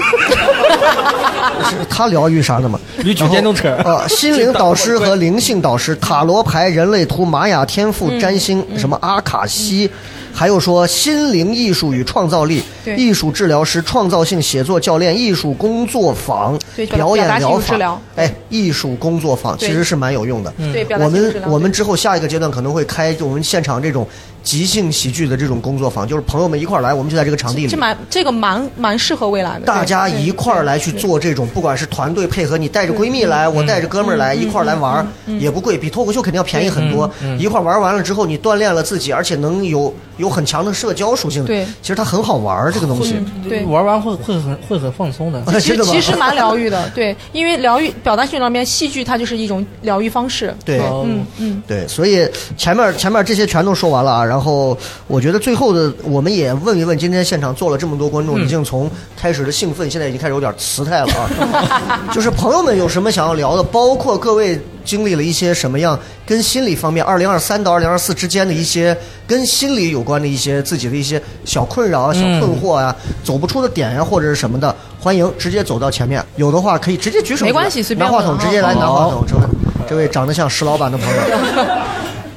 S1: 是他疗愈啥的嘛？
S5: 驴举电动车
S1: 啊，心灵导师和灵性导师，塔罗牌、人类图、玛雅天赋、占星，什么阿卡西，还有说心灵艺术与创造力
S6: 对、
S1: 艺术治疗师、创造性写作教练、艺术工作坊、
S6: 对表
S1: 表演
S6: 表达性
S1: 疗
S6: 治疗
S1: 法。哎，艺术工作坊
S6: 对
S1: 其实是蛮有用的。
S6: 嗯对表达
S1: 我
S6: 性
S1: 们
S6: 治疗
S1: 我们之后下一个阶段可能会开我们现场这种即兴喜剧的这种工作坊，就是朋友们一块儿来，我们就在这个场地里
S6: 这。蛮这个蛮蛮适合未来的。
S1: 大
S6: 对
S1: 家一块儿来去做这种，不管是团队配合，你带着闺蜜
S6: 嗯
S1: 来，我带着哥们儿来，一块儿来玩儿，也不贵，比脱口秀肯定要便宜很多。
S6: 嗯
S1: 一块儿玩完了之后，你锻炼了自己，而且能有有很强的社交属性。
S6: 对嗯
S1: 其实它很好玩儿这个东西。。
S6: 对
S5: 玩完会会很会很放松的
S1: 真的吗
S6: 其实蛮疗愈的， 对，因为疗愈表达性疗愈，戏剧它就是一种疗愈方式。
S1: 对
S6: 嗯嗯，
S1: 哦对，所以前面前面这些全都说完了啊，然后我觉得最后的我们也问一问，今天现场坐了这么多观众，
S5: 嗯
S1: 已经从开始的兴奋，现在已经开始有点辞态 了啊。 就是朋友们有什么想要聊的，包括各位经历了一些什么样跟心理方面，二零二三到二零二四之间的一些跟心理有关的一些自己的一些小困扰啊、小
S5: 嗯
S1: 困惑啊、走不出的点呀、啊或者是什么的，欢迎直接走到前面，有的话可以直接举手，
S6: 没关系随便
S1: 拿话
S6: 问
S1: 筒
S6: 啊
S1: 直接来拿话
S6: 好
S1: 筒，这位这位长得像石老板的朋友。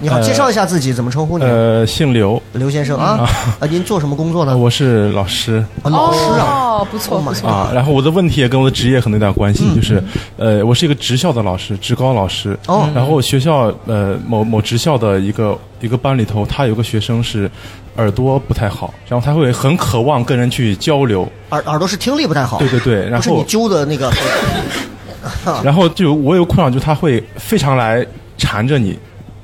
S1: 你好，
S11: 呃
S1: 介绍一下自己，怎么称呼你？
S11: 呃，姓刘，嗯呃
S1: 刘先生啊，啊，您做什么工作呢？
S11: 我是老师，
S1: 老师啊，
S6: 哦，不错不错，
S11: 啊，然后我的问题也跟我的职业可能有点关系，
S1: 嗯
S11: 就是，呃，我是一个职校的老师，职高老师。
S1: 哦
S11: 然后学校呃某某职校的一个一个班里头，他有个学生是耳朵不太好，然后他会很渴望跟人去交流。
S1: 耳耳朵是听力不太好，
S11: 对对对，然
S1: 不是你
S11: 后
S1: 揪 的那个，啊
S11: 然后就我有困扰，就是他会非常来缠着你。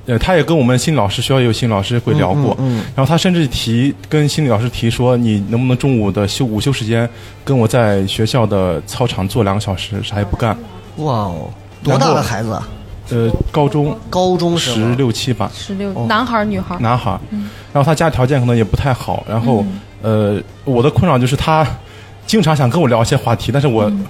S11: 呃，他也跟我们心理老师学校也有心理老师会聊过，
S1: 嗯嗯嗯
S11: 然后他甚至提跟心理老师提说，你能不能中午的休午休时间跟我在学校的操场坐两个小时，啥也不干。
S1: 哇哦，多大的孩子啊？
S11: 呃，高中，
S1: 高中啊是
S11: 十
S1: 吗
S11: 六七吧，
S6: 十六，
S1: 哦
S6: 男孩儿女孩儿，嗯
S11: 男孩儿。然后他家条件可能也不太好，然后、呃，我的困扰就是他经常想跟我聊一些话题，但是我、
S6: 嗯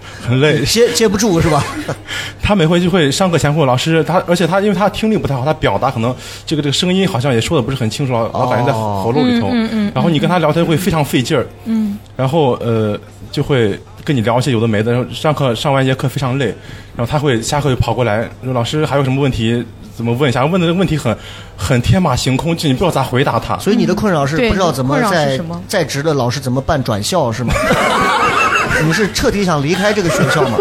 S11: 很累，
S1: 接接不住是吧？
S11: 他每回就会上课前会老师他，而且他因为他听力不太好，他表达可能这个这个声音好像也说的不是很清楚，老老感觉在
S1: 哦
S11: 喉咙里头。
S6: 嗯嗯嗯
S11: 然后你跟他聊天会非常费劲儿，
S6: 嗯，
S11: 然后呃就会跟你聊一些有的没的，然后上课上完一节课非常累，然后他会下课就跑过来说老师还有什么问题怎么问一下？问的问题很很天马行空，就你不知道咋回答他。
S1: 所以你的困扰是
S6: 对
S1: 不知道怎么
S6: 你嗯的困扰是
S1: 在
S6: 什么
S1: 在职的老师怎么办转校是吗？ 你是彻底想离开这个学校吗？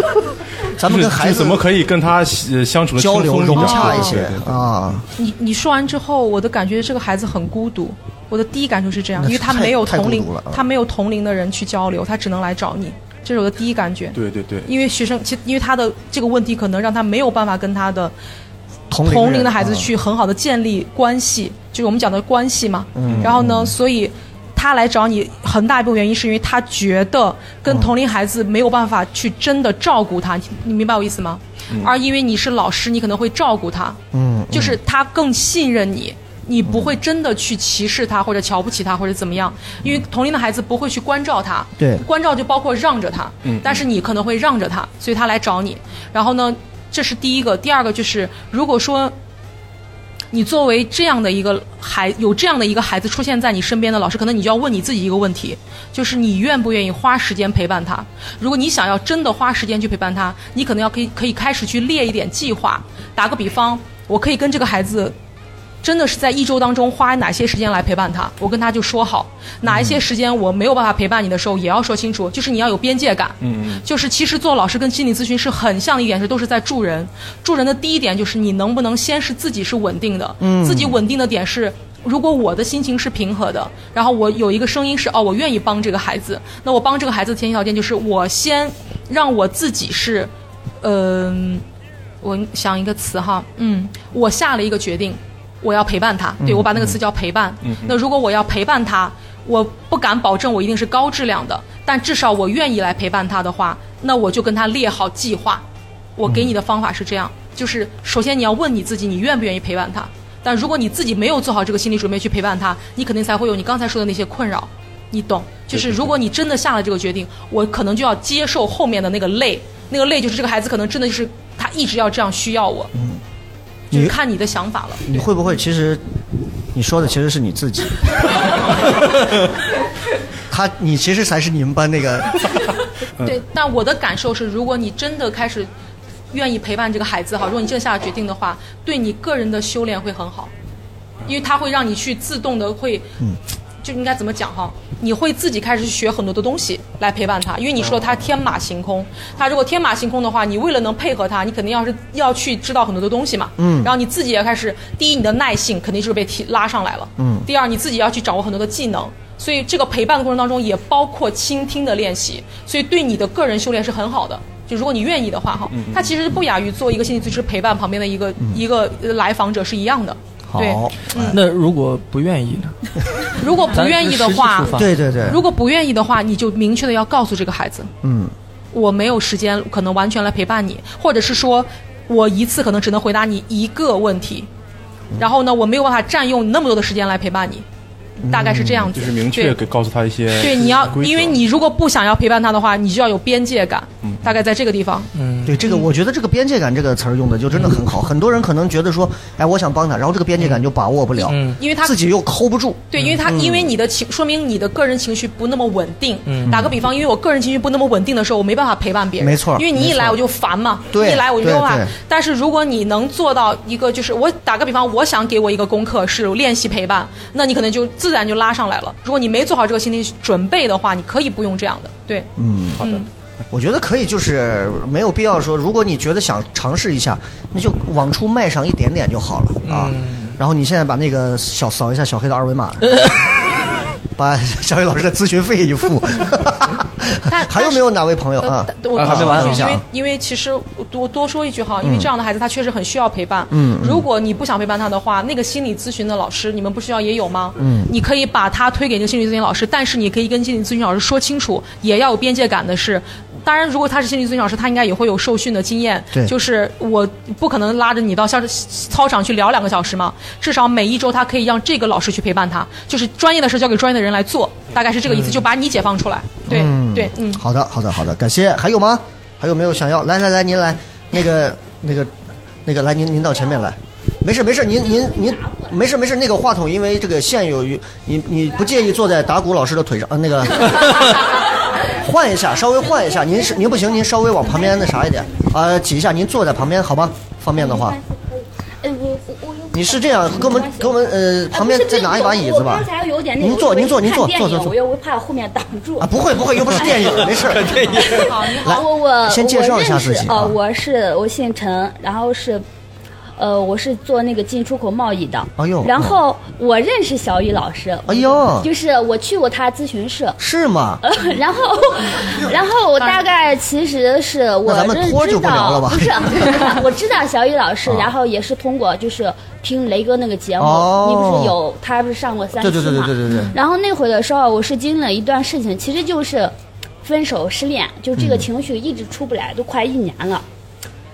S1: 咱们
S11: 就是
S1: 跟孩
S11: 就是
S1: 子
S11: 怎么可以跟他呃相处的
S1: 交流融洽一些
S11: 啊？
S6: 你你说完之后，我的感觉这个孩子很孤独。我的第一感受是这样，
S11: 那
S6: 因
S11: 是
S6: 为他
S11: 太
S6: 没有
S11: 太
S6: 同
S11: 孤
S6: 龄
S11: 独了啊，
S6: 他没有同龄的人去交流，他只能来找你，这是我的第一感觉。
S11: 对对对，
S6: 因为学生，其因为他的这个问题，可能让他没有办法跟他的
S1: 同龄人
S6: 同龄的孩
S11: 啊
S6: 子去很好的建立关系，就是我们讲的关系嘛。
S1: 嗯
S6: 然后呢，所以他来找你，很大一部分原因是因为他觉得
S11: 嗯
S6: 跟同龄孩子没有办法去真的照顾他，你你明白我意思吗？
S11: 嗯
S6: 而因为你是老师，你可能会照顾他，
S1: 嗯
S6: 就是他更信任你。你不会真的去歧视他，或者瞧不起他，或者怎么样，因为同龄的孩子不会去关照他，
S1: 对
S6: 关照就包括让着他，
S1: 嗯
S6: 但是你可能会让着他，所以他来找你。然后呢，这是第一个，第二个就是，如果说你作为这样的一个孩，有这样的一个孩子出现在你身边的老师，可能你就要问你自己一个问题，就是你愿不愿意花时间陪伴他？如果你想要真的花时间去陪伴他，你可能要可以可以开始去列一点计划。打个比方，我可以跟这个孩子真的是在一周当中花哪些时间来陪伴他，我跟他就说好，哪一些时间我没有办法陪伴你的时候，也要说清楚，就是你要有边界感。
S11: 嗯
S6: 就是其实做老师跟心理咨询是很像的一点，是都是在助人。助人的第一点就是你能不能先是自己是稳定的，
S13: 嗯
S6: 自己稳定的点是。如果我的心情是平和的，然后我有一个声音是哦，我愿意帮这个孩子，那我帮这个孩子的前提条件就是我先让我自己是，嗯、我想一个词哈，嗯，我下了一个决定，我要陪伴他，对
S13: 嗯
S6: 我把那个词叫陪伴。
S13: 嗯嗯
S6: 那如果我要陪伴他，我不敢保证我一定是高质量的，但至少我愿意来陪伴他的话，那我就跟他列好计划。我给你
S13: 嗯
S6: 的方法是这样，就是首先你要问你自己，你愿不愿意陪伴他。但如果你自己没有做好这个心理准备去陪伴他，你肯定才会有你刚才说的那些困扰，你懂？就是如果你真的下了这个决定，我可能就要接受后面的那个累，那个累就是这个孩子可能真的就是他一直要这样需要我，
S13: 嗯
S6: 就是
S1: 你
S6: 看你的想法了。
S1: 你会不会其实你说的其实是你自己？他，你其实才是你们班那个。
S6: 对，但我的感受是，如果你真的开始愿意陪伴这个孩子，好，如果你真的下了决定的话，对你个人的修炼会很好。因为它会让你去自动的会
S13: 嗯，
S6: 就应该怎么讲哈？你会自己开始学很多的东西来陪伴他，因为你说他天马行空，他如果天马行空的话，你为了能配合他，你肯定要是要去知道很多的东西嘛。
S13: 嗯
S6: 然后你自己也开始，第一，你的耐性肯定是被提拉上来了。
S13: 嗯
S6: 第二，你自己要去掌握很多的技能，所以这个陪伴的过程当中也包括倾听的练习，所以对你的个人修炼是很好的。就如果你愿意的话哈
S13: 嗯嗯，
S6: 它其实不亚于做一个心理咨询师陪伴旁边的一个、一个呃来访者是一样的。对，
S13: 哎
S6: 嗯，
S5: 那如果不愿意 呢？
S6: 如果不愿意的
S5: 咱是实际
S6: 话
S5: 出发，对对对
S6: 如果不愿意的话，你就明确的要告诉这个孩子，
S1: 嗯
S6: 我没有时间，可能完全来陪伴你，或者是说，我一次可能只能回答你一个问题，
S5: 嗯
S6: 然后呢，我没有办法占用那么多的时间来陪伴你，大概是这样子。
S11: 嗯就是明确
S6: 对
S11: 给告诉他一些
S6: 对，你要
S11: 规则
S6: 因为你如果不想要陪伴他的话，你就要有边界感，
S1: 嗯
S6: 大概在这个地方。
S1: 嗯，对这个，我觉得这个边界感这个词儿用的就真的很好。很多人可能觉得说，哎，我想帮他，然后这个边界感就把握不了，
S6: 因为他
S1: 自己又 hold 不住。
S6: 对，因为他、
S1: 嗯
S6: 因为你的情，说明你的个人情绪不那么稳定。
S1: 嗯
S6: 打个比方，因为我个人情绪不那么稳定的时候，我没办法陪伴别人。
S1: 没错
S6: 因为你一
S1: 没错
S6: 来我就烦嘛，
S1: 对
S6: 一来我就没有办
S1: 对
S6: 法
S1: 对。
S6: 但是如果你能做到一个，就是我打个比方，我想给我一个功课是练习陪伴，那你可能就自然就拉上来了。如果你没做好这个心理准备的话，你可以不用这样的。对，
S1: 嗯，
S6: 好的。
S1: 我觉得可以，就是没有必要说，如果你觉得想尝试一下，那就往出迈上一点点就好了啊。然后你现在把那个小扫一下小黑的二维码，把小黑老师的咨询费一付。 还有没有哪位朋友
S12: 呃
S1: 啊？
S6: 呃我
S1: 一
S6: 因
S1: 下
S6: 为
S1: 啊。
S6: 因为其实我多多说一句哈，因为
S1: 嗯
S6: 这样的孩子他确实很需要陪伴。
S1: 嗯嗯
S6: 如果你不想陪伴他的话，那个心理咨询的老师，你们不是要也有吗？
S13: 嗯
S6: 你可以把他推给那个心理咨询老师，但是你可以跟心理咨询老师说清楚，也要有边界感的是。当然，如果他是心理咨询老师，他应该也会有受训的经验。
S13: 对
S6: 就是我不可能拉着你到校操场去聊两个小时嘛，至少每一周他可以让这个老师去陪伴他，就是专业的事交给专业的人来做，大概是这个意思，
S1: 嗯
S6: 就把你解放出来。 对、
S1: 嗯
S6: 对，嗯。
S1: 好的，好的，好的，感谢。还有吗？还有没有想要？来来来，您来，那个那个那个，来您您到前面来。没事没事，您您您没事没事，那个话筒因为这个线有余，你你不介意坐在打鼓老师的腿上？啊，那个换一下，稍微换一下。您是您不行，您稍微往旁边那啥一点啊，挤一下。您坐在旁边好吗？方便的
S12: 嗯
S1: 话，
S12: 哎，我我我有
S1: 你是这样，给我们给我们
S12: 啊
S1: 呃旁边再拿一把椅子吧
S12: 我刚。才有点那个，
S1: 您坐
S12: 我以为
S1: 您坐您坐
S12: 看电影
S1: 坐坐坐
S12: 我又怕后面挡住。哎
S1: 啊，不会不会，又不是电影，没事。电影。来，
S12: 我我
S1: 先介绍一下
S12: 我认识
S1: 自己
S12: 呃，
S1: 啊。
S12: 我是我姓陈，然后是，呃，我是做那个进出口贸易的。
S1: 哎呦
S12: 然后我认识小雨老师。
S1: 哎呦
S12: 就是我去过他咨询室。
S1: 是吗？
S12: 呃， 然后，然后我大概其实是我
S1: 那咱们
S12: 认
S1: 拖
S12: 知
S1: 就不聊了
S12: 道，
S1: 吧啊
S12: 不是， 啊我知道小雨老师，然后也是通过就是听雷哥那个节目，你不
S1: 哦
S12: 是有他不是上过三期
S1: 对
S12: 嘛？
S1: 对对对对对对。
S12: 然后那会儿的时候，我是经历了一段事情，其实就是分手、失恋，就这个
S1: 嗯
S12: 情绪一直出不来，都快一年了。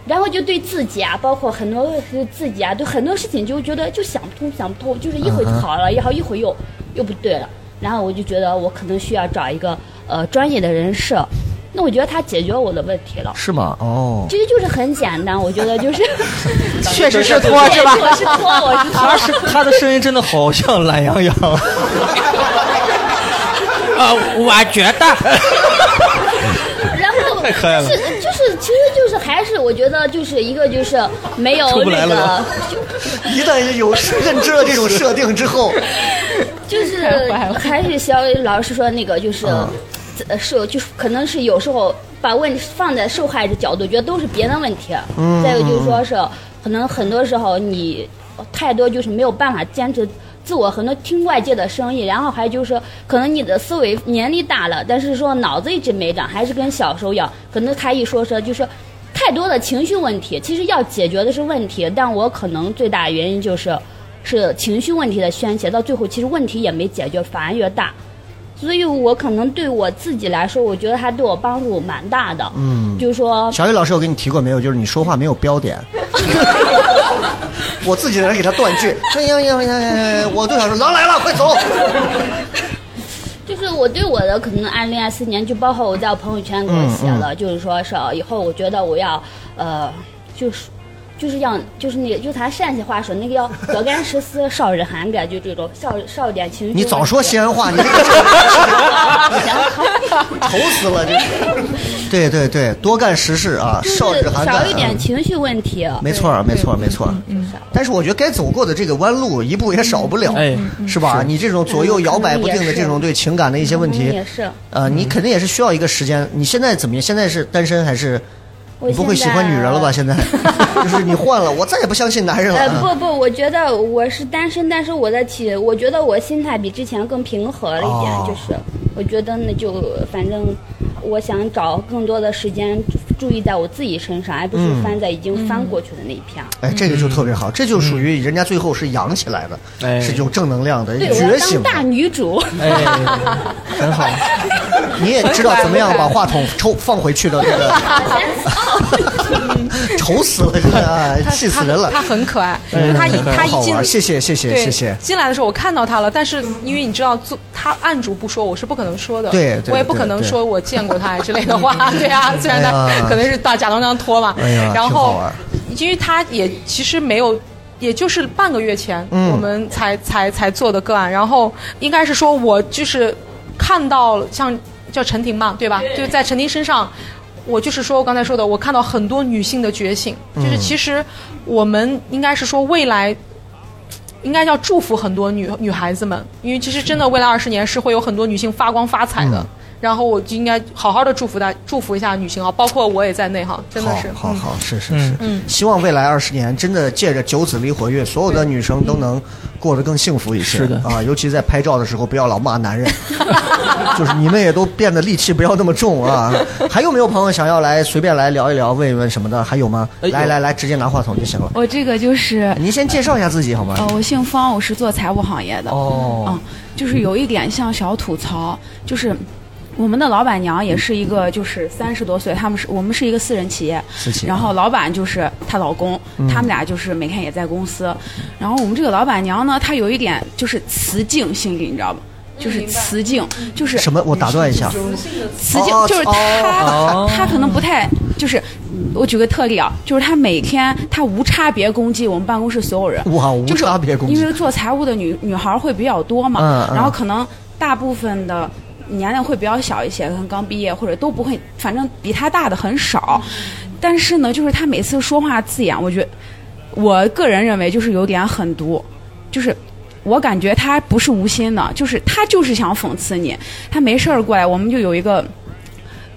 S12: 然后就对自己啊，包括很多对自己啊，对很多事情就觉得就想不通，想不通，就是一会儿就
S13: 嗯哼
S12: 好了，然后一会儿又又不对了。然后我就觉得我可能需要找一个呃专业的人士，那我觉得他解决我的问题了。
S1: 是吗？哦，
S12: 这个就是很简单，我觉得就是
S5: 确实是拖是吧
S12: 确实是拖，我
S6: 啊
S12: 是
S5: 他
S12: 拖
S5: 是。他的声音真的好像懒羊 羊。啊，我觉得。
S12: 然后
S5: 太可爱了
S12: 是就是其实就是还是我觉得就是一个就是没有
S1: 出不来
S12: 那
S1: 了
S12: 个
S1: 一旦有认知了这种设定之后，
S12: 就是
S1: 太坏
S12: 还是肖老师说那个就是
S1: 嗯，
S12: 呃是有就是可能是有时候把问放在受害者角度，觉得都是别人的问题。
S13: 嗯
S12: 再有就是说是可能很多时候你太多就是没有办法坚持。自我很多听外界的声音，然后还有就是说，可能你的思维年龄大了，但是说脑子一直没长，还是跟小时候一样。可能他一说说就是太多的情绪问题，其实要解决的是问题，但我可能最大原因就是是情绪问题的宣泄，到最后其实问题也没解决，反而越大。所以我可能对我自己来说，我觉得他对我帮助蛮大的。
S1: 嗯
S12: 就是说，
S1: 小雨老师，我跟你提过没有？就是你说话没有标点，我自己在那给他断句。哎呀呀呀呀呀！我就想说，狼来了，快走！
S12: 就是我对我的可能暗恋爱四年，就包括我在我朋友圈给我写了，
S13: 嗯嗯
S12: 就是说是以后我觉得我要呃，就是。就是要，就是那个，就咱陕西话说那个要 隔干十四，少日涵盖，就这种少少一点情绪。
S1: 你早说西安话，你 这
S12: 行好，
S1: 愁死了，这是。对对对，多干实事啊，
S12: 就
S1: 少
S12: 是
S1: 止寒
S12: 少
S1: 战
S12: 一
S1: 啊
S12: 点。情绪问题。
S1: 没错儿，没错儿，没错儿。但是我觉得该走过的这个弯路，一步也少不了，是吧？你这种左右摇摆不定的这种对情感的一些问
S12: 嗯
S1: 题
S12: 也，是。
S1: 呃，你肯定也是需要一个时间。你现在怎么样？现在是单身还是？
S12: 我
S1: 你不会喜
S12: 现在
S1: 欢女人了吧？现在就是你换了，我再也不相信男人了。啊
S12: 呃，不不，我觉得我是单身，但是我的体，我觉得我心态比之前更平和了一点，
S1: 哦
S12: 就是我觉得那就反正我想找更多的时间注意在我自己身上，而不是
S1: 嗯
S12: 翻在已经翻过去的那一片儿。
S1: 哎，这个就特别好，这就属于人家最后是养起来的，是有正能量的
S12: 对，我要
S1: 哎觉醒哎
S12: 当。大女主。
S1: 很好，你也知道怎么样把话筒抽放回去的这个。 愁死了，真的，哎
S6: 他
S1: 气死人了。
S6: 他他很可爱，
S1: 嗯
S6: 他一他
S1: 好
S6: 一进
S1: 玩，谢谢谢谢
S6: 对
S1: 谢谢。
S6: 进来的时候我看到他了，但是因为你知道，做他按住不说，我是不可能说的，
S1: 对对
S6: 我也不可能
S1: 对
S6: 说我见过他之类的 话，对啊，虽然他
S1: 哎呀
S6: 可能是打假装这样拖嘛，
S1: 哎呀
S6: 然
S1: 挺好
S6: 后
S1: 玩
S6: 因为他也其实没有。也就是半个月前，
S1: 嗯
S6: 我们才才才做的个案，然后应该是说，我就是看到了像叫陈婷嘛，对吧？就在陈婷身上，我就是说我刚才说的，我看到很多女性的觉醒，就是
S13: 嗯
S6: 其实我们应该是说未来应该要祝福很多女女孩子们，因为其实真的未来二十年是会有很多女性发光发财的。
S1: 嗯
S6: 然后我就应该好好的祝福大祝福一下女性啊，包括我也在内哈，真的
S1: 好
S6: 是。
S1: 好
S6: 嗯
S1: 好，是是是，
S6: 嗯
S1: 希望未来二十年真的借着九子离火月，所有的女生都
S14: 嗯
S1: 能过得更幸福一些。
S5: 是的
S1: 啊，尤其在拍照的时候，不要老 骂男人，就是你们也都变得戾气不要那么重啊。还有没有朋友想要来随便来聊一聊、问一问什么的？还有吗？来来来，直接拿话筒就行了。
S14: 我这个就是，
S1: 您先介绍一下自己好吗？
S14: 哦呃，我姓方，我是做财务行业的。
S1: 嗯哦
S14: 嗯，就是有一点像小吐槽，就是我们的老板娘也是一个，就是三十多岁，他们是我们是一个私人企业，
S1: 私企
S14: 然后老板就是她老公，
S1: 嗯
S14: 他们俩就是每天也在公司。然后我们这个老板娘呢，她有一点就是雌竞心理，你知道吗？就是雌竞，就是
S1: 什么？我打断一下，
S14: 雌竞
S1: 哦
S14: 就是他
S1: 哦，
S14: 他可能不太就是，我举个特例啊，就是他每天他无差别攻击我们办公室所有人，
S1: 哇，无
S14: 就是
S1: 差别攻击
S14: 因为做财务的女女孩儿会比较多嘛，
S1: 嗯嗯
S14: 然后可能大部分的年龄会比较小一些，可能刚毕业或者都不会，反正比她大的很少。但是呢，就是她每次说话字眼，我觉得我个人认为就是有点狠毒，就是。我感觉她不是无心的，就是她就是想讽刺你，她没事儿过来，我们就有一个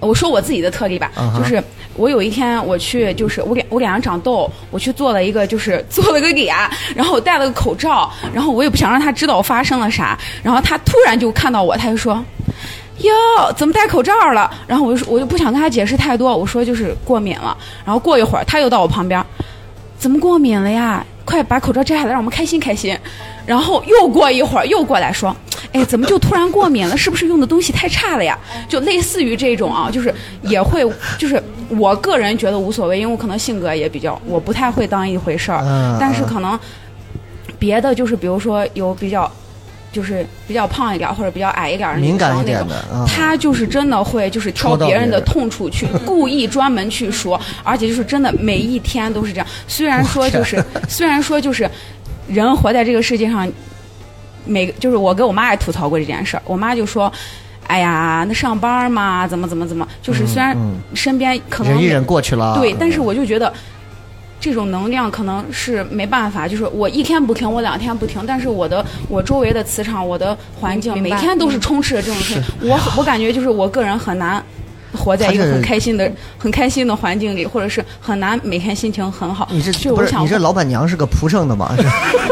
S14: 我说我自己的特例吧
S13: 嗯哼
S14: 就是我有一天我去，就是我脸我脸上长痘，我去做了一个就是做了个脸，然后我戴了个口罩，然后我也不想让他知道我发生了啥，然后他突然就看到我，他就说。哟，怎么戴口罩了？然后我就说，我就不想跟他解释太多，我说就是过敏了。然后过一会儿，他又到我旁边，怎么过敏了呀？快把口罩摘下来，让我们开心开心。然后又过一会儿，又过来说，哎，怎么就突然过敏了？是不是用的东西太差了呀？就类似于这种啊，就是也会，就是我个人觉得无所谓，因为我可能性格也比较，我不太会当一回事儿
S13: 嗯，
S14: 但是可能别的就是，比如说有比较。就是比较胖一点儿或者比较矮一点儿的那种
S1: 敏感一
S14: 那
S1: 点
S14: 种
S1: 的啊
S14: 他就是真的会就是挑
S1: 戳到
S14: 别人的
S1: 别人
S14: 痛处 去，故意专门去说，而且就是真的每一天都是这样。虽然说就是，虽然说就是，人活在这个世界上，每个就是我跟我妈也吐槽过这件事儿，我妈就说。哎呀，那上班嘛，怎么怎么怎么，就是
S1: 嗯
S14: 虽然
S1: 嗯
S14: 身边可能
S1: 忍一忍过去了。嗯
S14: 对，但是我就觉得这种能量可能是没办法，就是我一天不停，我两天不停，但是我的我周围的磁场、我的环境
S6: 明
S14: 每
S6: 白嗯
S14: 天都是充斥着这种事，我我感觉就是我个人很难。活在一个
S1: 哎他这
S14: 很开心的、很开心的环境里，或者是很难每天心情很好。
S1: 你这
S14: 就
S1: 不
S14: 我
S1: 是
S14: 想
S1: 你这老板娘是个蒲城的吗？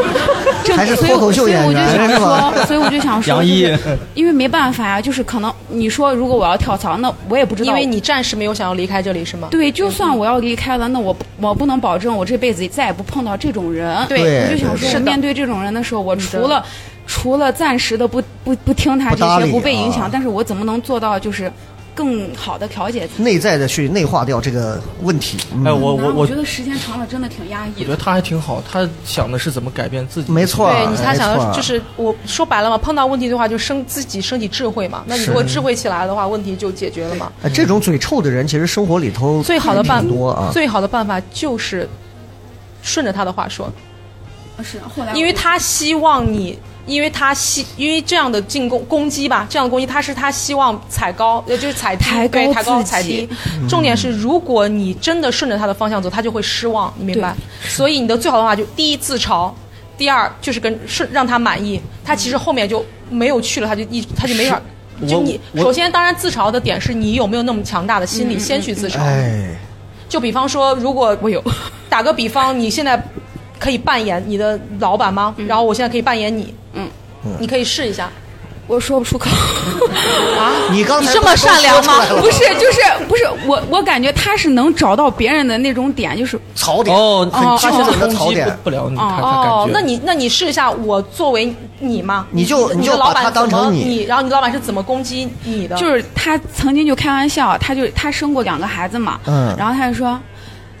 S14: 这
S1: 还是
S14: 所以
S1: 脱口
S14: 我
S1: 秀
S14: 所以
S1: 演
S14: 我就
S1: 员
S14: 想
S1: 是吧
S14: 说，所以我就啊想说，就
S1: 杨毅
S14: 是 因为没办法呀、就是可能你说如果我要跳槽，那我也不知道，
S6: 因为你暂时没有想要离开这里是吗？
S14: 对，就算我要离开了，那我不我不能保证我这辈子再也不碰到这种人。
S6: 对对
S14: 我就想说，
S6: 对是
S14: 我
S6: 的
S14: 面对这种人的时候，我除了除了暂时的不不不听他
S1: 不
S14: 这
S1: 搭
S14: 些，
S1: 理
S14: 不被影响，
S1: 啊
S14: 但是我怎么能做到就是更好的调节自己？
S1: 内在的去内化掉这个问题。嗯
S6: 呃
S5: 哎我我
S14: 然后
S5: 我
S14: 觉得时间长了真的挺压抑
S5: 我觉
S14: 的。
S5: 得他还挺好，他想的是怎么改变自己。
S1: 没错啊
S6: 对你他想的就是，我说白了嘛，碰到问题的话就升自己升起智慧嘛。那你
S1: 是
S6: 如果智慧起来的话，问题就解决了嘛。
S1: 哎这种嘴臭的人，其实生活里头
S6: 最好的办
S1: 挺多啊。
S6: 最好的办法就是顺着他的话说，
S14: 啊是后来
S6: 因为他希望你因为他希，因为这样的进攻攻击吧，这样的攻击他是他希望踩高，也就是踩低，
S14: 抬高
S6: 对，抬高
S14: 自己
S6: 踩低。
S14: 嗯
S6: 重点是，如果你真的顺着他的方向走，他就会失望，你明白？所以你的最好的方法就第一自嘲，第二就是跟顺让他满意。他其实后面就没有去了，他就一他就没法。
S5: 是
S6: 就
S5: 我
S6: 你
S5: 我
S6: 首先，当然自嘲的点是你有没有那么强大的心
S14: 嗯
S6: 理，先去自嘲。
S5: 哎，
S6: 就比方说，如果我有，打个比方，你现在可以扮演你的老板吗？
S14: 嗯
S6: 然后我现在可以扮演你，嗯，你可以试一下。
S14: 我说不出口
S6: 啊！
S1: 你刚才
S6: 这么善良吗？
S14: 不是，就是不是我，我感觉他是能找到别人的那种点，就是
S1: 槽
S5: 点哦很精准的
S14: 哦
S5: 槽点不不了你嗯他他
S6: 哦
S5: 感觉，
S6: 那你那你试一下，我作为你嘛，
S14: 你就
S6: 你
S14: 你就
S6: 的老
S14: 把
S6: 板
S14: 他当
S6: 怎么
S14: 成
S6: 你
S14: 你
S6: 然后你老板是怎么攻击你的？
S14: 就是他曾经就开玩笑，他就他生过两个孩子嘛，
S6: 嗯
S14: 然后他就说，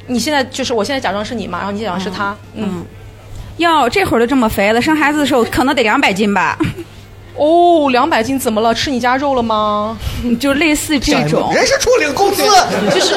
S6: 你现在就是我现在假装是你嘛，然后你假装是他，嗯，
S14: 哟，这会儿都这么肥了，生孩子的时候可能得两百斤吧，
S6: 哦，两百斤怎么了？吃你家肉了吗？
S14: 就类似这种，
S1: 人是处领工资
S6: 就是，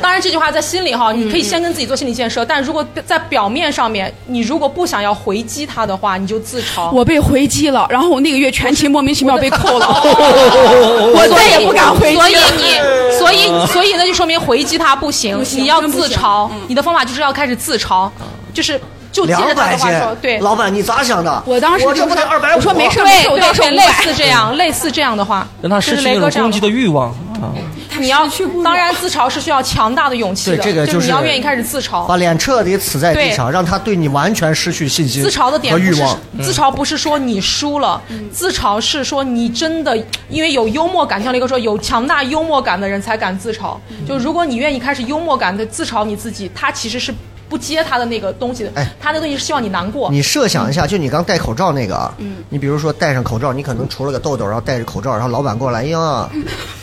S6: 当然这句话在心里
S14: 嗯
S6: 哈，你可以先跟自己做心理建设，但如果在表面上面，你如果不想要回击他的话，你就自嘲。
S14: 我被回击了，然后我那个月全勤莫名其妙被扣 了，我
S6: 所以
S14: 再也不敢回击了。
S6: 哦所以你，所以所以那就说明回击他不行，
S14: 不行
S6: 你要
S14: 真不
S6: 自
S14: 行
S6: 嘲，你的方法就是要开始自嘲，就是就接着
S1: 两
S6: 他
S1: 百
S6: 的
S1: 斤
S6: 话说，，对，
S1: 老板你咋想的？
S6: 我当时
S1: 我这
S6: 就
S1: 不才
S6: 说
S1: 二百五，
S6: 我说没事
S1: 啊
S6: 没事
S1: 对
S6: 我到时候五
S1: 对
S6: 百类似这样类似这样的话，
S5: 让他失
S6: 就是
S5: 去
S6: 雷
S5: 那
S6: 哥
S5: 种
S6: 这样
S5: 攻击的欲望啊。
S6: 你要当然自嘲是需要强大的勇气的，
S1: 对这个
S6: 就
S1: 就是
S6: 你要愿意开始自嘲，
S1: 把脸彻底死在地上，
S6: 对
S1: 让他对你完全失去信心
S6: 自嘲的点
S1: 和
S6: 不
S1: 欲
S6: 是
S1: 望。嗯
S6: 自嘲不是说你输了，自嘲是说你真的因为有幽默感，像雷哥说，有强大幽默感的人才敢自嘲。就如果你愿意开始幽默感的自嘲你自己，他其实是不接他的那个东西的，他那东西是希望你难过。
S1: 哎嗯你设想一下，就你刚戴口罩那个啊，
S6: 嗯
S1: 你比如说戴上口罩，你可能除了个痘痘，然后戴着口罩，然后老板过来，哎呀，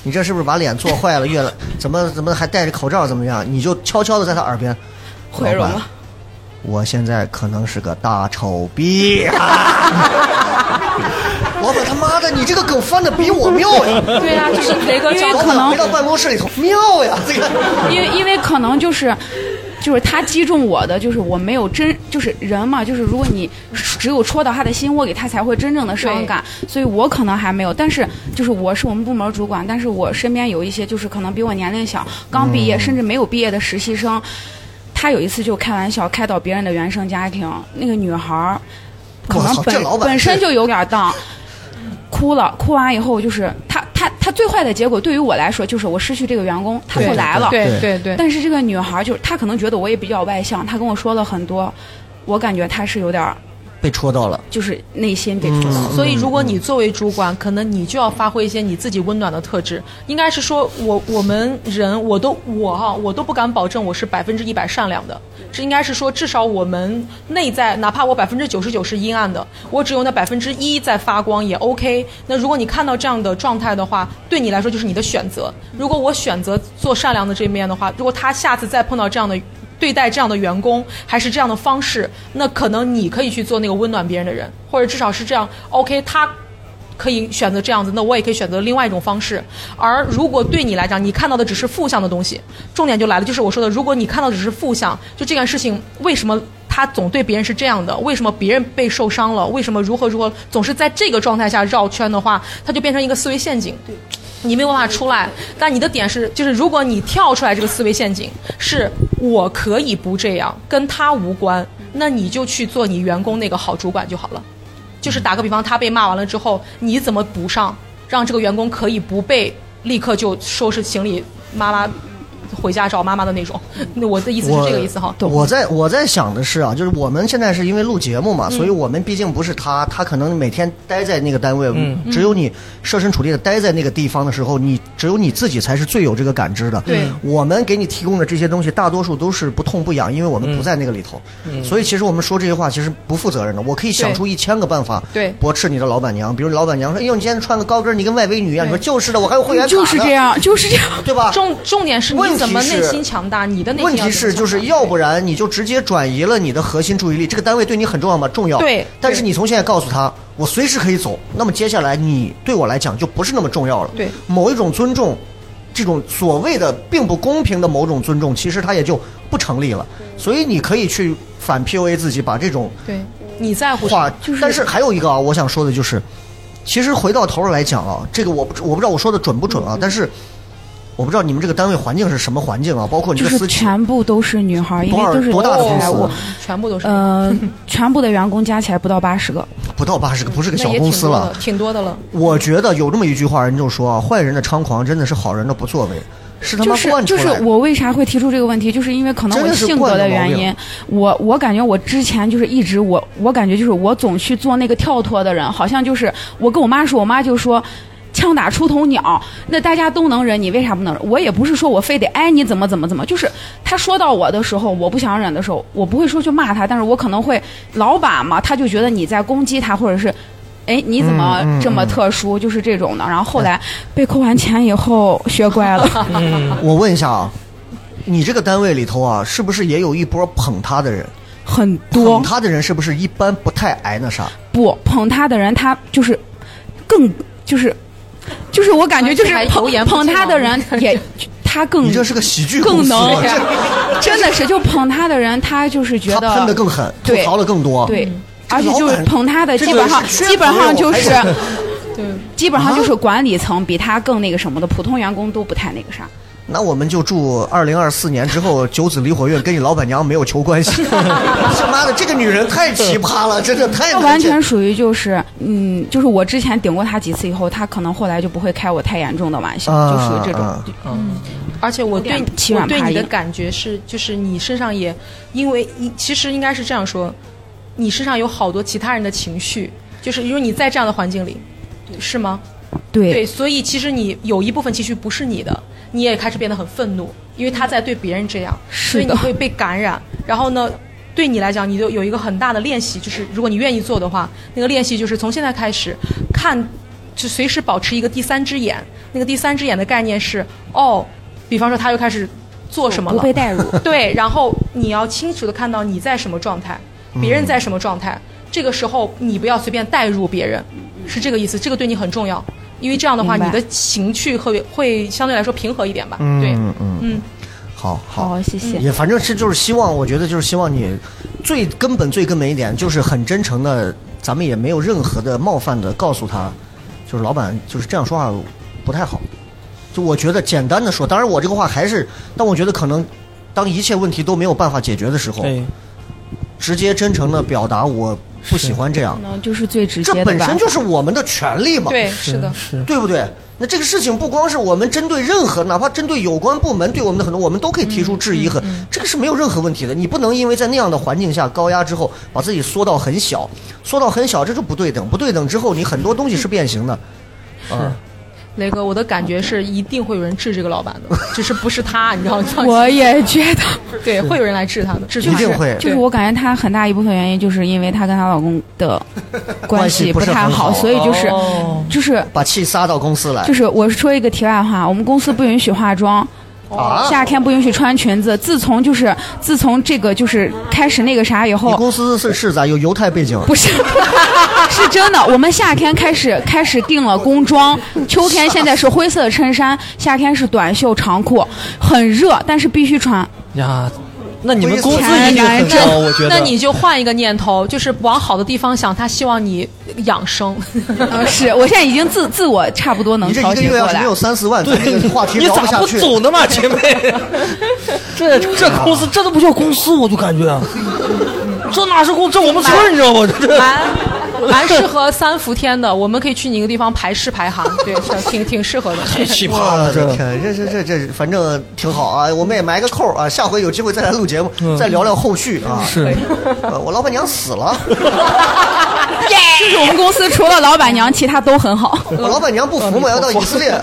S1: 你这是不是把脸做坏了？越了怎么怎么还戴着口罩，怎么样？你就悄悄的在他耳边，
S14: 毁容
S1: 老板
S14: 了，
S1: 我现在可能是个大丑逼、啊 老板他妈的，你这个梗翻的比我妙呀！
S14: 对呀就是雷哥
S1: 因为
S14: 教的
S1: 老板回到办公室里头，妙呀，这个。
S14: 因为因为可能就是。就是他击中我的，就是我没有真，就是人嘛，就是如果你只有戳到他的心窝里，他才会真正的伤感。所以我可能还没有，但是就是我是我们部门主管，但是我身边有一些就是可能比我年龄小，刚毕业、
S12: 嗯
S14: 甚至没有毕业的实习生，他有一次就开玩笑开到别人的原生家庭，那个女孩儿可
S12: 我
S14: 能
S12: 操这
S14: 本
S12: 老板
S14: 本身
S12: 是
S14: 就有点儿荡，哭了，哭完以后就是他他他最坏的结果对于我来说就是我失去这个员工，他
S6: 对
S14: 不来了。
S6: 对对对对
S14: 但是这个女孩就是她可能觉得我也比较外向，她跟我说了很多，我感觉她是有点儿
S1: 被戳到了，
S14: 就是内心被戳
S1: 嗯
S14: 到。
S6: 所以，如果你作为主管，可能你就要发挥一些你自己温暖的特质。应该是说，我我们人，我都我哈、我都不敢保证我是百分之一百善良的。这应该是说，至少我们内在，哪怕我百分之九十九是阴暗的，我只有那百分之一在发光也 OK。那如果你看到这样的状态的话，对你来说就是你的选择。如果我选择做善良的这一面的话，如果他下次再碰到这样的。对待这样的员工，还是这样的方式，那可能你可以去做那个温暖别人的人，或者至少是这样。OK，他可以选择这样子，那我也可以选择另外一种方式。而如果对你来讲，你看到的只是负向的东西，重点就来了，就是我说的，如果你看到的只是负向，就这件事情为什么？他总对别人是这样的，为什么别人被受伤了？为什么如何如何？总是在这个状态下绕圈的话，他就变成一个思维陷阱。你没有办法出来，但你的点是，就是如果你跳出来这个思维陷阱，是我可以不这样，跟他无关，那你就去做你员工那个好主管就好了。就是打个比方，他被骂完了之后，你怎么补上，让这个员工可以不被立刻就收拾行李，妈妈回家找妈妈的那种。 那我的意思是这个意思哈。
S1: 我在我在想的是啊，就是我们现在是因为录节目嘛，
S6: 嗯
S1: 所以我们毕竟不是他，他可能每天待在那个单位，
S6: 嗯
S1: 只有你设身处地的待在那个地方的时候，你只有你自己才是最有这个感知的。
S6: 对
S1: 我们给你提供的这些东西，大多数都是不痛不痒，因为我们不在那个里头，
S6: 嗯
S1: 所以其实我们说这些话其实不负责任的。我可以想
S6: 对
S1: 出一千个办法，
S6: 对
S1: 驳斥你的老板娘，比如老板娘说：“哎呦，你今天穿个高跟，你跟外围女一样。”你说：“就是的，我还有会员卡
S14: 就
S1: 呢。”
S14: 是这样，就是这样，
S1: 对吧？
S6: 重重点是
S1: 问
S6: 你
S1: 题
S6: 怎么内
S1: 是
S6: 心强大，你的内心
S1: 问
S6: 要
S1: 题
S6: 怎么
S1: 是，
S6: 强
S1: 就是要不然你就直接转移了你的核心注意力。这个单位对你很重要吗？重要。
S6: 对
S1: 但是你从现在告诉他，我随时可以走。那么接下来你对我来讲就不是那么重要了。
S6: 对。
S1: 某一种尊重，这种所谓的并不公平的某种尊重，其实它也就不成立了。所以你可以去反 PUA 自己，把这种
S6: 对，你在乎什
S1: 话
S6: 么？，就是
S1: 但是还有一个啊，我想说的就是，其实回到头儿来讲啊，这个我不知我不知道我说的准不准
S6: 嗯
S1: 啊，但是我不知道你们这个单位环境是什么环境啊，包括你
S14: 就
S1: 这
S14: 是
S1: 私企，
S14: 全部都是女孩儿，因
S1: 多少
S14: 为都是
S1: 多大的公司
S14: 财务
S1: 啊，
S6: 全部都
S14: 是。呃，全部的员工加起来不到八十个，
S1: 不到八十个，不是个小
S14: 那也
S1: 公
S14: 挺
S1: 司
S14: 多
S1: 了
S14: 的。
S6: 挺多的了。
S1: 我觉得有这么一句话，人就说啊，坏人的猖狂真的是好人的不作为，是他
S14: 就
S1: 妈
S14: 是
S1: 惯出
S14: 就
S1: 来
S14: 是
S1: 的。
S14: 我为啥会提出这个问题，就是因为可能
S1: 真
S14: 我
S1: 的是
S14: 性
S1: 惯
S14: 格
S1: 的
S14: 的
S1: 毛
S14: 原
S1: 病
S14: 因，我我感觉我之前就是一直我我感觉就是我总去做那个跳脱的人，好像就是我跟我妈说，我妈就说。枪打出头鸟，那大家都能忍，你为啥不能忍？我也不是说我非得哎你怎么怎么怎么，就是他说到我的时候，我不想忍的时候，我不会说去骂他，但是我可能会老板嘛，他就觉得你在攻击他，或者是，哎你怎么
S1: 嗯嗯
S14: 这么
S1: 嗯
S14: 特殊，就是这种的。然后后来被扣完钱以后学乖 了。嗯
S1: 我问一下啊，你这个单位里头啊，是不是也有一波捧他的人？
S14: 很多
S1: 捧他的人是不是一般不太挨那啥？
S14: 不捧他的人，他就是更就是就是我感觉就是
S6: 而且还油
S14: 捧
S6: 盐不
S14: 捧
S6: 进
S14: 他
S6: 啊
S14: 的人也他更
S1: 你这是个喜剧公
S14: 更
S1: 司啊
S14: 能
S1: 这
S14: 真的是就捧他的人，他就是觉
S1: 他
S14: 得
S1: 喷的更狠，吐
S14: 对
S1: 槽的更多。
S14: 对
S1: 嗯，
S14: 而且就是捧他的
S1: 这
S14: 基
S1: 个
S14: 本上
S1: 是
S14: 基本上就
S1: 缺
S14: 是
S1: 朋友还是啊
S14: 基本上就是管理层比他更那个什么的，普通员工都不太那个啥。
S1: 那我们就祝二零二四年之后九子离火运跟你老板娘没有仇 关系。他妈 的，这个女人太奇葩了，真的太
S14: 那
S1: 难
S14: 完
S1: 见
S14: 全属于就是，嗯，就是我之前顶过他几次以后，他可能后来就不会开我太严重的玩笑，就属于这种。
S1: 啊
S6: 嗯，而且我对
S14: 有点欺
S6: 我
S14: 软
S6: 对
S14: 怕
S6: 你的
S14: 硬
S6: 感觉是，就是你身上也，因为你其实应该是这样说，你身上有好多其他人的情绪，就是因为你在这样的环境里，是吗？
S14: 对
S6: 所以其实你有一部分情绪不是你的，你也开始变得很愤怒，因为他在对别人这样，所以你
S14: 的
S6: 会被感染。然后呢，对你来讲，你就有一个很大的练习，就是如果你愿意做的话，那个练习就是从现在开始看，就随时保持一个第三只眼。那个第三只眼的概念是，哦，比方说他又开始做什么了，
S14: 不被带入
S6: 对，然后你要清楚的看到你在什么状态，别人在什么状态。这个时候你不要随便带入别人，
S5: 嗯
S6: 是这个意思。这个对你很重要，因为这样的话，
S14: 明白
S6: 你的情绪会会相对来说平和一点吧。
S1: 嗯
S6: 对，
S1: 嗯
S6: 嗯，
S1: 好好，
S14: 哦谢谢
S1: 嗯也反正是就是希望，我觉得就是希望你最根本最根本一点，就是很真诚的，咱们也没有任何的冒犯的告诉他，就是老板就是这样说话不太好。就我觉得简单的说，当然我这个话还是，但我觉得可能当一切问题都没有办法解决的时候，直接真诚的表达我不喜欢这样
S14: 可，能就是最直接
S1: 这
S14: 的吧。
S1: 本身就是我们的权利嘛。
S6: 对是的是
S1: 对不对？那这个事情不光是我们针对任何，哪怕针对有关部门对我们的很多，我们都可以提出质疑
S14: 嗯
S1: 和、这个是没有任何问题的。你不能因为在那样的环境下高压之后，把自己缩到很小，缩到很小，这就不对等。不对等之后，你很多东西是变形的。啊，
S6: 雷哥，我的感觉是一定会有人治这个老板的，只是不是他，你知道吗？
S14: 我也觉得，
S6: 对，会有人来治他的，治
S14: 就是就是我感觉她很大一部分原因，就是因为她跟她老公 的关系
S1: 不是
S14: 太
S1: 很哦
S14: 好，所以就是、就是
S1: 把气撒到公司来，
S14: 就是我说一个题外话，我们公司不允许化妆。
S1: 啊
S14: 夏天不允许穿裙子。自从就是自从这个就是开始那个啥以
S1: 你
S14: 后，
S1: 公司是是咋有犹太背景？
S14: 不是，是真的。我们夏天开始开始定了工装，秋天现在是灰色衬衫，夏天是短袖长裤，很热，但是必须穿。
S5: 呀，那你们工资一定很高，我觉得。
S6: 那你就换一个念头，就是往好的地方想，他希望你养生。
S14: 呃 是我现在已经自自我差不多能
S1: 你这
S14: 调
S1: 一个
S14: 节
S1: 月
S14: 过
S1: 要是没
S14: 来
S1: 有。三四万，咱这个话题
S5: 你
S1: 聊不
S5: 咋
S1: 下
S5: 不
S1: 去。
S5: 走呢嘛，姐妹？ 这这公司这都不叫公司，我就感觉，这哪是公，这我们村儿你知道吗？这
S6: 蛮 蛮适合三伏天的，我们可以去你一个地方排诗排行，对，是挺挺适合的。
S5: 太奇
S1: 我的天，这这这这，反正挺好啊，我们也埋个扣啊，下回有机会再来录节目，再聊聊后续啊。
S5: 嗯是，
S1: 呃，我老板娘死了，
S14: 就是 我们公司除了老板娘，其他都很好。
S1: 我老板娘 不服嘛，要到以色列。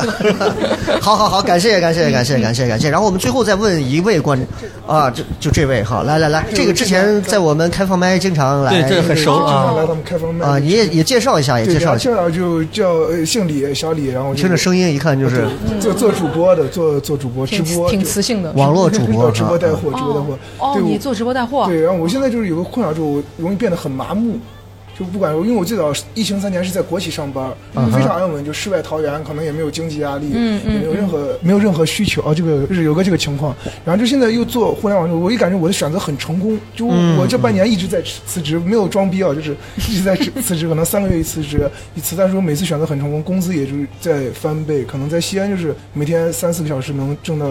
S1: 好好好，感谢感谢感谢感谢感谢。然后我们最后再问一位观众啊，就就这位哈，来来来，这个之前在我们开放麦经常来，哦
S15: 来咱们开放麦
S1: 啊，你也也介绍一下，也
S15: 对
S1: 介绍一下
S15: 介。绍就叫呃姓李，小李，然后
S1: 听着声音一看就是
S15: 对做做主播的，做做主播直
S6: 嗯挺
S15: 播，
S6: 挺
S15: 就
S6: 磁性的
S1: 网络主播
S15: 对 直播带货，
S6: 啊
S15: 直播带货
S6: 哦。
S15: 对，
S6: 你
S15: 我
S6: 做直播带货，
S15: 对，然后我现在就是有个困扰，就是我容易变得很麻木，就不管说，因为我最早疫情三年是在国企上班，
S2: 嗯
S15: 非常安稳，就世外桃源，可能也没有经济压力，
S2: 嗯嗯
S15: 也没有任何没有任何需求啊，这个是有个这个情况。然后就现在又做互联网之后，我也感觉我的选择很成功。就
S2: 嗯
S15: 我这半年一直在辞职，没有装逼啊，就是一直在辞辞职，可能三个月一辞职一次，但是我每次选择很成功，工资也就是在翻倍，可能在西安就是每天三四个小时能挣到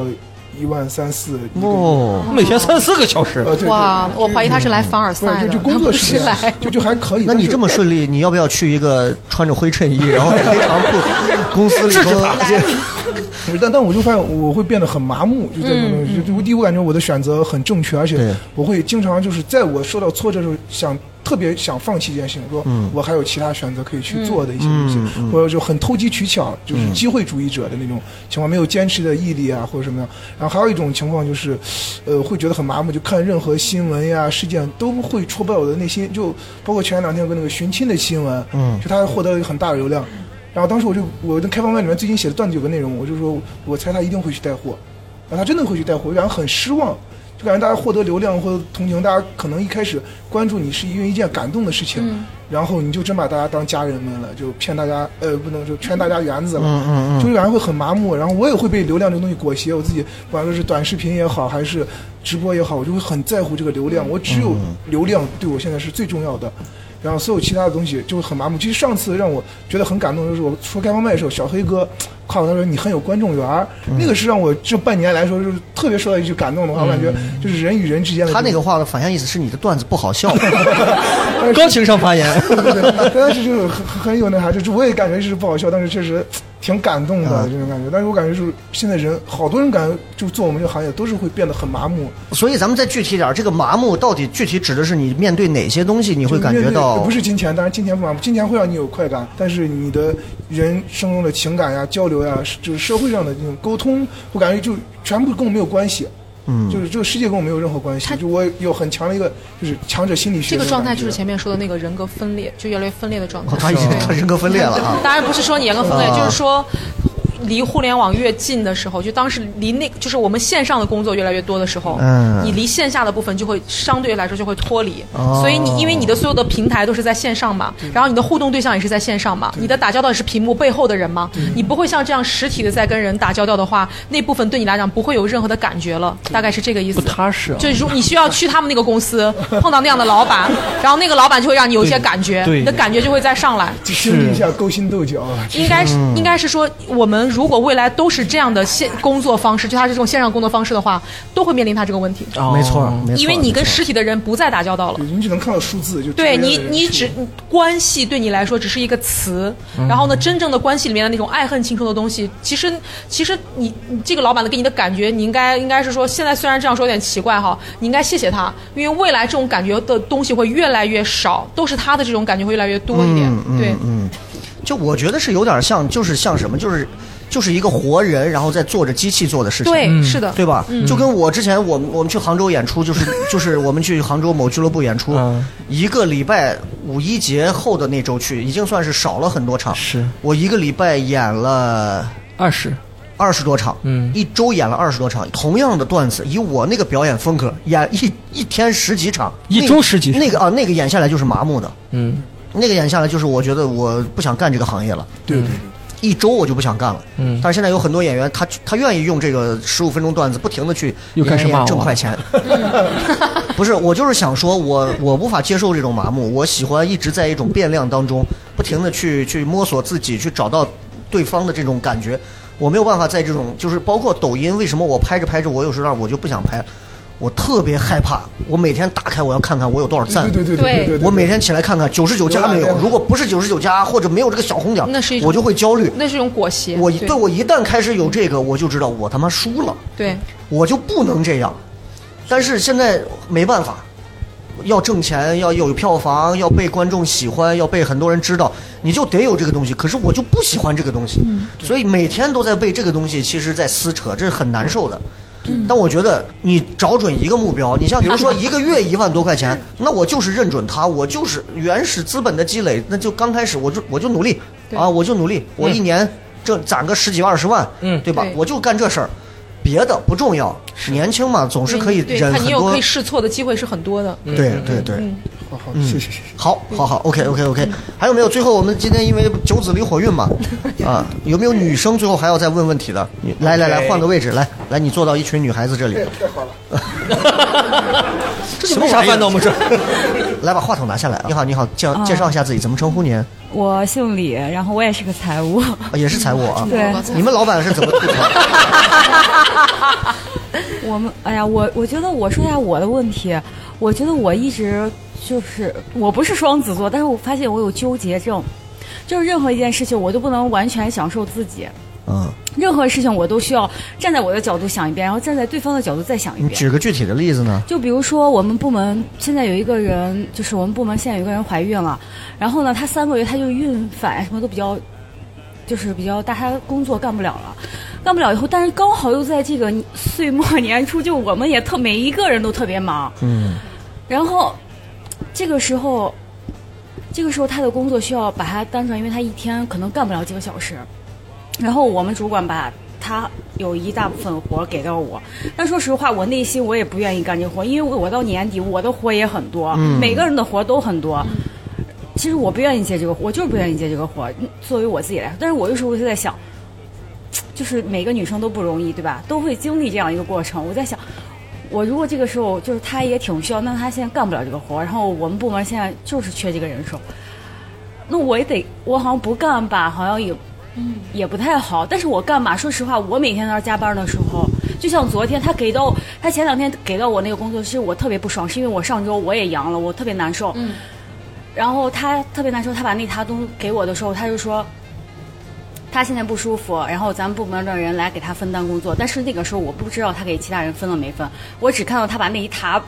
S15: 一万三四一个月。
S1: 哦
S5: 每天三四个小时，
S15: 呃对
S6: 哇，我怀疑他是来凡尔
S15: 不是
S6: 赛
S15: 就
S6: 的，
S15: 就工作
S6: 他 不是
S15: 室
S6: 来，
S15: 就就还可以。
S1: 那你这么顺利，你要不要去一个穿着灰 衬衣，然后非常不公司里头
S15: 不是，但但我就发现我会变得很麻木，就这种东西，
S2: 嗯
S15: 就就第一我感觉我的选择很正确，而且我会经常就是在我受到挫折的时候想。特别想放弃一件事情，说
S2: 嗯
S15: 我还有其他选择可以去做的一些东西
S2: 嗯嗯，嗯
S15: 或者就很投机取巧，就是
S2: 嗯
S15: 机会主义者的那种情况，没有坚持的毅力啊，或者什么样。然后还有一种情况就是，呃，会觉得很麻木，就看任何新闻呀、事件都会戳破我的内心，就包括前两天跟那个寻亲的新闻，
S2: 嗯
S15: 就他获得了很大的流量。然后当时我就我的开放麦里面最近写的段子有个内容，我就说我猜他一定会去带货，然后他真的会去带货，我感觉很失望，就感觉大家获得流量或者同情，大家可能一开始关注你是因为一件感动的事情，
S2: 嗯
S15: 然后你就真把大家当家人们了，就骗大家呃不能就圈大家园子了，
S2: 嗯嗯嗯
S15: 就是感觉会很麻木，然后我也会被流量这个东西裹挟，我自己不管说是短视频也好，还是直播也好，我就会很在乎这个流量，我只有
S2: 嗯
S15: 流量对我现在是最重要的。然后所有其他的东西就很麻木。其实上次让我觉得很感动，就是我说开放麦的时候，小黑哥夸我，他说你很有观众缘儿，那个是让我这半年来说就是特别受到一句感动的话，我感觉就是人与人之间的。
S1: 他那个话的反向意思是你的段子不 好笑，
S5: 高情商发言。
S15: 对对对，但是就是很很很有那啥，就是我也感觉是不好笑，但是确实挺感动的这种感觉。但是我感觉就是现在人好多人感觉就是做我们这个行业都是会变得很麻木，
S1: 所以咱们再具体点儿，这个麻木到底具体指的是你面对哪些东西，
S15: 你
S1: 你会感觉到
S15: 不是金钱，当然金钱不麻木，金钱会让你有快感，但是你的人生中的情感呀、交流呀，是就是社会上的这种沟通，我感觉就全部跟我没有关系。
S1: 嗯
S15: 就是这个世界跟我没有任何关系，就我有很强的一个就是强者心理学
S6: 这
S15: 那种
S6: 个状
S15: 感觉。
S6: 态就是前面说的那个人格分裂，就越来越分裂的状态。
S1: 哦他已经
S6: 对
S1: 他人格分裂了 啊
S6: 当然不是说你人格分裂，
S1: 啊
S6: 就是说。离互联网越近的时候，就当时离那就是我们线上的工作越来越多的时候，
S1: 嗯
S6: 你离线下的部分就会相对来说就会脱离，
S1: 哦
S6: 所以你因为你的所有的平台都是在线上嘛，然后你的互动对象也是在线上嘛，你的打交道也是屏幕背后的人嘛，你不会像这样实体的在跟人打交道的话，那部分对你来讲不会有任何的感觉了，大概是这个意思。不
S5: 踏实、
S6: 就是如你需要去他们那个公司，碰到那样的老板，然后那个老板就会让你有一些感觉，
S15: 对
S6: 你的感觉就会再上来。
S15: 经历一下勾心斗角啊，
S6: 应该是
S15: 嗯
S6: 应该是说，我们如果未来都是这样的线工作方式，就他这种线上工作方式的话，都会面临他这个问题。
S1: 哦没错没错
S6: 因为你跟实体的人不再打交道了，
S15: 你只能看到数字，就
S6: 对
S15: 直接
S6: 你
S15: 的人
S6: 你
S15: 数
S6: 只关系对你来说只是一个词，
S15: 嗯
S6: 然后呢，真正的关系里面的那种爱恨情仇的东西，其实其实你你这个老板的给你的感觉，你应该应该是说，现在虽然这样说有点奇怪哈，你应该谢谢他，因为未来这种感觉的东西会越来越少，都是他的这种感觉会越来越多一点，
S1: 嗯、
S6: 对。
S1: 嗯，嗯就我觉得是有点像，就是像什么，就是。就是一个活人，然后再做着机器做的事情，
S6: 对嗯是的
S1: 对吧？
S6: 嗯
S1: 就跟我之前我们我们去杭州演出，就是 就是我们去杭州某俱乐部演出，
S5: 嗯
S1: 一个礼拜五一节后的那周去，已经算是少了很多场。是我一个礼拜演了
S5: 二十
S1: 二十多场，嗯，一周演了二十多场，同样的段子，以我那个表演风格，演一一天十几场，
S5: 一周十几场
S1: 那个啊，那个演下来就是麻木的，
S5: 嗯，
S1: 那个演下来就是我觉得我不想干这个行业了，
S15: 对对对，
S1: 一周我就不想干了。
S5: 嗯
S1: 但是现在有很多演员，他他愿意用这个十五分钟段子，不停的去
S5: 又开始
S1: 演
S5: 骂我
S1: 演挣 快钱。不是，我就是想说我，我无法接受这种麻木，我喜欢一直在一种变量当中，不停的去去摸索自己，去找到对方的这种感觉。我没有办法在这种，就是包括抖音，为什么我拍着拍着，我有时候我就不想拍，我特别害怕。我每天打开，我要看看我有多少赞。
S15: 对对对对对对对
S1: 我每天起来看看九十九
S15: 浏
S1: 加没
S15: 览
S1: 有，
S15: 量
S1: 如果不是九十九加或者没有这个小红点儿，
S6: 那是一种
S1: 啊我就会焦虑。
S6: 那是一种裹挟。
S1: 我一
S6: 对
S1: 对我一旦开始有这个，我就知道我他妈输了。
S6: 对，
S1: 我就不能这样。但是现在没办法，要挣钱，要有票房，要被观众喜欢，要被很多人知道，你就得有这个东西。可是我就不喜欢这个东西，所以每天都在被这个东西其实在撕扯，这是很难受的。但我觉得你找准一个目标，你像比如说一个月一万多块钱，那我就是认准它，我就是原始资本的积累，那就刚开始我就我就努力啊，我就努力，我一年挣攒个十几二十万，嗯，对吧？
S6: 对
S1: 我就干这事儿，别的不重要，年轻嘛，总是可以
S6: 对
S1: 忍
S6: 看
S1: 很
S6: 你有
S1: 多
S6: 可以试错的机会是很多的。
S1: 对对对
S6: 嗯，
S15: 好好，
S1: 嗯
S15: 谢谢谢谢。
S1: 好，好好，OK OK OK，还有没有？最后我们今天因为九子离火运嘛，啊，有没有女生最后还要再问问题的？你来来来，
S15: OK
S1: 换个位置，来来，你坐到一群女孩 子这里，
S15: 太好了，
S1: 这
S5: 你为啥翻到我们这儿？
S1: 来把话筒拿下来啊！你好，你好，介
S13: 啊
S1: 介绍一下自己，怎么称呼您？
S13: 我姓李，然后我也是个 财务。
S1: 啊也是财务啊。
S13: 对
S6: 嗯
S1: 你们老板是怎么 吐槽？
S13: 我们，哎呀，我我觉得我说一下我的问题，我觉得我一直就是我不是双子座，但是我发现我有纠结症，就是任何一件事情我都不能完全享受自己，
S1: 嗯，
S13: 任何事情我都需要站在我的角度想一遍，然后站在对方的角度再想一
S1: 你
S13: 遍。
S1: 举个具体的例子呢？
S13: 就比如说，我们部门现在有一个人，就是我们部门现在有一个人怀孕了，然后呢，她三个月她就孕反什么都比较，就是比较大，她工作干不了了，干不了以后，但是刚好又在这个岁末年初，就我们也特每一个人都特别忙，
S1: 嗯
S13: 然后这个时候，这个时候她的工作需要把她单纯，因为她一天可能干不了几个小时，然后我们主管把他有一大部分活儿给到我，但说实话，我内心我也不愿意干这活，因为我到年底我的活也很多，
S16: 嗯
S13: 每个人的活都很多。其实我不愿意接这个活，我就是不愿意接这个活。作为我自己来说，但是我有时候就在想，就是每个女生都不容易，对吧？都会经历这样一个过程。我在想，我如果这个时候就是她也挺需要，那她现在干不了这个活，然后我们部门现在就是缺这个人手，那我也得，我好像不干吧，好像也也不太好。但是我干嘛？说实话，我每天要是加班的时候，就像昨天他给到他前两天给到我那个工作，是我特别不爽，是因为我上周我也阳了，我特别难受。嗯。然后他特别难受，他把那沓东西给我的时候，他就说。他现在不舒服，然后咱们部门的人来给他分担工作，但是那个时候我不知道他给其他人分了没分，我只看到他把那一沓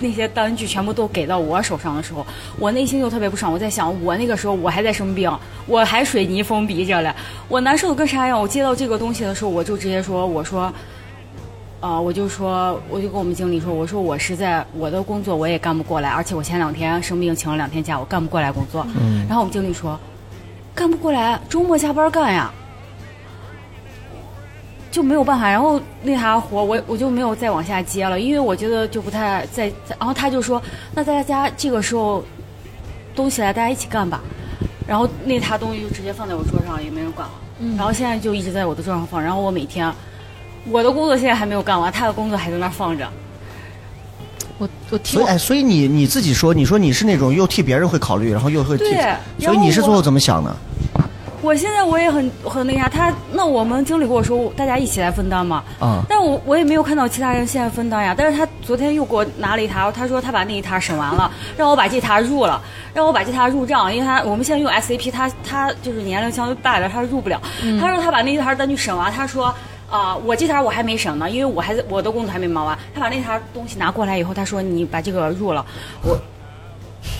S13: 那些单据全部都给到我手上的时候，我内心就特别不爽。我在想，我那个时候我还在生病，我还水泥封鼻着嘞，我难受的跟啥样？我接到这个东西的时候，我就直接说，我说。啊、我就说，我就跟我们经理说，我说我实在我的工作我也干不过来，而且我前两天生病请了两天假，我干不过来工作。
S16: 嗯
S13: 然后我们经理说，干不过来，周末加班干呀，就没有办法。然后那啥活我我就没有再往下接了，因为我觉得就不太在。在然后他就说，那大家这个时候都起来，大家一起干吧。然后那沓东西就直接放在我桌上，也没人管了。
S6: 嗯
S13: 然后现在就一直在我的桌上放，然后我每天我的工作现在还没有干完，他的工作还在那儿放着。
S6: 我我听
S1: 所以哎，所以你你自己说，你说你是那种又替别人会考虑，然后又会替
S13: 对然，后
S1: 所以你是最后
S13: 我
S1: 怎么想的？
S13: 我现在我也很很那啥，他那我们经理跟我说，大家一起来分担嘛。
S1: 啊
S13: 但我我也没有看到其他人现在分担呀。但是他昨天又给我拿了一沓，他说他把那一沓审完了，让我把这沓入了，让我把这沓入账，因为他我们现在用 SAP，他他就是年龄相对大一点，他入不了。
S16: 嗯
S13: 他说他把那一沓单据审完，他说。啊、我这沓我还没审呢，因为我还在我的工作还没忙完。他把那沓东西拿过来以后，他说你把这个入了，我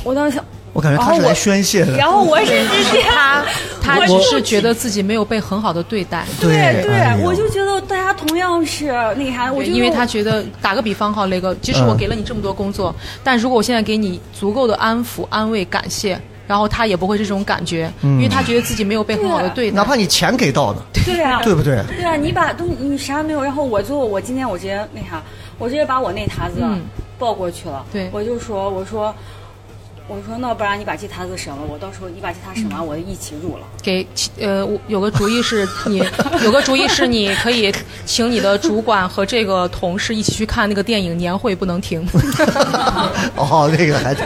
S13: 我当时想，
S1: 我感觉他是来宣泄的。
S13: 然后我是直接
S6: 他他
S13: 我
S6: 只
S13: 是
S6: 是觉得自己没有被很好的对待，
S1: 对
S13: 对，
S1: 哎呦
S13: 我就觉得大家同样是那啥，我
S6: 对
S13: 就
S6: 因为他觉得，打个比方哈，雷哥，即使我
S1: 嗯
S6: 给了你这么多工作，但如果我现在给你足够的安抚、安慰、感谢，然后他也不会是这种感觉，
S1: 嗯
S6: 因为他觉得自己没有被很好的对待
S1: 哪。怕你钱给到的，
S13: 对啊，
S1: 对不对
S13: 对啊，你把东你啥没有，然后我就我今天我直接那啥，我直接把我那沓子
S6: 嗯
S13: 抱过去了，
S6: 对
S13: 我就说我说我说那不然你把这沓子审了，我到时候你把这沓审完，
S6: 嗯
S13: 我一起入了。
S6: 给呃，我有个主意是 你有个主意是你可以请你的主管和这个同事一起去看那个电影《年会不能 停》，
S1: 哦，那个还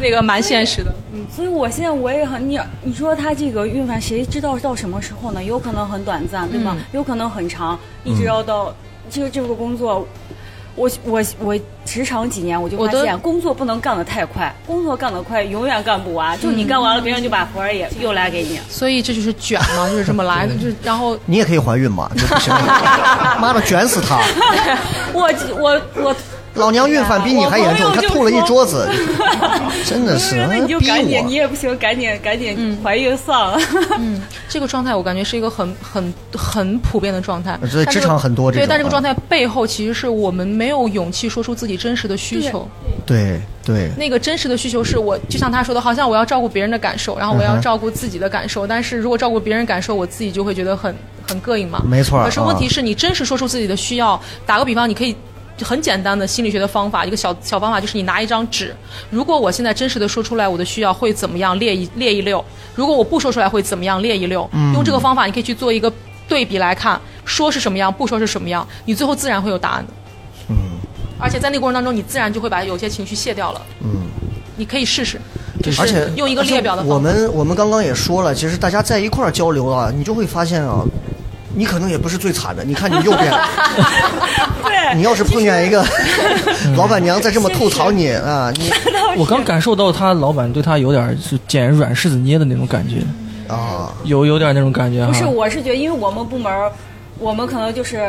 S6: 那个蛮现实的。
S13: 嗯，所以我现在我也很你你说他这个孕反，谁知道到什么时候呢？有可能很短暂，对吗？
S6: 嗯
S13: 有可能很长，一
S6: 嗯
S13: 直要到这个这个工作。我我我职场几年，我就
S6: 我
S13: 发
S6: 都
S13: 现工作不能干得太快，工作干得快永远干不完。就你干完了，别人就把活儿也又来给你。
S6: 嗯所以这就是卷嘛，就是这么 来的。就是然后
S1: 你也可以怀孕嘛，这不行， 妈的，卷死他！
S13: 我我我
S1: 老娘孕反比你还严重，
S13: 啊我朋友就
S1: 她吐了一
S13: 说
S1: 桌子，真的是
S13: 那你就
S1: 哎逼
S13: 赶紧，你
S1: 我。
S13: 也不行，赶紧赶紧怀孕算了。
S6: 嗯， 这个状态我感觉是一个很很很普遍的状态，
S1: 对
S6: 但这个
S1: 职场很多这
S6: 对，
S1: 种
S6: 但这个
S1: 啊
S6: 状态背后其实是我们没有勇气说出自己真实的需求。
S1: 对对，
S6: 那个真实的需求是我，就像他说的，好像我要照顾别人的感受，然后我
S1: 嗯
S6: 要
S1: 哼
S6: 照顾自己的感受，但是如果照顾别人感受，我自己就会觉得很很膈应嘛。
S1: 没错儿
S6: 可是问
S1: 啊
S6: 题是你真实说出自己的需要，打个比方，你可以。很简单的心理学的方法，一个小小方法就是你拿一张纸，如果我现在真实的说出来我的需要会怎么样，列一列一溜；如果我不说出来会怎么样，列一溜。
S16: 嗯
S6: 用这个方法，你可以去做一个对比来看，说是什么样，不说是什么样，你最后自然会有答案的。嗯。而且在那个过程当中，你自然就会把有些情绪卸掉了。
S1: 嗯。
S6: 你可以试试，就是
S1: 而且
S6: 用一个列表的
S1: 而且我
S6: 方法。
S1: 们我们刚刚也说了，其实大家在一块儿交流啊，你就会发现啊，你可能也不是最惨的。你看你右边，
S13: 对，
S1: 你要是碰见一个 老板娘再这么吐槽你啊， 你
S5: 我刚感受到他老板对他有点是捡软柿子捏的那种感觉，
S1: 啊，
S5: 有有点那种
S1: 嗯
S5: 感觉
S13: 不是，
S5: 哈。
S13: 我是觉得，因为我们部门儿，我们可能就是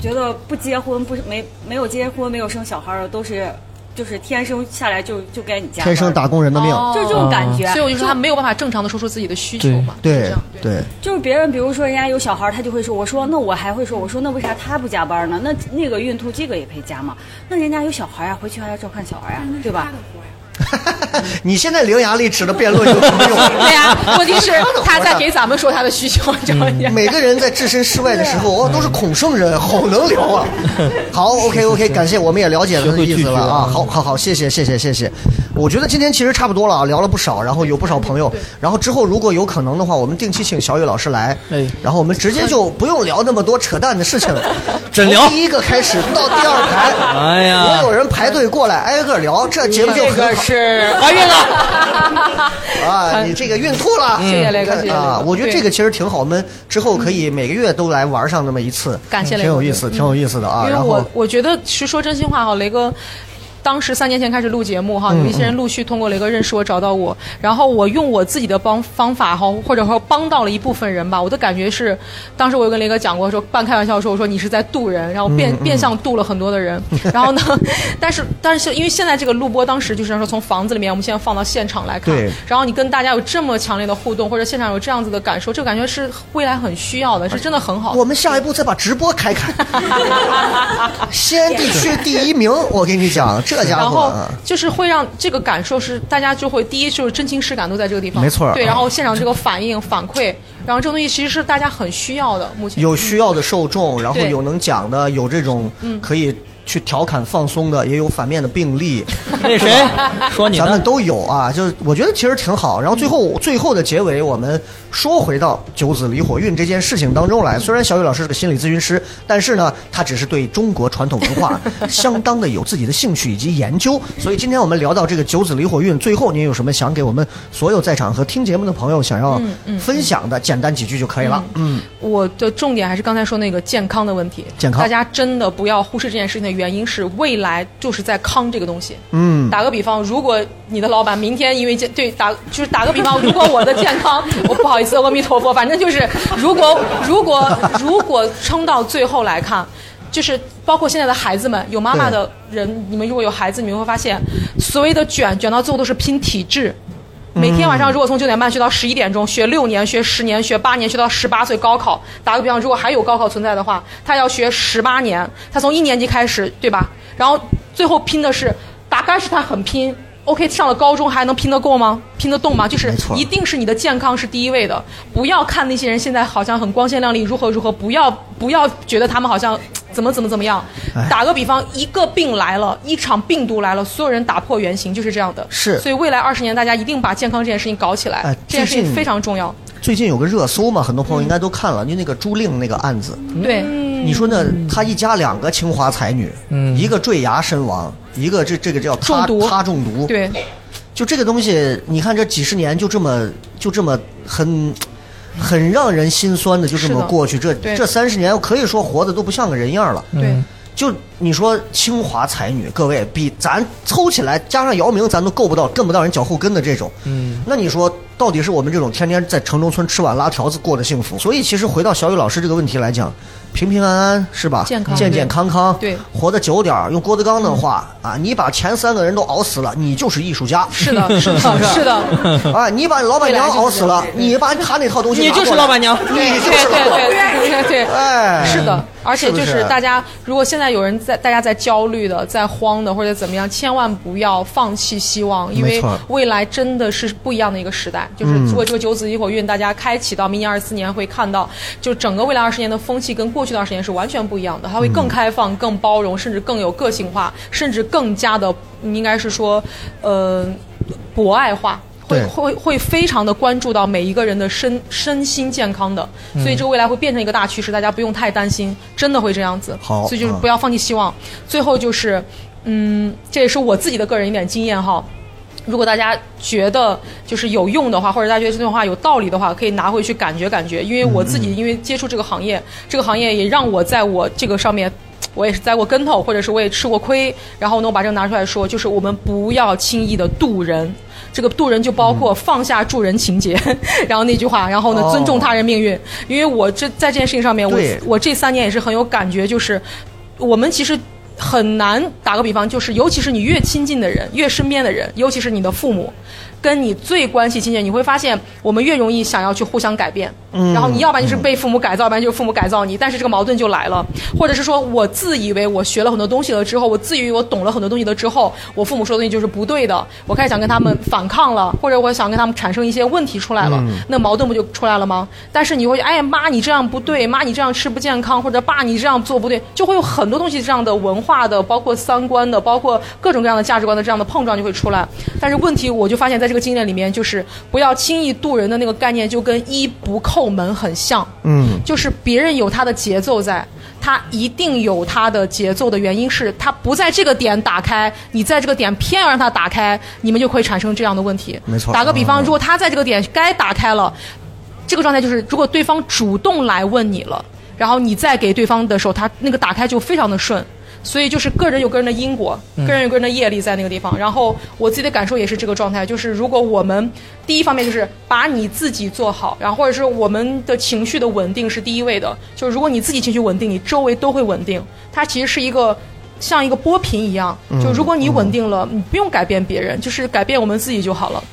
S13: 觉得不结婚，不是没没有结婚，没有生小孩儿的，都是就是天生下来就就该你家哦
S1: 天生打工人的命，
S13: 就是这种感觉。
S6: 所以我就说他没有办法正常的说出自己的需求嘛。
S1: 对对，
S13: 就是别人，比如说人家有小孩儿，他就会说：“我说那我还会说，我说那为啥他不加班呢？那那个孕吐这个也可以加嘛？那人家有小孩儿呀，啊回去还要照看小孩儿呀，啊对吧？”
S1: 你现在伶牙俐齿的辩论就没 有。
S6: 对呀，问题是他在给咱们说他的需求，你知道吗？
S1: 每个人在置身事外的时候，哦，都是孔圣人，好能聊啊！好，OK OK，感谢，我们也了解他的意思了啊！好好好，谢谢谢谢谢谢。我觉得今天其实差不多了啊，聊了不少，然后有不少朋友，然后之后如果有可能的话，我们定期请小雨老师来，然后我们直接就不用聊那么多扯淡的事情了，
S5: 真聊
S1: 从第一个开始到第二排，
S5: 哎呀
S1: 所有人排队过来挨个聊，这节目就很好。
S5: 怀孕了。
S1: 啊，你这个孕吐了，
S6: 谢谢雷哥
S1: 嗯
S6: 谢谢雷哥
S1: 啊！我觉得
S6: 对
S1: 这个其实挺好，我们之后可以每个月都来玩上那么一次，
S6: 感谢雷
S1: 挺
S6: 哥
S1: 有意思，
S6: 嗯
S1: 挺有意思的啊。
S6: 因为
S1: 然后
S6: 我我觉得是说真心话哈，雷哥。当时三年前开始录节目哈，
S1: 嗯
S6: 有一些人陆续通过雷哥认识我，找到我，然后我用我自己的帮方法哈，或者说帮到了一部分人吧。我的感觉是，当时我有跟雷哥讲过，说半开玩笑说，我说你是在渡人，然后变、
S16: 嗯嗯
S6: 变相渡了很多的 人。然后呢，但是但是因为现在这个录播，当时就是说从房子里面，我们现在放到现场来看
S16: 对，
S6: 然后你跟大家有这么强烈的互动，或者现场有这样子的感受，这个感觉是未来很需要的，是真的很好的。
S1: 我们下一步再把直播开开， 西安地区第一名，我跟你讲，这家
S6: 然
S1: 伙
S6: 后
S1: 啊，
S6: 就是会让这个感受是大家就会第一就是真情实感都在这个地方，
S1: 没错
S6: 对，
S1: 啊
S6: 然后现场这个反应反馈，然后这个东西其实是大家很需要的，目前
S1: 有需要的受众，然后
S6: 对
S1: 有能讲的，有这种
S6: 嗯
S1: 可以去调侃放松的，也有反面的病例。
S5: 那 谁说你呢
S1: 咱们都有啊，就是我觉得其实挺好。然后最后、最后的结尾，我们说回到九子离火运这件事情当中来。虽然小雨老师是个心理咨询师，但是呢，他只是对中国传统文 化相当的有自己的兴趣以及研究。所以今天我们聊到这个九子离火运，最后您有什么想给我们所有在场和听节目的朋友想要
S6: 嗯嗯
S1: 分享的，简单几句就可以了。嗯
S6: 我的重点还是刚才说那个健康的问题，
S1: 健康
S6: 大家真的不要忽视这件事情的原因是未来就是在康这个东西。
S16: 嗯
S6: 打个比方，如果你的老板明天因为健对打就是打个比方，如果我的健康，我不好意思，阿弥陀佛，反正就是如果如果如果撑到最后来看。就是包括现在的孩子们，有妈妈的人，你们如果有孩子，你们会发现，所谓的卷卷到最后都是拼体质，每天晚上如果从九点半学到十一点钟，学六年、学十年、学八年，学到十八岁高考。打个比方，如果还有高考存在的话，他要学十八年，他从一年级开始，对吧？然后最后拼的是，打开始他很拼。OK，上了高中还能拼得过吗？拼得动吗？就是
S16: 没错
S6: 一定是你的健康是第一位的，不要看那些人现在好像很光鲜亮丽，如何如何，不要不要觉得他们好像怎么怎么怎么样
S16: 哎。
S6: 打个比方，一个病来了，一场病毒来了，所有人打破原形，就是这样的。
S1: 是
S6: 所以未来二十年，大家一定把健康这件事情搞起来，
S1: 哎
S6: 这件事
S1: 最
S6: 情
S1: 近
S6: 非常重要。
S1: 最近有个热搜嘛，很多朋友应该都看了，就那个朱令那个案子。
S6: 嗯对，
S1: 嗯你说呢？他一家两个清华才女，一个坠崖身亡，一个这这个叫他
S6: 嗯中毒
S1: 他中毒。
S6: 嗯对，
S1: 就这个东西，你看这几十年就这么就这么很很让人心酸的，就这
S6: 是
S1: 么
S6: 的
S1: 过去。这
S6: 对
S1: 这三十年，可以说活的都不像个人样了。
S6: 对，
S5: 嗯
S1: 就你说清华才女，各位比咱凑起来加上姚明，咱都够不到，跟不到人脚后跟的这种。
S5: 嗯，
S1: 那你说，到底是我们这种天天在城中村吃碗拉条子过的幸福？所以，其实回到小雨老师这个问题来讲，平平安安是吧？
S6: 健康
S1: 健健康康，
S6: 对嗯
S1: 活得久点儿。用郭德纲的话、啊，你把前三个人都熬死了，你就是艺术家。
S6: 是的 是的
S1: 不
S6: 是的
S1: 啊，你把老板娘熬死了，你把他那套东西拿
S6: 对
S1: 过来，你就
S6: 对
S1: 是老板娘。
S6: 对对对对，
S1: 哎
S6: 是的，而且
S1: 是不
S6: 就是是大家，如果现在有人在大家在焦虑的、在慌的或者怎么样，千万不要放弃希望，因
S16: 没
S6: 为
S16: 错
S6: 未来真的是不一样的一个时代。就是
S16: 嗯
S6: 如果这个九子一火运大家开启到明年二四年，会看到就整个未来二十年的风气跟过过去那段时间是完全不一样的，它会更开放、更包容，甚至更有个性化，甚至更加的应该是说，呃，博爱化。会
S16: 对
S6: 会会非常的关注到每一个人的身身心健康的，
S16: 嗯
S6: 所以这个未来会变成一个大趋势，大家不用太担心，真的会这样子。
S16: 好
S6: 所以就是
S16: 嗯
S6: 不要放弃希望。最后就是，嗯，这也是我自己的个人一点经验哈。如果大家觉得就是有用的话，或者大家觉得这段话有道理的话，可以拿回去感觉感觉。因为我自
S16: 嗯
S6: 己因为接触这个行业，这个行业也让我在我这个上面，我也是栽过跟头，或者是我也吃过亏。然后呢，我把这个拿出来说，就是我们不要轻易的渡人。这个渡人就包括放下助人情节， 然后那句话，然后呢，
S16: 嗯哦
S6: 尊重他人命运。因为我这在这件事情上面，我
S16: 对
S6: 我这三年也是很有感觉，就是我们其实很难打个比方，就是尤其是你越亲近的人，越身边的人，尤其是你的父母，跟你最关系亲近，你会发现我们越容易想要去互相改变。
S16: 嗯
S6: 然后你要不然就是被父母改造，要不然就是父母改造你，但是这个矛盾就来了。或者是说我自以为我学了很多东西了之后，我自以为我懂了很多东西了之后，我父母说的东西就是不对的，我开始想跟他们反抗了，或者我想跟他们产生一些问题出来了，
S16: 嗯
S6: 那矛盾不就出来了吗？但是你会哎妈你这样不对，妈你这样吃不健康，或者爸你这样做不对，就会有很多东西这样的文化的，包括三观的，包括各种各样的价值观的这样的碰撞就会出来。但是问题我就发现在这个经验里面，就是不要轻易渡人的那个概念，就跟一不叩门很像。
S16: 嗯
S6: 就是别人有他的节奏在，他一定有他的节奏的原因是他不在这个点打开，你在这个点偏要让他打开，你们就会产生这样的问题。
S16: 没错
S6: 打个比方，
S16: 嗯
S6: 如果他在这个点该打开了，这个状态就是如果对方主动来问你了，然后你再给对方的时候，他那个打开就非常的顺。所以就是个人有个人的因果，
S16: 嗯
S6: 个人有个人的业力在那个地方。然后我自己的感受也是这个状态，就是如果我们第一方面就是把你自己做好，然后或者是我们的情绪的稳定是第一位的。就是如果你自己情绪稳定，你周围都会稳定。它其实是一个像一个波频一样，
S16: 嗯
S6: 就如果你稳定了，你不用改变别人，就是改变我们自己就好了。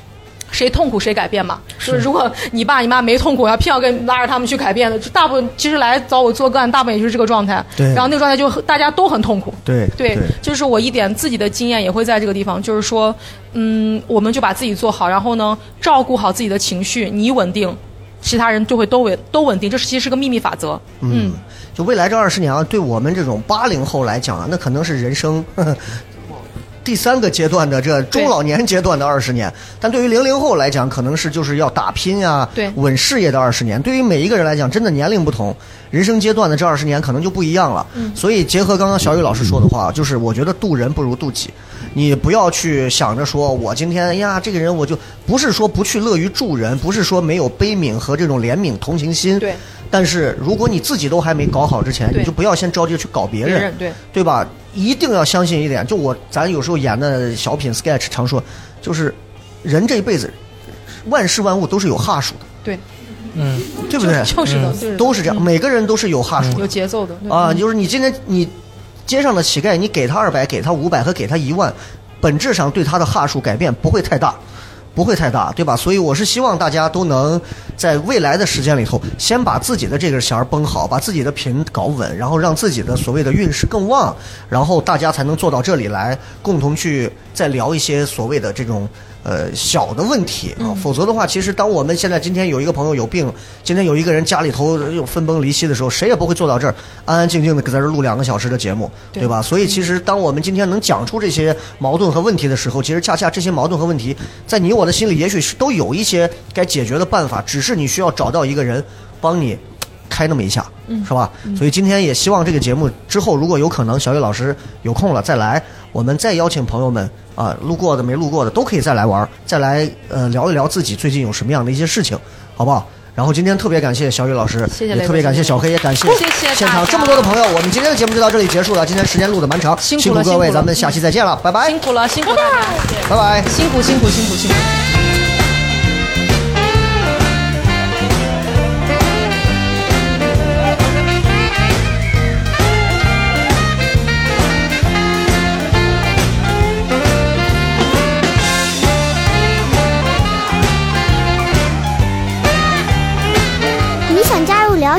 S6: 谁痛苦谁改变嘛。就是如果 你爸你妈没痛苦，要偏要跟拉着他们去改变的，就大部分其实来找我做个案，大部分也就是这个状态。
S16: 对
S6: 然后那个状态就很大家都很痛苦。
S16: 对
S6: 对，就是我一点自己的经验也会在这个地方，就是说，嗯，我们就把自己做好，然后呢，照顾好自己的情绪，你稳定，其他人就会都稳都稳定。这是其实是个秘密法则。
S1: 嗯，就未来这二十年啊，对我们这种八零后来讲啊，那可能是人生 呵呵第三个阶段的这中老年阶段的二十年，但对于零零后来讲，可能是就是要打拼啊，
S6: 对
S1: 稳事业的二十年。对于每一个人来讲，真的年龄不同，人生阶段的这二十年可能就不一样了。
S10: 嗯
S1: 所以结合刚刚小雨老师说的话，就是我觉得渡人不如渡己，你不要去想着说我今天哎呀这个人我就不是说不去乐于助人，不是说没有悲悯和这种怜悯同情心，
S6: 对。
S1: 但是如果你自己都还没搞好之前，
S6: 对
S1: 你就不要先着急去搞别人，
S6: 别人对
S1: 对吧？一定要相信一点，就我咱有时候演的小品 sketch 常说，就是人这一辈子，万事万物都是有哈数的，
S6: 对，
S5: 嗯，
S1: 对不对？
S6: 就就是的嗯就是的
S1: 都是这样，
S6: 嗯
S1: 每个人都是有哈数
S6: 有
S1: 的、
S6: 节奏的对
S1: 啊。
S6: 嗯
S1: 就是你今天你街上的乞丐，你给他二百，给他五百和给他一万，本质上对他的哈数改变不会太大。不会太大，对吧？所以我是希望大家都能在未来的时间里头，先把自己的这根弦儿绷好，把自己的频搞稳，然后让自己的所谓的运势更旺，然后大家才能坐到这里来，共同去再聊一些所谓的这种呃小的问题啊。
S6: 嗯
S1: 否则的话，其实当我们现在今天有一个朋友有病，今天有一个人家里头又分崩离析的时候，谁也不会坐到这儿安安静静的在这儿录两个小时的节目，对吧？所以其实当我们今天能讲出这些矛盾和问题的时候，其实恰恰这些矛盾和问题，在你我的心里，也许是都有一些该解决的办法，只是你需要找到一个人帮你开那么一下，
S10: 嗯
S1: 是吧？
S10: 嗯
S1: 所以今天也希望这个节目之后，如果有可能，小雨老师有空了再来，我们再邀请朋友们啊、路过的没路过的都可以再来玩儿，再来呃聊一聊自己最近有什么样的一些事情，好不好？然后今天特别感谢小雨老师，
S6: 谢谢雷
S1: 也
S6: 哥
S1: 特别感谢
S6: 谢谢
S1: 小黑，也感谢
S6: 谢谢大
S1: 现场
S6: 家
S1: 这么多的朋友。我们今天的节目就到这里结束了，今天时间录的蛮长，辛
S6: 辛苦了，
S1: 各位，
S6: 辛苦了
S1: 咱们下期再见了，拜拜。
S6: 辛苦了，辛苦大家，
S1: 拜拜，
S6: 辛苦辛苦辛苦辛苦。
S17: 你想加入聊